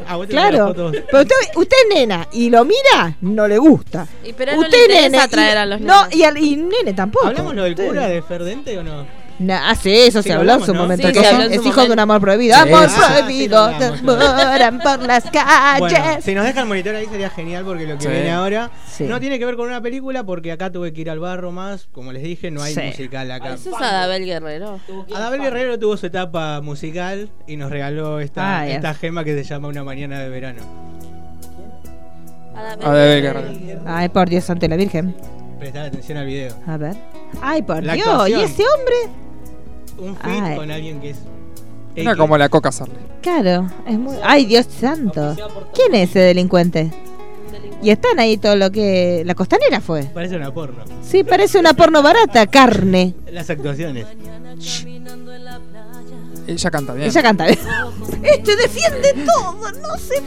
Ah, vos tenés la
Claro,
foto.
pero usted, usted es nena y lo mira, no le gusta.
Y pero no le
usted es
interesa
nene, y-
atraer a los
No,
nenes.
y, al, y nene tampoco.
¿Hablamos lo del
Usted-
cura de Ferdente o no?
Na- ah, sí, eso
Sí,
se habló en
hablamos,
su
¿no?
momento.
Sí,
¿Qué
se
son?
habló en
es
su
hijo de un amor prohibido.
Sí,
amor
sí, sí,
prohibido,
lo
te
hablamos, lo
moran por las calles.
Bueno, si nos deja el monitor ahí sería genial porque lo que
Ah, Sí.
viene ahora
Sí.
no tiene que ver con una película porque acá tuve que ir al barro más, como les dije, no hay
Sí.
musical acá.
Eso es Adabel Guerrero.
Adabel Guerrero tuvo su etapa musical y nos regaló esta,
Ah, ya.
esta gema que se llama Una mañana de verano.
Adabel Guerrero.
Ay, por Dios, ante la Virgen.
Prestar atención al video.
A ver. Ay, por
La
Dios,
actuación.
¿y ese hombre?
Un fit
Ay.
con alguien que es.
Era como la coca Sarle.
Claro, es muy. Ay, Dios santo. ¿Quién es ese delincuente? Y están ahí todo lo que. La costanera fue.
Parece una porno.
Sí, parece una porno barata, carne.
Las actuaciones.
Ella canta bien.
Ella canta. Este defiende todo, no se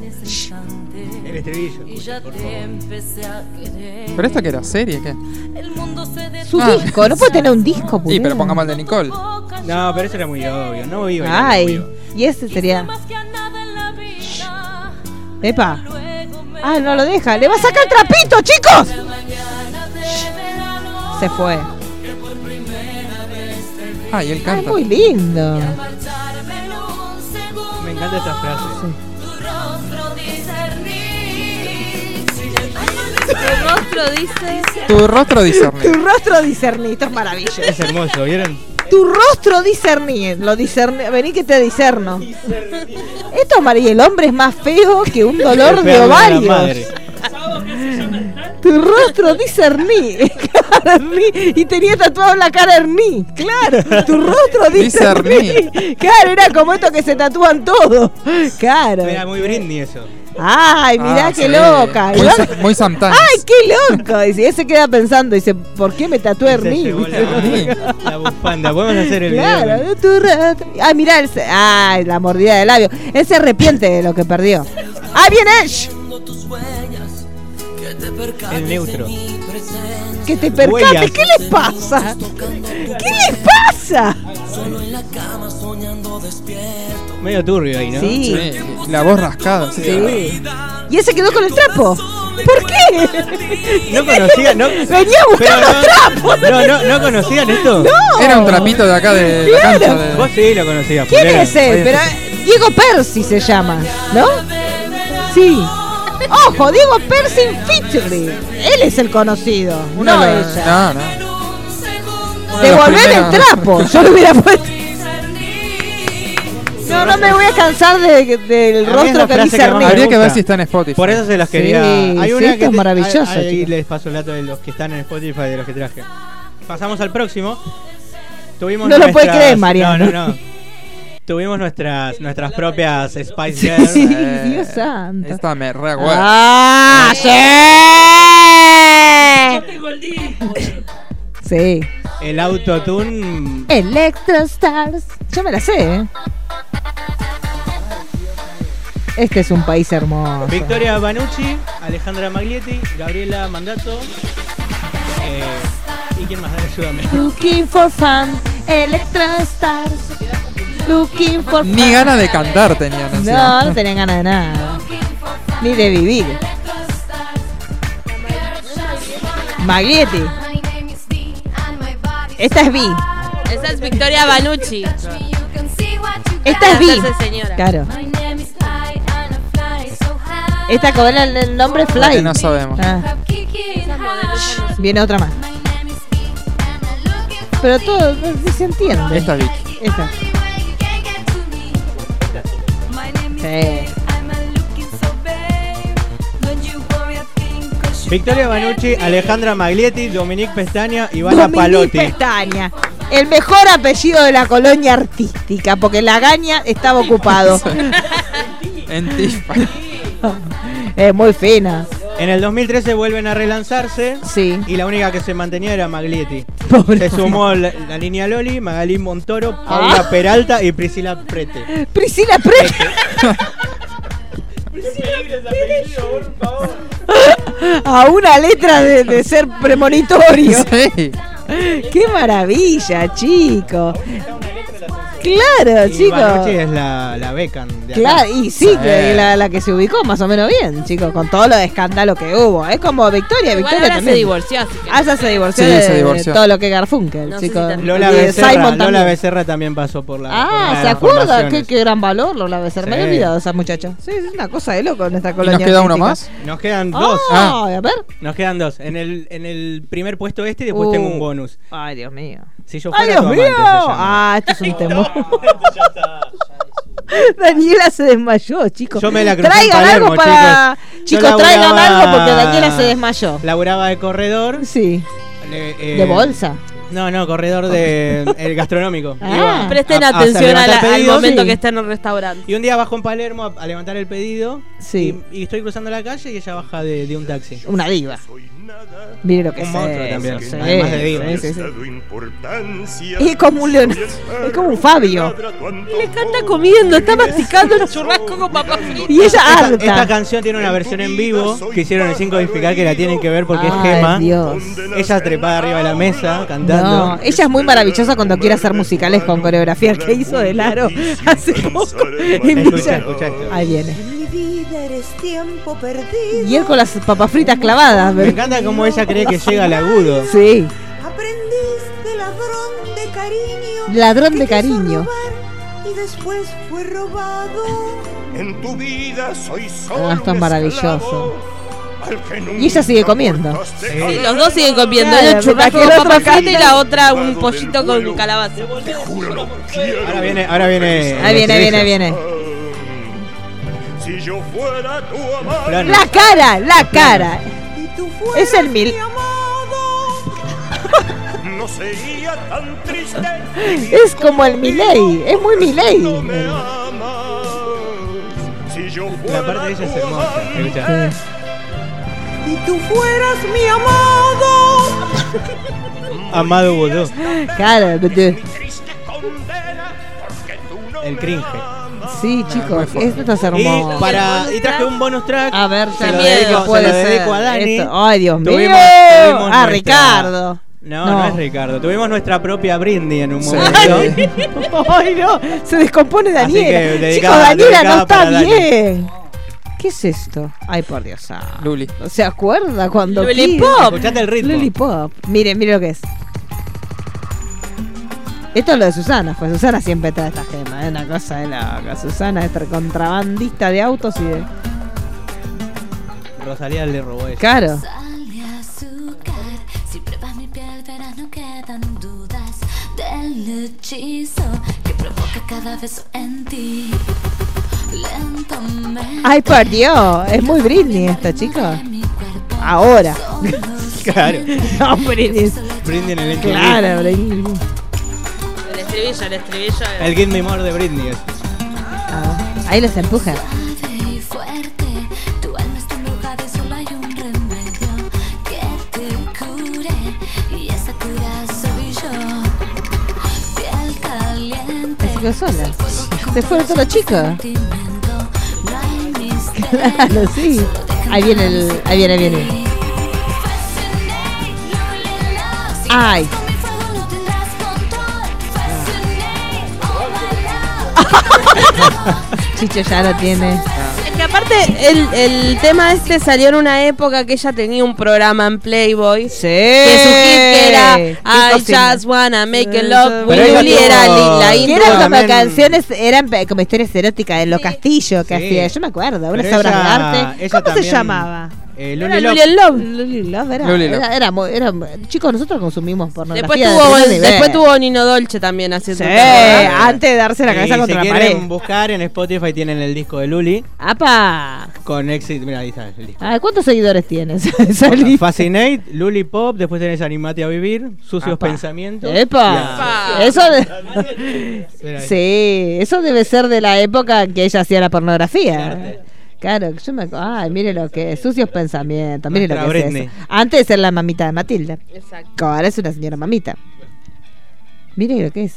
puede.
El estribillo.
Y ya te empecé a querer.
¿Pero esta qué era? ¿Serie? ¿Qué?
El mundo se
Su
detiene.
disco, no puede tener un disco,
Sí, pero
Pulero.
pongamos el de Nicole.
No, pero eso era muy obvio. No iba a ir
Ay, y ese sería. Epa. Ah, no lo deja. ¡Le va a sacar el trapito, chicos! Se fue.
Ah, y él
Ah, es
canta.
muy lindo.
Me encanta esta frase.
Tu rostro dice.
Tu rostro discerne.
Tu rostro discernito es maravilloso.
Es hermoso, ¿vieron?
Tu rostro discerní, eh, lo discerní, vení que te discerno. Esto, María, el hombre es más feo que un dolor
El
de
perro la
ovarios.
madre.
Tu rostro discerní, cara Erní, y tenía tatuado la cara Erní, claro. Tu rostro discerní, claro, era como esto que se tatúan todos, claro.
Era muy Britney eso.
Ay, mirá
Ah,
qué
sí.
loca.
Muy,
Iván-
sa- muy Samtán.
Ay, qué loco. Dice, y él se queda pensando, dice, ¿por qué me tatué
Se
Erní?
llevó la, la bufanda. Podemos hacer el video.
Claro, tu rostro- Ay, mirá, él se- ay, la mordida de labio. Él se arrepiente de lo que perdió. ¡Ahí viene Ash!
El neutro.
Que te percate,
Huellas.
¿qué les pasa? ¿Qué les pasa?
Medio turbio ahí, ¿no?
Sí.
La voz rascada. Sí.
Sí. Y ese quedó con el trapo. ¿Por qué?
No conocía, no.
Venía a buscar
Pero
los
no-
trapos.
No, no, no conocían esto.
No.
Era un trapito de acá de la
Claro.
cancha. de-
Vos sí lo conocías.
¿Quién
Pulero.
es él? Pero, eh, Diego Percy se llama, ¿no? Sí. Ojo, Diego Percy featuring. Él es el conocido,
Una
no
de las-
ella.
No, no. Uno de los
Devolver el
primeros.
trapo. Yo lo hubiera puesto. No, no me voy a cansar de- del
A mí es
rostro
la
que
frase
dice
que más
Ernie.
me
Habría que
gusta.
ver si está en Spotify.
Por eso se las
Sí,
quería.
sí, esto es
te-
maravilloso,
Ahí, ahí
chicos.
les paso el dato de los que están en Spotify de los que traje. Pasamos al próximo. Tuvimos
No lo
nuestras-
puede creer, Mariano.
No, no, no. Tuvimos nuestras, nuestras propias Spice Girls.
Sí,
Eh,
Dios santo.
Esta me re hueva.
¡Ah, sí! Sí.
El autotune.
Electro Stars. Yo me la sé, ¿eh? Este es un país hermoso.
Victoria Banucci, Alejandra Maglietti, Gabriela Mandato. eh, ¿Y quién más? Dale, Ayúdame.
Looking for fun, Electro Stars. Looking for fun.
Ni ganas de cantar tenían. encima.
No, no tenían ganas de nada. Ni de vivir. Maglietti. Esta es Vi.
Esa es Victoria Banucci.
Esta es Vi.
Esa señora.
Claro. Esta con el, el nombre
La que
Fly.
no sabemos.
Ah, viene otra más. Pero todo no se entiende.
Esta es Vicky.
Esta. Sí.
Victoria Banucci, Alejandra Maglietti, Dominique Pestaña, Ivana
Dominique
Palotti.
Pestaña. El mejor apellido de la colonia artística, porque la gaña estaba ocupado.
En Tifa.
es muy fina.
En el 2013 vuelven a relanzarse
Sí.
y la única que se mantenía era Maglietti. Se sumó la, la línea Loli, Magalí Montoro, Paula
Ah.
Peralta y Priscila Prete.
Priscila Prete. A una letra de, de ser premonitorio. Qué maravilla, chico. Claro,
Y
chicos.
Banucci es la, la Beckham de acá.
Claro, y sí, que
Eh.
la, la que se ubicó más o menos bien, chicos, con todo lo de escándalo que hubo. Es como Victoria,
Igual
Victoria
ahora
también.
se divorció, así que-
Ah, ya se divorció
Sí,
de,
se
de
divorció.
todo lo que es Garfunkel,
No sé si
chicos.
también.
Lola
Y de Simon
Becerra, Lola
también.
Becerra también pasó por la. por
Ah,
una de
¿se
las
acuerda? Qué,
formaciones.
qué gran valor Lola Becerra. Me había
Sí.
olvidado esa muchacha. Sí, es una cosa de loco nuestra colonia. artística.
Nos quedan
Ah,
dos.
a ver.
Nos quedan dos. En el, en el primer puesto este y después
Uh.
tengo un bonus.
Ay, Dios mío.
Si yo fuera
¡Ay, Dios
tu
mío!
amante, se llama.
Ah, esto es un temor. Daniela se desmayó, chicos.
Yo me la crucé en
traigan
Palermo,
algo para.
chicos.
Chicos,
Yo
traigan
laburaba-
algo porque Daniela se desmayó.
Laburaba de corredor.
Sí.
Le- eh,
¿De bolsa?
No, no, corredor de el gastronómico.
Ah.
Iba
Presten
a- a
atención a la-
levantar
al
pedidos.
momento
Sí.
que está en el restaurante.
Y un día bajo en Palermo a, a levantar el pedido.
Sí.
Y, y estoy cruzando la calle y ella baja de, de un taxi.
Una diva. Mire lo que
Un
es
monstruo
eso,
también.
sí,
Además de diva.
sí, sí, sí. Es como un Leonardo, es como un Fabio.
Le encanta comiendo, está masticando el churrasco con papas fritas.
Y ella
Esta,
harta.
esta canción tiene una versión en vivo que hicieron en 5 Dificar que la tienen que ver porque
Ay,
es Gema.
Dios.
Ella trepada arriba de la mesa cantando.
No, ella es muy maravillosa cuando quiere hacer musicales con coreografía. El que hizo del aro hace poco en
Escucha,
Villa.
escucha esto.
Ahí viene.
Mi vida eres tiempo perdido.
Y él con las papas fritas clavadas.
Me encanta cómo ella cree que llega al agudo.
Sí.
Aprendiste ladrón de cariño.
Ladrón
que
de
quiso
cariño.
robar Y después fue robado.
En tu vida soy solo
Ah, esto es
un al
maravilloso.
que nunca
Y ella sigue comiendo.
Sí, los dos siguen comiendo.
Claro,
Ella churrasco
porque
con
el otro
papas fritas y
canta.
la otra un pollito con calabaza.
Ahora viene, ahora viene.
Ahí viene,
el
viene,
estribillo.
viene.
Si yo fuera tu
Plano.
La cara, la cara. Es el mil.
amante, no sería tan triste.
Es como el Miley. Es muy Miley.
Si yo
La parte de ella es hermosa. escucha.
Y tú fueras mi amado.
Amado Bodó.
Claro, de-
El cringe.
sí, chicos. Esto está hermoso.
Y, para, y traje un bonus track.
A ver,
se lo
también
dedico, se
puede
lo
ser.
dedico a Dani.
Esto- Ay, Dios mío.
Tuvimos- tuvimos
a
nuestra-
Ricardo.
No, no,
No.
es Ricardo. Tuvimos nuestra propia Brindy en un
Sí.
momento.
Ay, no. Se descompone
que,
Daniela. Chicos,
dedicada-
Daniela
dedicada
no está
para Dani.
bien. ¿Qué es esto? Ay, por Dios. ah.
Luli.
¿Se acuerda cuando
Lulipop.
Escuchate el ritmo.
Lulipop. Mire, mire lo que es. Esto es lo de Susana, pues Susana siempre trae esta gema, es una cosa de loca. Susana es tra- contrabandista de autos y de.
Rosalía le robó eso.
Claro.
Sal de azúcar, si pruebas mi piel verás no quedan dudas del hechizo que provoca cada beso en ti. Lentamente.
Ay, por Dios, es muy Britney esta chica. Ahora.
Claro.
No, Britney.
Britney en el estribillo.
Claro, Britney.
El estribillo, el estribillo.
El Get Me More de Britney. es.
Ah, Ahí los empuja.
Suave y fuerte, tu alma está embrujada y solo hay un remedio que te cure. Y esa cura soy yo, piel caliente.
Se quedó sola. Se fueron todos los chicos.
No hay misterio.
Claro, sí. Ahí viene el. Ahí viene, ahí viene. Ay. Chicho ya lo tiene.
Es que aparte, el, el tema este salió en una época que ella tenía un programa en Playboy.
Sí.
Que su hit que era
¡Eh! Qué
I
cocina.
just wanna make a love with
Pero ella
Julie.
tuvo-
Era li- la
Que
Que
intro.
eran como
también-
canciones, eran pe- como historias eróticas de los castillos que
Sí.
hacía. Yo me acuerdo, unas
Pero
obras de
ella-
arte.
ella
¿Cómo se
también-
llamaba?
Eh,
Era
Luli
Luli
Love.
and Love.
Luli Love era,
Luli Love.
era- era muy- era- chicos, nosotros consumimos
Después
pornografía. de
tuvo,
primer nivel.
después tuvo Nino Dolce también haciendo
Sí,
un tema,
antes de darse la
Y
cabeza
si
contra la
quieren
pared.
buscar en Spotify tienen el disco de Luli
¡Apa!
con Exit. Mira, ahí está el disco.
Ay, ¿Cuántos seguidores tienes? Salí.
Fascinate, Luli Pop, después tenés Animate a Vivir, Sucios
Apa.
Pensamientos.
¡Epa!
Epa.
Eso.
Espera ahí.
Sí, eso debe ser de la época que ella hacía la pornografía. Claro, yo me. Ay, mire lo que es. Sucios pensamientos. Mire lo
Nuestra
que es.
Britney.
eso. Antes de ser la mamita de Matilda.
Exacto.
Ahora es una señora mamita. Mire lo que es.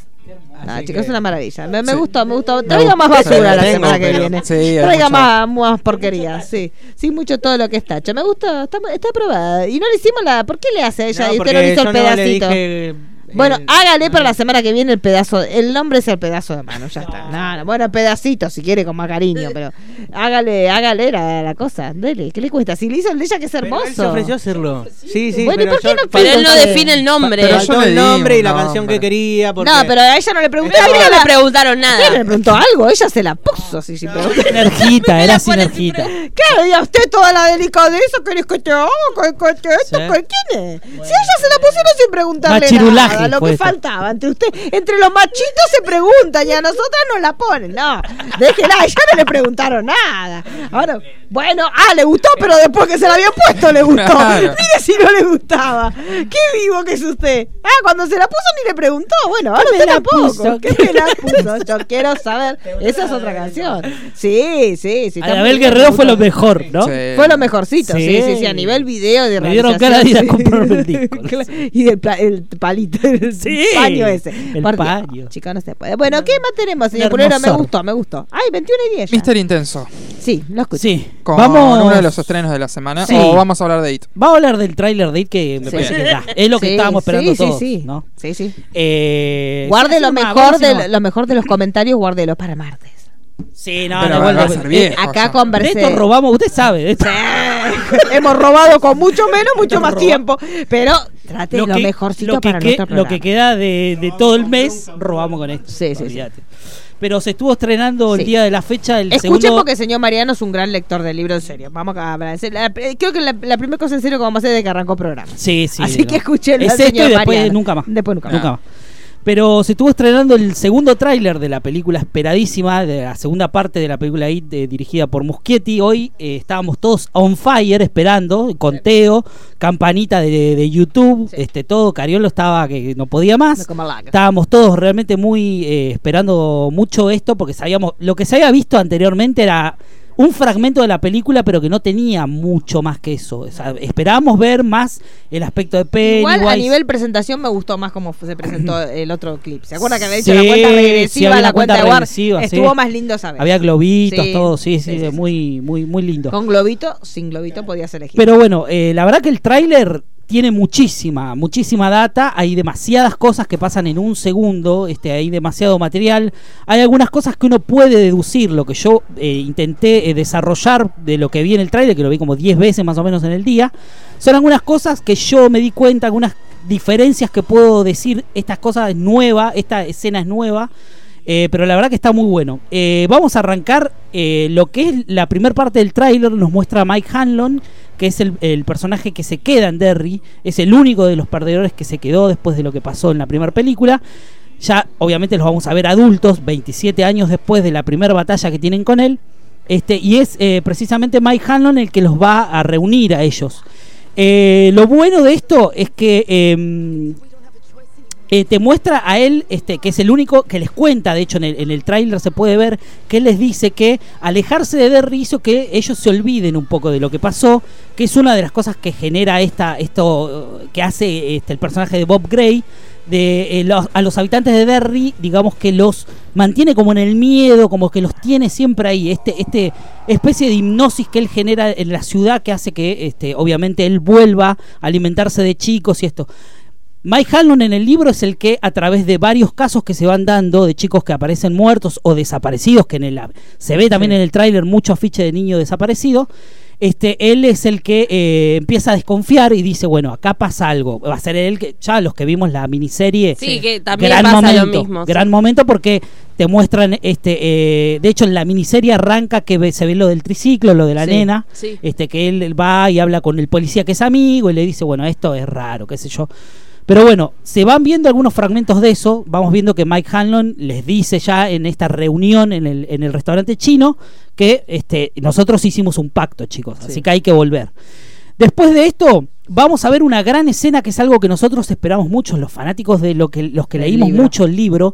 Ah,
Así
chicos, es
que-
una maravilla. Me, me gustó, me gustó.
Me
Traiga más
gusta.
basura la
Tengo,
semana que
pero-
viene.
Sí, hay
Traiga
mucho-
más, más porquería, sí. Sí, mucho todo lo que está hecho. Me gusta, está, está aprobada. Y no le hicimos la. ¿Por qué le hace a ella?
No,
y usted no le
porque yo
hizo el
no le
pedacito.
dije, eh, ah.
bueno, hágale para la semana que viene el pedazo. El nombre es el pedazo de mano, ya está. No, no, bueno, pedacito si quiere, con más
Eh.
cariño, pero hágale, hágale la, la cosa. Dele, ¿qué le cuesta? Si le hizo el de ella que es hermoso.
Él se ofreció a hacerlo. Sí, sí.
Bueno, ¿y por qué no
faltó
quiere? Pero él no
usted?
define el nombre.
Pero
Faltó
yo
el
el nombre y la
nombre.
canción que quería. Porque
No, pero a ella no le preguntaron
Ustedes no
nada.
le preguntaron nada.
Usted no le preguntó algo, ella se la puso. Sí, sí, pero-
Sinergita, era sinergita.
Claro, y a usted toda la delicadeza, querés que te haga, que, que te esto, que- ¿quién es? Si ella se la pusieron sin preguntarle
Machirulaje
nada, lo
fue
que
esto.
faltaba entre usted, entre los machitos se preguntan y a nosotras nos la ponen, no, déjela, a ella no le preguntaron nada. Ahora, bueno, ah, le gustó, pero después que se la había puesto le gustó.
Claro.
Mire si no le gustaba. Qué vivo que es usted. Ah, cuando se la puso ni le preguntó. Bueno, ahora usted tampoco. ¿Qué me la puso? Yo quiero saber. Esa es otra canción. Sí, sí, sí. está muy
Anabel
bien,
Guerrero
me
fue lo
gusta.
mejor, ¿no?
Fue lo mejorcito, sí, sí, sí, a nivel video de
Me dieron
realización,
ganas de ir a
sí.
comprarme el disco.
Claro, Y del pla- el palito, el
Sí,
paño ese.
el
Porque,
paño.
oh, Chicos, no se puede. Bueno, ¿qué más tenemos, señor Pulero? Me
hermosor.
gustó, me gustó. Ay, 21 y 10. ya.
Mister Intenso.
Sí, lo escucho.
Sí.
Con
Vamos.
uno de los estrenos de la semana.
Sí.
O vamos a hablar de It.
Vamos a hablar del tráiler de It que me
Sí.
parece que da. Es lo que
Sí,
estábamos esperando
sí, sí,
todos.
sí.
¿no?
Sí, sí.
Eh,
Guarde
sí,
lo
sí, nomás,
mejor,
vamos, sí,
de,
nomás.
lo mejor de los comentarios, guárdelo para martes.
Sí, no,
Pero
no,
va-
no,
va a ser
eh,
viejo,
Acá conversé.
De esto robamos, usted sabe. de esto-
Hemos robado con mucho menos, mucho más tiempo. Pero trate lo, mejorcito
lo que
para
que-
nuestro
lo
programa.
que queda de, de todo el mes, robamos con esto.
Sí, sí, sí.
olvídate. Pero se estuvo estrenando el
Sí.
día de la fecha el
Escuchen
segundo.
porque el señor Mariano es un gran lector de libros en serio. Vamos a agradecer. La- eh, Creo que la, la primera cosa en serio que vamos a hacer es que arrancó el programa.
Sí, sí.
Así
de
que
no.
escúchenlo
Es
al
esto y
señor
después
Mariano.
nunca más.
Después nunca más.
Nunca más. Pero se estuvo estrenando el segundo tráiler de la película esperadísima, de la segunda parte de la película It, eh, dirigida por Muschietti. Hoy eh, estábamos todos on fire esperando, conteo, campanita de, de YouTube, este todo. Cariolo estaba que no podía más.
No como laga.
Estábamos todos realmente muy eh, esperando mucho esto porque sabíamos lo que se había visto anteriormente era un fragmento de la película pero que no tenía mucho más que eso. O sea, esperábamos ver más el aspecto de Pennywise.
Igual a nivel presentación me gustó más cómo se presentó el otro clip. ¿Se acuerda que había dicho
Sí,
la cuenta
sí,
regresiva,
había
la
una
cuenta, de War?
regresiva, sí.
Estuvo más lindo esa vez.
Había globitos,
Sí,
todo, sí, sí,
sí, sí,
muy muy muy lindo.
Con globito, sin globito podías elegir.
Pero bueno, eh, la verdad que el tráiler tiene muchísima, muchísima data. Hay demasiadas cosas que pasan en un segundo. Este, hay demasiado material. Hay algunas cosas que uno puede deducir. Lo que yo eh, intenté eh, desarrollar de lo que vi en el tráiler, que lo vi como 10 veces más o menos en el día, son algunas cosas que yo me di cuenta, algunas diferencias que puedo decir. Estas cosas es nueva, esta escena es nueva. Eh, pero la verdad que está muy bueno. Eh, vamos a arrancar eh, lo que es la primera parte del tráiler. Nos muestra a Mike Hanlon, que es el, el personaje que se queda en Derry. Es el único de los perdedores que se quedó después de lo que pasó en la primera película. Ya obviamente los vamos a ver adultos, 27 años después de la primera batalla que tienen con él. Este, y es eh, precisamente Mike Hanlon el que los va a reunir a ellos. Eh, lo bueno de esto es que em, eh, te muestra a él, este, que es el único que les cuenta, de hecho en el, en el tráiler se puede ver que él les dice que alejarse de Derry hizo que ellos se olviden un poco de lo que pasó, que es una de las cosas que genera esta, esto eh, que hace este, el personaje de Bob Gray, de, eh, los- a los habitantes de Derry, digamos que los mantiene como en el miedo, como que los tiene siempre ahí, este, este especie de hipnosis que él genera en la ciudad que hace que este, obviamente él vuelva a alimentarse de chicos y esto. Mike Hanlon en el libro es el que a través de varios casos que se van dando de chicos que aparecen muertos o desaparecidos, que en el, se ve también en el tráiler mucho afiche de niño desaparecido, este, él es el que eh, empieza a desconfiar y dice, bueno, acá pasa algo. Va a ser él que, ya los que vimos la miniserie,
Sí, que también pasa lo
momento,
mismo, sí.
Gran momento porque te muestran, este, eh, de hecho en la miniserie arranca que ve- se ve lo del triciclo, lo de la
Sí,
nena,
sí.
este, que él va y habla con el policía que es amigo y le dice, bueno, esto es raro, qué sé yo. Pero bueno, se van viendo algunos fragmentos de eso. Vamos viendo que Mike Hanlon les dice ya en esta reunión en el, en el restaurante chino que este, nosotros hicimos un pacto, chicos. Así que hay que volver. Después de esto, vamos a ver una gran escena que es algo que nosotros esperamos mucho, los fanáticos de lo que, los que
Del
leímos
libro.
mucho el libro.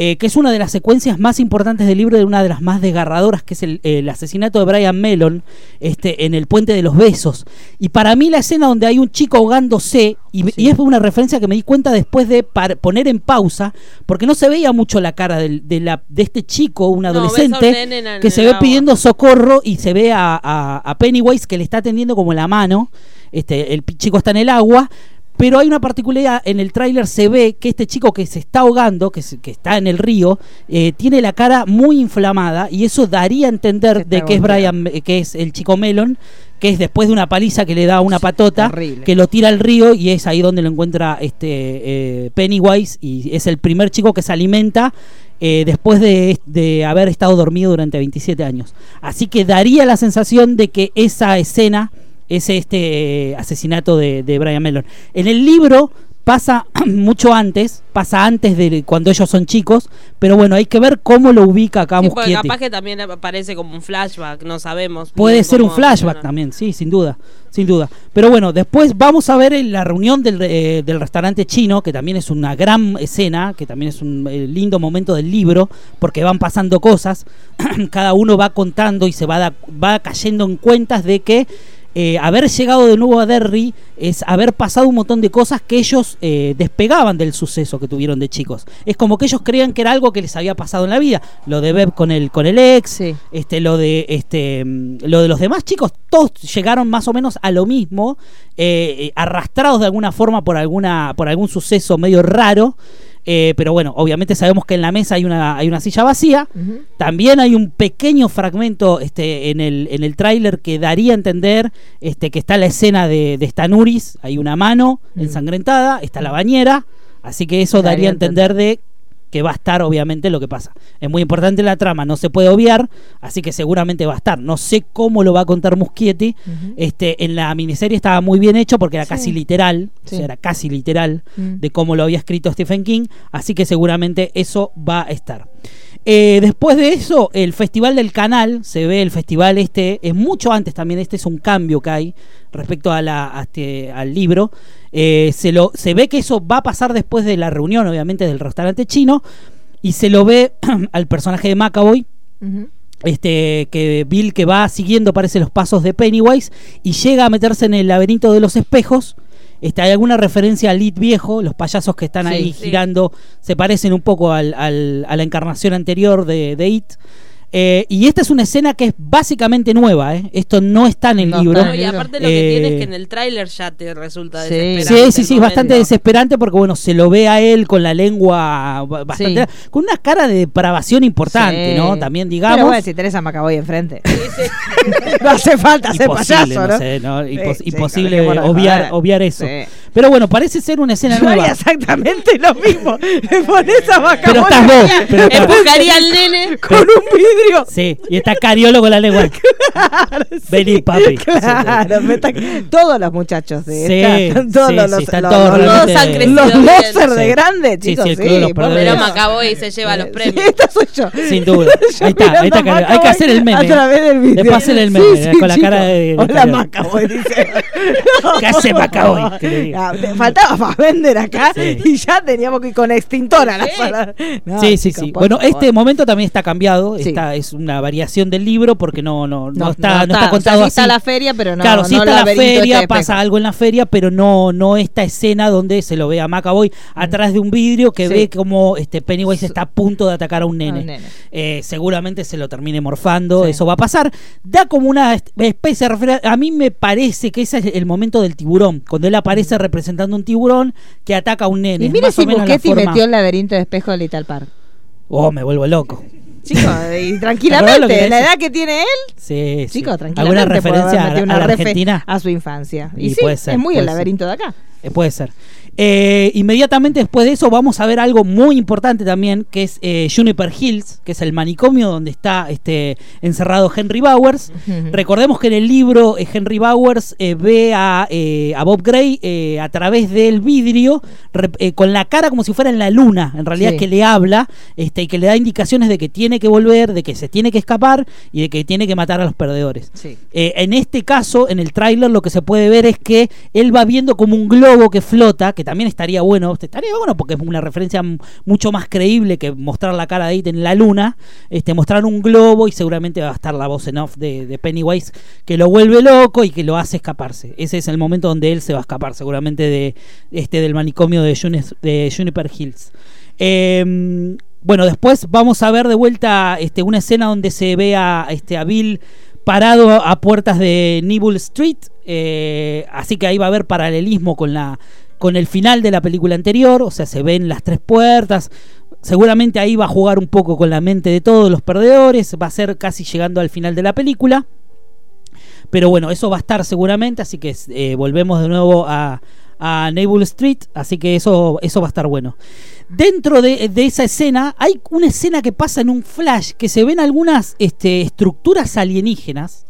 eh, que es una de las secuencias más importantes del libro, de una de las más desgarradoras, que es el, el asesinato de Brian Mellon este, en el Puente de los Besos. Y para mí la escena donde hay un chico ahogándose, y, me- y es una referencia que me di cuenta después de par- poner en pausa, porque no se veía mucho la cara del- de, la, de este chico, un
ves a un
adolescente,
nene en el-
que
en
se
el
ve
agua.
pidiendo socorro y se ve a, a- a Pennywise que le está atendiendo como la mano. Este, el pi- chico está en el agua. Pero hay una particularidad, en el tráiler se ve que este chico que se está ahogando, que, se- que está en el río, eh, tiene la cara muy inflamada y eso daría a entender de que es Brian, eh, que es el chico Melon, que es después de una paliza que le da una patota,
Terrible.
que lo tira al río y es ahí donde lo encuentra este eh, Pennywise y es el primer chico que se alimenta eh, después de, de haber estado dormido durante 27 años. Así que daría la sensación de que esa escena es este eh, asesinato de, de Brian Mellon. En el libro pasa mucho antes, pasa antes de cuando ellos son chicos, pero bueno, hay que ver cómo lo ubica acá
Sí, porque
Muschietti.
capaz que también aparece como un flashback, no sabemos.
Puede
bien
ser un
cómo
flashback también, sí, sin duda, sin duda. Pero bueno, después vamos a ver en la reunión del, eh, del restaurante chino, que también es una gran escena, que también es un eh, lindo momento del libro, porque van pasando cosas, cada uno va contando y se va, da- va cayendo en cuentas de que eh, haber llegado de nuevo a Derry es haber pasado un montón de cosas que ellos eh, despegaban del suceso que tuvieron de chicos. Es como que ellos creían que era algo que les había pasado en la vida. Lo de Beb con el, con el ex, este, lo, de, este, mm, lo de los demás chicos, todos llegaron más o menos a lo mismo, eh, eh, arrastrados de alguna forma por, alguna, por algún suceso medio raro. Eh, pero bueno, obviamente sabemos que en la mesa hay una, hay una silla vacía. También hay un pequeño fragmento este, en el, en el tráiler que daría a entender este, que está la escena de, de Stanuris, hay una mano ensangrentada, está la bañera, así que eso Mm. daría, a entender de que va a estar obviamente lo que pasa. Es muy importante la trama, no se puede obviar, así que seguramente va a estar. No sé cómo lo va a contar Muschietti. este, en la miniserie estaba muy bien hecho porque era casi literal, o sea,
Sí.
era casi literal
Mm.
de cómo lo había escrito Stephen King, así que seguramente eso va a estar. Eh, después de eso, el Festival del Canal, se ve el festival este, es mucho antes también, este es un cambio que hay respecto a la, a este- al libro. Eh, se, lo, se ve que eso va a pasar después de la reunión, obviamente, del restaurante chino, y se lo ve al personaje de Macaboy, este que Bill que va siguiendo parece los pasos de Pennywise y llega a meterse en el laberinto de los espejos. Este, hay alguna referencia al It viejo, los payasos que están
Sí.
ahí
Sí.
girando se parecen un poco al- al- a la encarnación anterior de, de It. Eh, y esta es una escena que es básicamente nueva, ¿eh? esto no está en el libro.
No, y aparte lo que tiene es
Eh,
que en el tráiler ya te resulta
Sí.
Sí,
desesperante.
sí, sí,
el
es bastante
momento.
desesperante porque, bueno, se lo ve a él con la lengua ba- bastante. con una cara de depravación importante,
Sí.
¿no? También, digamos.
Pero bueno, si tenés a Macaboy enfrente. no hace falta ser
Imposible,
payaso, ¿no?
no sé, no, impos-
Sí, sí,
imposible
tenés que poner-
obviar,
joder.
obviar eso.
Sí.
Pero bueno, parece ser una escena
Yo haría
nueva.
exactamente lo mismo. Me pones a Macaboy.
Pero estás vos, pero estás-
Empujaría al nene.
Con un vidrio.
Sí, y está Cariolo con la lengua. Vení, papi.
Claro, me está- todos los muchachos de
Sí,
esta- están todos
sí,
los,
sí,
los-
están
los-
todos
los-
realmente- Todos han crecido
los
bien.
losers
Sí.
de grandes,
Sí,
chicos,
sí,
sí,
el club de los
por
perdedores.
Pero
Dios.
Macaboy se lleva los premios.
Eh, Esta soy yo.
Sin duda. Ahí está, ahí está
mirando
Cariolo. Hay que hacer el meme.
a través del video.
Después hacer el meme eh,
Sí, sí,
con la cara de. de
chicos. Hola,
Cariolo.
Macaboy, dice.
¿Qué hace Macaboy? Que le diga.
Ah, te Faltaba para vender acá y ya teníamos que ir con extintora a la sala. No,
sí, sí,
chicos,
sí.
por
Bueno,
favor.
este momento también está cambiado.
Sí.
Esta es una variación del libro porque no, no, no,
No,
está,
no
no
está.
está
O sea,
contado
sí
así.
está la feria, pero no-
Claro, sí
no el
está la
laberinto este
feria,
de
pasa
espejo.
algo en la feria, pero no, no esta escena donde se lo ve a Macaboy atrás de un vidrio que
Sí.
ve como este Pennywise está a punto de atacar a un nene.
un nene.
Eh, seguramente se lo termine morfando, eso va a pasar. Da como una est- especie de refer- A mí me parece que ese es el momento del tiburón, cuando él aparece representando un tiburón que ataca a un nene.
Mm. Y
Es
mire
más o
si
menos la
Muschetti
forma-
metió el laberinto de espejo de Little Park.
Oh, me vuelvo loco.
Chicos, y
¿Te acordás lo que te
tranquilamente, la
decía?
edad que tiene él,
Sí, sí.
chicos, tranquilamente.
¿Alguna
puede haber
referencia a,
metido
la-
una
a la
refe
Argentina?
A su infancia. Y,
Y
sí,
puede ser,
es muy
puede
el
ser.
laberinto de acá.
Eh, puede ser. Eh, inmediatamente después de eso vamos a ver algo muy importante también, que es eh, Juniper Hills, que es el manicomio donde está este, encerrado Henry Bowers. Recordemos que en el libro eh, Henry Bowers eh, ve a, eh, a Bob Gray eh, a través del vidrio rep- eh, con la cara como si fuera en la luna, en realidad
Sí.
que le habla este, y que le da indicaciones de que tiene que volver, de que se tiene que escapar y de que tiene que matar a los perdedores. Eh, en este caso, en el tráiler, lo que se puede ver es que él va viendo como un globo globo que flota, que también estaría bueno, este, estaría bueno porque es una referencia m- mucho más creíble que mostrar la cara de It en la luna, este, mostrar un globo y seguramente va a estar la voz en off de, de Pennywise que lo vuelve loco y que lo hace escaparse. Ese es el momento donde él se va a escapar, seguramente de este del manicomio de, Junis- de Juniper Hills. Eh, bueno, después vamos a ver de vuelta este, una escena donde se ve a, este, a Bill parado a puertas de Nibble Street. eh, así que ahí va a haber paralelismo con la con el final de la película anterior. O sea, se ven las tres puertas. Seguramente ahí va a jugar un poco con la mente de todos los perdedores. Va a ser casi llegando al final de la película. Pero bueno, eso va a estar seguramente, así que eh, volvemos de nuevo a, a Naval Street, así que eso, eso va a estar bueno. Dentro de, de esa escena hay una escena que pasa en un flash, que se ven algunas este, estructuras alienígenas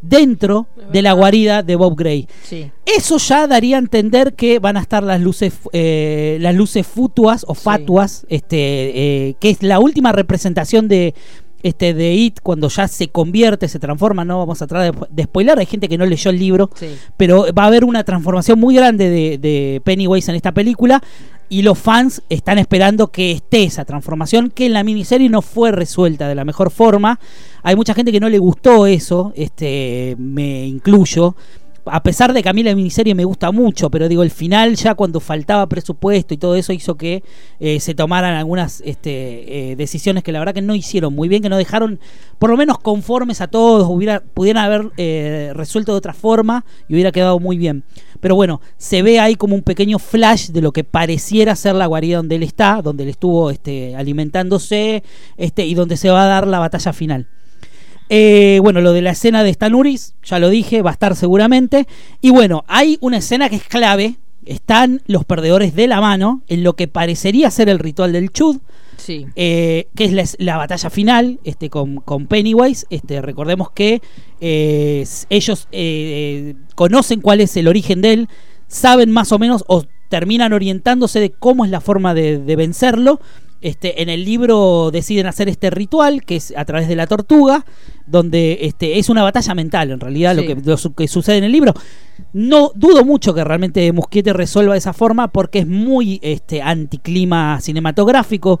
dentro de la guarida de Bob Gray.
Sí.
Eso ya daría a entender que van a estar las luces, eh, las luces futuas o fatuas, este, eh, que es la última representación de, este, de It cuando ya se convierte, se transforma. No vamos a tratar de, de spoiler, hay gente que no leyó el libro, pero va a haber una transformación muy grande de, de Pennywise en esta película. Y los fans están esperando que esté esa transformación, que en la miniserie no fue resuelta de la mejor forma. Hay mucha gente que no le gustó eso, este, me incluyo a pesar de que a mí la miniserie me gusta mucho, pero digo, el final ya cuando faltaba presupuesto y todo eso hizo que eh, se tomaran algunas este, eh, decisiones que la verdad que no hicieron muy bien, que no dejaron por lo menos conformes a todos, hubiera, pudieran haber eh, resuelto de otra forma y hubiera quedado muy bien. Pero bueno, se ve ahí como un pequeño flash de lo que pareciera ser la guarida donde él está, donde él estuvo este, alimentándose este, y donde se va a dar la batalla final. Eh, bueno, lo de la escena de Stanuris, ya lo dije, va a estar seguramente. Y bueno, hay una escena que es clave. Están los perdedores de la mano en lo que parecería ser el ritual del Chud,
Sí.
eh, que es la, es- la batalla final este, con, con Pennywise. Este, recordemos que eh, s- ellos eh, eh, conocen cuál es el origen de él, saben más o menos o terminan orientándose de cómo es la forma de, de vencerlo. Este, en el libro deciden hacer este ritual, que es a través de la tortuga, donde este, es una batalla mental, en realidad, lo,
Sí.
que, lo su- que sucede en el libro. No dudo mucho que realmente Musquiete resuelva de esa forma, porque es muy este, anticlima cinematográfico.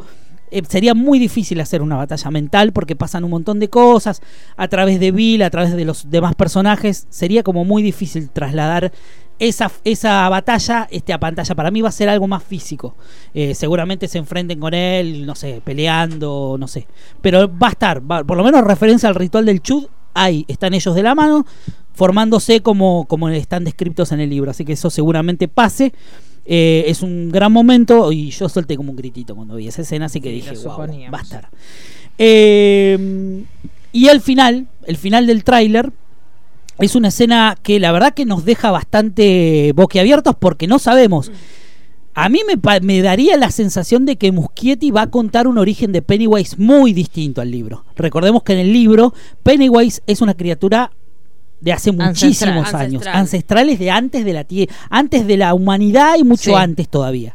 Eh, sería muy difícil hacer una batalla mental porque pasan un montón de cosas a través de Bill, a través de los demás personajes. Sería como muy difícil trasladar esa, esa batalla este, a pantalla. Para mí va a ser algo más físico. Eh, seguramente se enfrenten con él, no sé, peleando, no sé. Pero va a estar, va- por lo menos referencia al ritual del Chud, ahí están ellos de la mano, formándose como, como están descritos en el libro. Así que eso seguramente pase. Eh, es un gran momento y yo solté como un gritito cuando vi esa escena, así que dije, wow, va a estar. Eh, y el final, el final del tráiler, es una escena que la verdad que nos deja bastante boquiabiertos porque no sabemos. A mí me, pa- me daría la sensación de que Muschietti va a contar un origen de Pennywise muy distinto al libro. Recordemos que en el libro Pennywise es una criatura de hace
Ancestral.
muchísimos años,
Ancestral.
ancestrales de antes de la tie- antes de la humanidad y mucho
Sí.
antes todavía.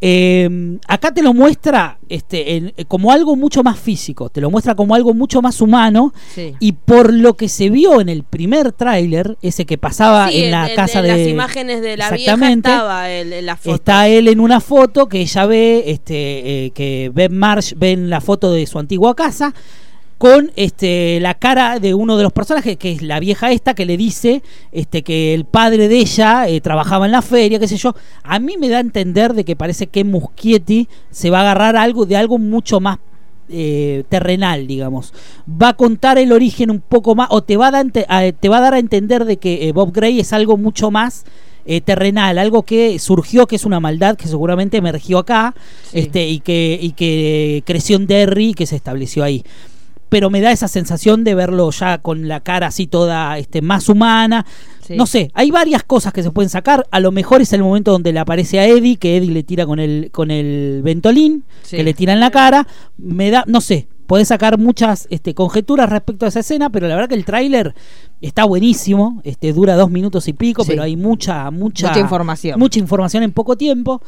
Eh, acá te lo muestra este, en- como algo mucho más físico, te lo muestra como algo mucho más humano
Sí.
y por lo que se vio en el primer tráiler, ese que pasaba
Sí,
en la
el- el
casa
de
de...
las imágenes de la vieja
Exactamente.
estaba el, el- la foto.
Está él en una foto que ella ve, este, eh, que Ben Marsh ve en la foto de su antigua casa, con este, la cara de uno de los personajes, que es la vieja esta, que le dice este, que el padre de ella eh, trabajaba en la feria, qué sé yo. A mí me da a entender de que parece que Muschietti se va a agarrar algo de algo mucho más eh, terrenal, digamos. Va a contar el origen un poco más, o te va a, dar ente- a- te va a dar a entender de que eh, Bob Gray es algo mucho más eh, terrenal, algo que surgió, que es una maldad que seguramente emergió acá este, y, que, y que creció en Derry y que se estableció ahí. Pero me da esa sensación de verlo ya con la cara así toda este, más humana.
Sí.
No sé, hay varias cosas que se pueden sacar. A lo mejor es el momento donde le aparece a Eddie, que Eddie le tira con el, con el ventolín,
Sí.
que le tira en la cara. Me da, no sé, podés sacar muchas este, conjeturas respecto a esa escena, pero la verdad que el tráiler está buenísimo. Este, dura dos minutos y pico,
Sí.
pero hay mucha, mucha,
Mucha información.
Mucha información en poco tiempo.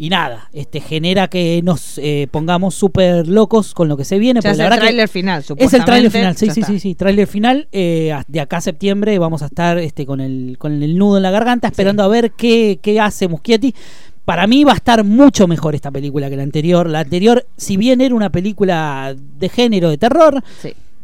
Y nada, este genera que nos eh, pongamos súper locos con lo que se viene.
Ya
porque
es
la
el
verdad que
tráiler final,
Es el tráiler
supuestamente,
final, sí,
ya
sí,
está.
sí, sí. Tráiler final. eh, a- de acá a septiembre vamos a estar este, con, el, con el nudo en la garganta esperando a ver qué, qué hace Muschietti. Para mí va a estar mucho mejor esta película que la anterior. La anterior, si bien era una película de género de terror,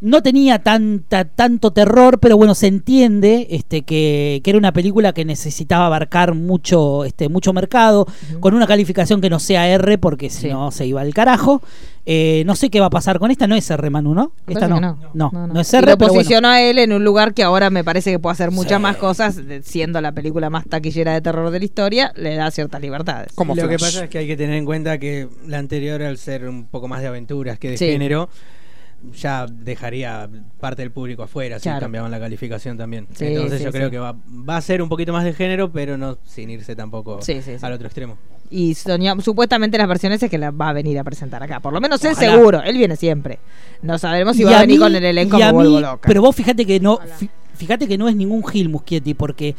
no tenía tanta, tanto terror, pero bueno, se entiende este, que, que era una película que necesitaba abarcar mucho, este, mucho mercado, con una calificación que no sea R, porque si no se iba al carajo. Eh, no sé qué va a pasar con esta, no es R, Manu, ¿no?
Me
Esta
parece
no.
que
No, no, es
Y
R,
lo
pero bueno.
posicionó a él en un lugar que ahora me parece que puede hacer muchas más cosas, de- siendo la película más taquillera de terror de la historia, le da ciertas libertades.
lo que pasa es que hay que tener en cuenta que la anterior, al ser un poco más de aventuras que de
Sí.
género, ya dejaría parte del público afuera
Claro.
si cambiaban la calificación también.
Sí,
Entonces
sí,
yo
sí.
creo que va, va a ser un poquito más de género, pero no sin irse tampoco
Sí, sí, sí.
al otro extremo.
Y soña- supuestamente las versiones es que las va a venir a presentar acá. Por lo menos él
Ojalá.
seguro, él viene siempre. No sabemos si
Y
va a
a
venir
mí-
con el elenco
y a
me vuelvo
mí-
loca.
Pero vos fíjate que no, fi- fíjate que no es ningún Gil Muschietti, porque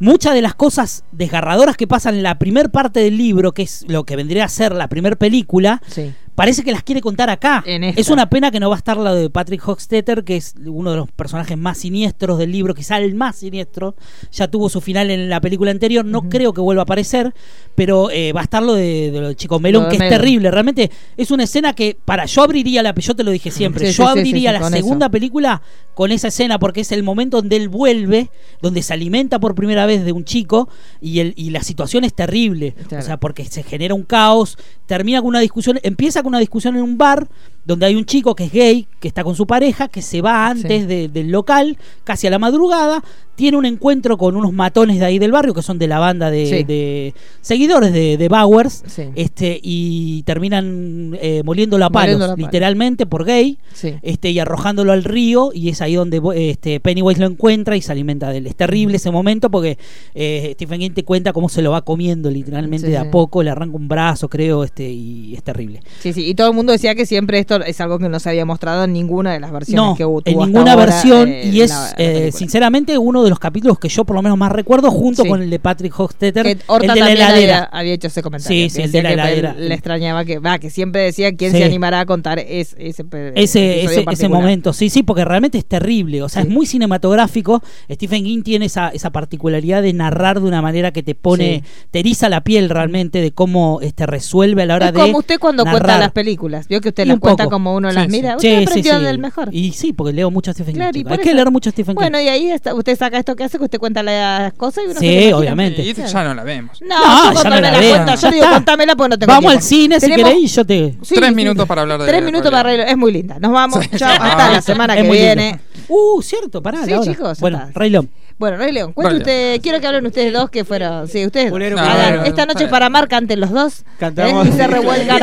muchas de las cosas desgarradoras que pasan en la primer parte del libro, que es lo que vendría a ser la primer película,
Sí.
parece que las quiere contar acá.
En esta.
Es una pena que no va a estar la de Patrick Hochstetter, que es uno de los personajes más siniestros del libro, quizá el más siniestro. Ya tuvo su final en la película anterior, no creo que vuelva a aparecer, pero eh, va a estar lo de, de lo del chico Melón,
de
que es
Melon.
terrible. Realmente es una escena que, para, yo abriría la, yo te lo dije siempre,
Sí,
yo
sí, sí, sí, sí,
abriría
con
la
eso.
segunda película con esa escena porque es el momento donde él vuelve, donde se alimenta por primera vez de un chico y, el, y la situación es terrible.
Claro.
O sea, porque se genera un caos, termina con una discusión, empieza con una discusión en un bar donde hay un chico que es gay, que está con su pareja, que se va antes
Sí.
de- del local, casi a la madrugada, tiene un encuentro con unos matones de ahí del barrio que son de la banda de,
Sí.
de seguidores de, de Bowers.
Sí.
Este, y terminan eh, moliéndolo a palos,
Moliéndolo a palos.
literalmente por gay
Sí.
este, y arrojándolo al río y es ahí donde bo- este, Pennywise lo encuentra y se alimenta de él. Es terrible ese momento porque eh, Stephen King te cuenta cómo se lo va comiendo literalmente
Sí,
de a
sí.
poco, le arranca un brazo creo este y es terrible.
Sí, sí, y todo el mundo decía que siempre esto es algo que no se había mostrado en ninguna de las versiones
No,
que hubo.
en
tuvo hasta
ninguna
ahora,
versión
eh,
y es
la- la
eh,
película.
sinceramente uno de los capítulos que yo por lo menos más recuerdo junto
Sí.
con el de Patrick Hostetter,
que
el de
Horta
la
también había,
heladera.
había hecho ese comentario.
Sí, sí,
que
el de
decía
la
que pe-
heladera.
Le extrañaba que, va, que siempre decía quién
Sí.
se animará a contar es- ese pe-
ese,
Este, episodio
ese, ese
particular.
momento, sí, sí, porque realmente es terrible, o sea, es muy cinematográfico. Stephen King tiene esa, esa particularidad de narrar de una manera que te pone, te eriza la piel realmente de cómo este, resuelve a la hora
Es
de.
como usted cuando cuenta
narrar.
las películas. Vio que usted
Y
las
un
cuenta
poco.
como uno
Sí,
las
sí.
mira.
Sí,
Usted
sí,
aprendió
sí.
del mejor.
Y sí, porque leo mucho a Stephen
Claro,
King.
y
chico.
por
Hay que
eso-
leer mucho a Stephen King.
Bueno, y ahí está, usted saca esto que hace, que usted cuenta las cosas y uno se
Sí,
lo imagina.
obviamente.
Y ya no la vemos.
No, no,
ya no la
la
veo.
cuenta. Yo
Ya
le digo,
está.
contámela porque no tengo
Vamos al
tiempo.
cine si
Tenemos-
querés y yo te.
Sí,
Tres
sí,
minutos para hablar de
Tres
la
minutos para arreglar. Es muy linda. Nos vamos. Chao. Hasta
Ah,
la semana
es
que
muy lindo.
viene.
Uh, cierto, pará.
Sí,
la hora.
chicos, ya
Bueno,
está.
Rey León.
Bueno, Rey León, cuente
Vale.
usted. Quiero que hablen ustedes dos que fueron. Sí, ustedes. dos.
No,
Hagan,
no, no,
esta noche es para Mar, canten los dos.
Cantamos.
¿eh? Y se revuelcan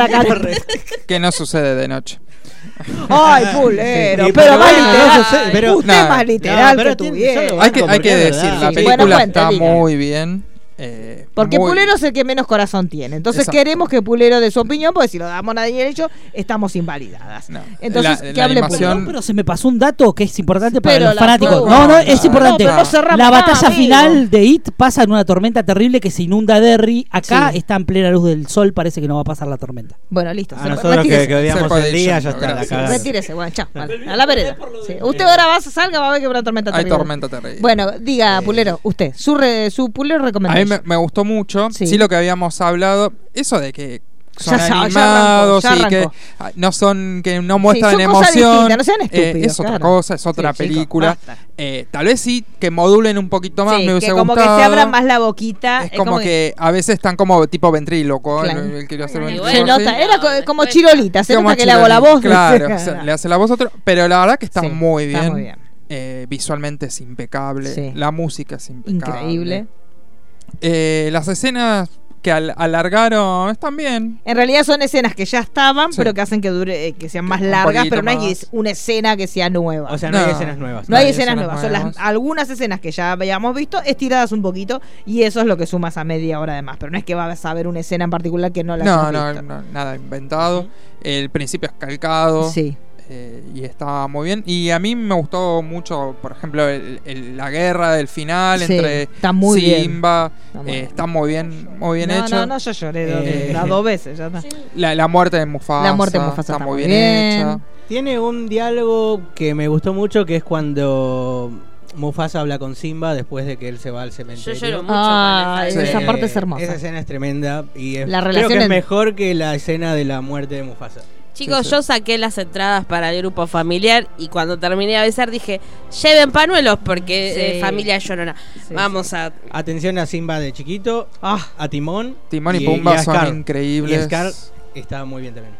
acá.
Que no sucede de noche.
Ay, pulero.
Sí,
pero
pero
más
bueno,
literal.
no sucede, pero-
usted
Nada.
más literal
No,
que ¿eh?
pero
tu
tiene-
viejo.
Hay que, hay que
Porque es
decir,
verdad.
la
Sí.
película
Bueno,
está
cuente, diga.
muy bien. eh,
Porque
muy-
Pulero es el que menos corazón tiene. Entonces
Exacto.
queremos que Pulero dé su opinión, porque si lo damos a Daniel hecho, estamos invalidadas. Entonces,
La-
que
la
hable
animación-
Pulero.
Perdón, pero se me pasó un dato que es importante para
Pero
los
la
fanáticos.
puta
No, no,
madre.
es importante.
No, pero no cerramos
la
nada,
batalla
amigo.
final de It pasa en una tormenta terrible que se inunda Derry. Acá
Sí.
está en plena luz del sol, parece que no va a pasar la tormenta.
Bueno, listo.
A
se-
nosotros
retírese.
que- que odiamos Se puede el día, ir, ya no, está, la gracias. cagaron.
Retírese, bueno, chao. vale, A la vereda. Sí, Usted ahora va, salga, va a ver que habrá tormenta
Hay
terrible.
tormenta terrible.
Bueno, diga, Pulero, usted, su, re- su Pulero
A mí
recomendación.
me, me gustó mucho. Sí. lo que habíamos hablado. Eso de que son
Ya- ya- ya
animados
arrancó, ya
y que
arrancó.
ah, no son que no
Sí,
muestran
son cosas
emoción Eh,
distintas, no sean estúpidos,
es otra
claro.
cosa es otra
Sí, chicos,
película
basta.
Eh, tal vez sí que modulen un poquito más
Sí,
me hubiese
que como
gustado
que se abra más la boquita.
es como que a veces están como tipo ventríloco ¿eh?
Ah, Claro.
Él- él quería hacer
Se
ventríloco así.
nota, era co- como chirolita, se
Como
nota que le hago la
Chirolín,
voz.
Claro, o sea, le hace la voz a otro. Pero la verdad que está
Sí,
muy bien.
está muy bien.
Eh, visualmente es impecable.
Sí.
La música es impecable.
Increíble.
Eh, las escenas que al- alargaron están bien.
En realidad son escenas que ya estaban,
Sí.
pero que hacen que dure, eh, que sean más largas,
poquito
pero no hay
más.
una escena que sea nueva.
O sea, no hay No. escenas nuevas.
No hay escenas nuevas. Son las, algunas escenas que ya habíamos visto estiradas un poquito y eso es lo que sumas a media hora de más. Pero no es que vas a ver una escena en particular que no la
No,
hayas
no,
visto.
no, nada inventado. El principio es calcado.
Sí.
eh, y está muy bien. Y a mí me gustó mucho, por ejemplo, el- el- la guerra del final
Sí,
entre
está muy bien.
Simba.
Está
eh,
muy
Está,
bien.
muy bien, muy bien
no,
hecho.
No, no, yo lloré dos,
Eh,
las dos veces. ya está.
La, la muerte de Mufasa.
La muerte de Mufasa está muy
hecha.
Tiene un diálogo que me gustó mucho, que es cuando Mufasa habla con Simba después de que él se va al cementerio.
Yo lloro mucho
Ah,
con
esa
escena.
Eh,
parte es hermosa.
Esa escena es tremenda y es,
La
creo
relación
que es
en-
mejor que la escena de la muerte de Mufasa.
Chicos, yo saqué las entradas para el grupo familiar y cuando terminé de avisar dije, lleven panuelos porque
Sí.
eh, familia llorona. Vamos a...
Atención a Simba de chiquito,
Ah,
a Timón.
Timón y Pumba
a
son
Scar.
increíbles.
Y Scar está muy bien también.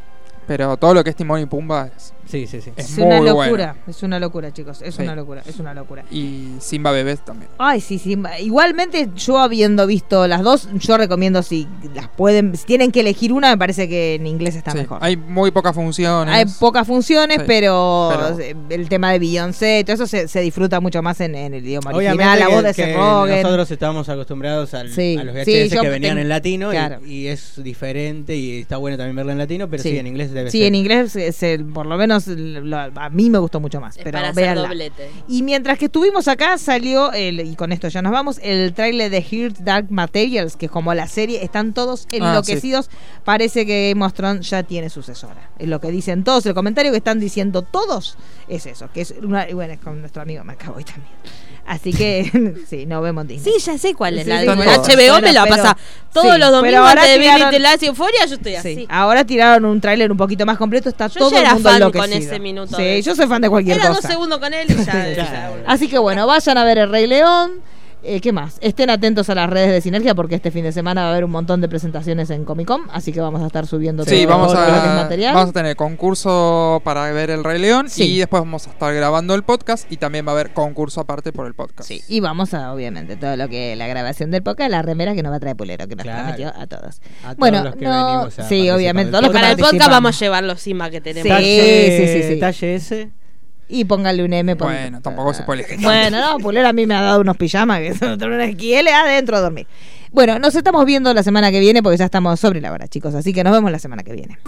Pero todo lo que es Timón y Pumba es,
sí, sí, sí.
es,
Es
muy
una
bueno.
locura, es una locura, chicos, es
Sí.
una locura, es una locura.
Y Simba Bebés también.
Ay, sí, sí. Igualmente, yo habiendo visto las dos, yo recomiendo si las pueden, si tienen que elegir una, me parece que en inglés está
Sí,
mejor.
Hay muy pocas funciones.
Hay pocas funciones,
Sí,
pero,
pero-
eh, el tema de Beyoncé, todo eso se, se disfruta mucho más en, en el idioma original,
Obviamente
la voz
que-
de
que
Seth Rogen.
nosotros estábamos acostumbrados al-
Sí,
a los
sí,
VHS
yo
que venían
ten-
en latino y-
claro.
y, es diferente y está bueno también verla en latino, pero sí, en inglés debe
Sí,
ser.
en inglés, se- se- por lo menos lo- a mí me gustó mucho más. pero
Eh, para hacer
véanla.
doblete.
Y mientras que estuvimos acá, salió, el, y con esto ya nos vamos, el tráiler de Heart Dark Materials, que es como la serie, están
Ah,
todos enloquecidos. Parece que Game of Thrones ya tiene sucesora. Es lo que dicen todos, el comentario que están diciendo todos es eso, que es una, y bueno, es con nuestro amigo Macaboy también. Así que, sí, nos vemos en Disney.
Sí, ya sé cuál es
Sí,
la
sí,
de
bueno,
HBO,
bueno,
me la
pero-
pasa todos
sí,
los
pero
domingos
ahora
antes de Billy
tiraron-
de las Euforia, yo estoy
Sí, Ah,
así.
ahora tiraron un tráiler un poquito más completo, está
Yo
todo
ya
el
era
mundo
fan
enloquecido.
con ese minuto
Sí,
de-
yo soy fan de cualquier
Era dos
cosa. Ah,
segundos con él y ya... ya.
Así que bueno, vayan a ver El Rey León. Eh, ¿Qué más? Estén atentos a las redes de Sinergia porque este fin de semana va a haber un montón de presentaciones en Comic Con, así que vamos a estar subiendo
Sí,
todo
vamos
lo que es
a,
material.
vamos a tener concurso para ver el Rey León
Sí.
y después vamos a estar grabando el podcast y también va a haber concurso aparte por el podcast.
Y vamos a, obviamente, todo lo que la grabación del podcast, la remera que nos va a traer Pulero, que nos prometió a todos. bueno, no- sí, obviamente, todos los que
Para el podcast
participan.
vamos a llevar los Simba que
Sí,
tenemos.
sí, sí, sí.
Talle ese.
Y póngale un M. por-
Bueno, tampoco se puede elegir.
Bueno, no, Pulero a mí me ha dado unos pijamas que son una XL adentro a dormir. Bueno, nos estamos viendo la semana que viene porque ya estamos sobre la hora, chicos, así que nos vemos la semana que viene.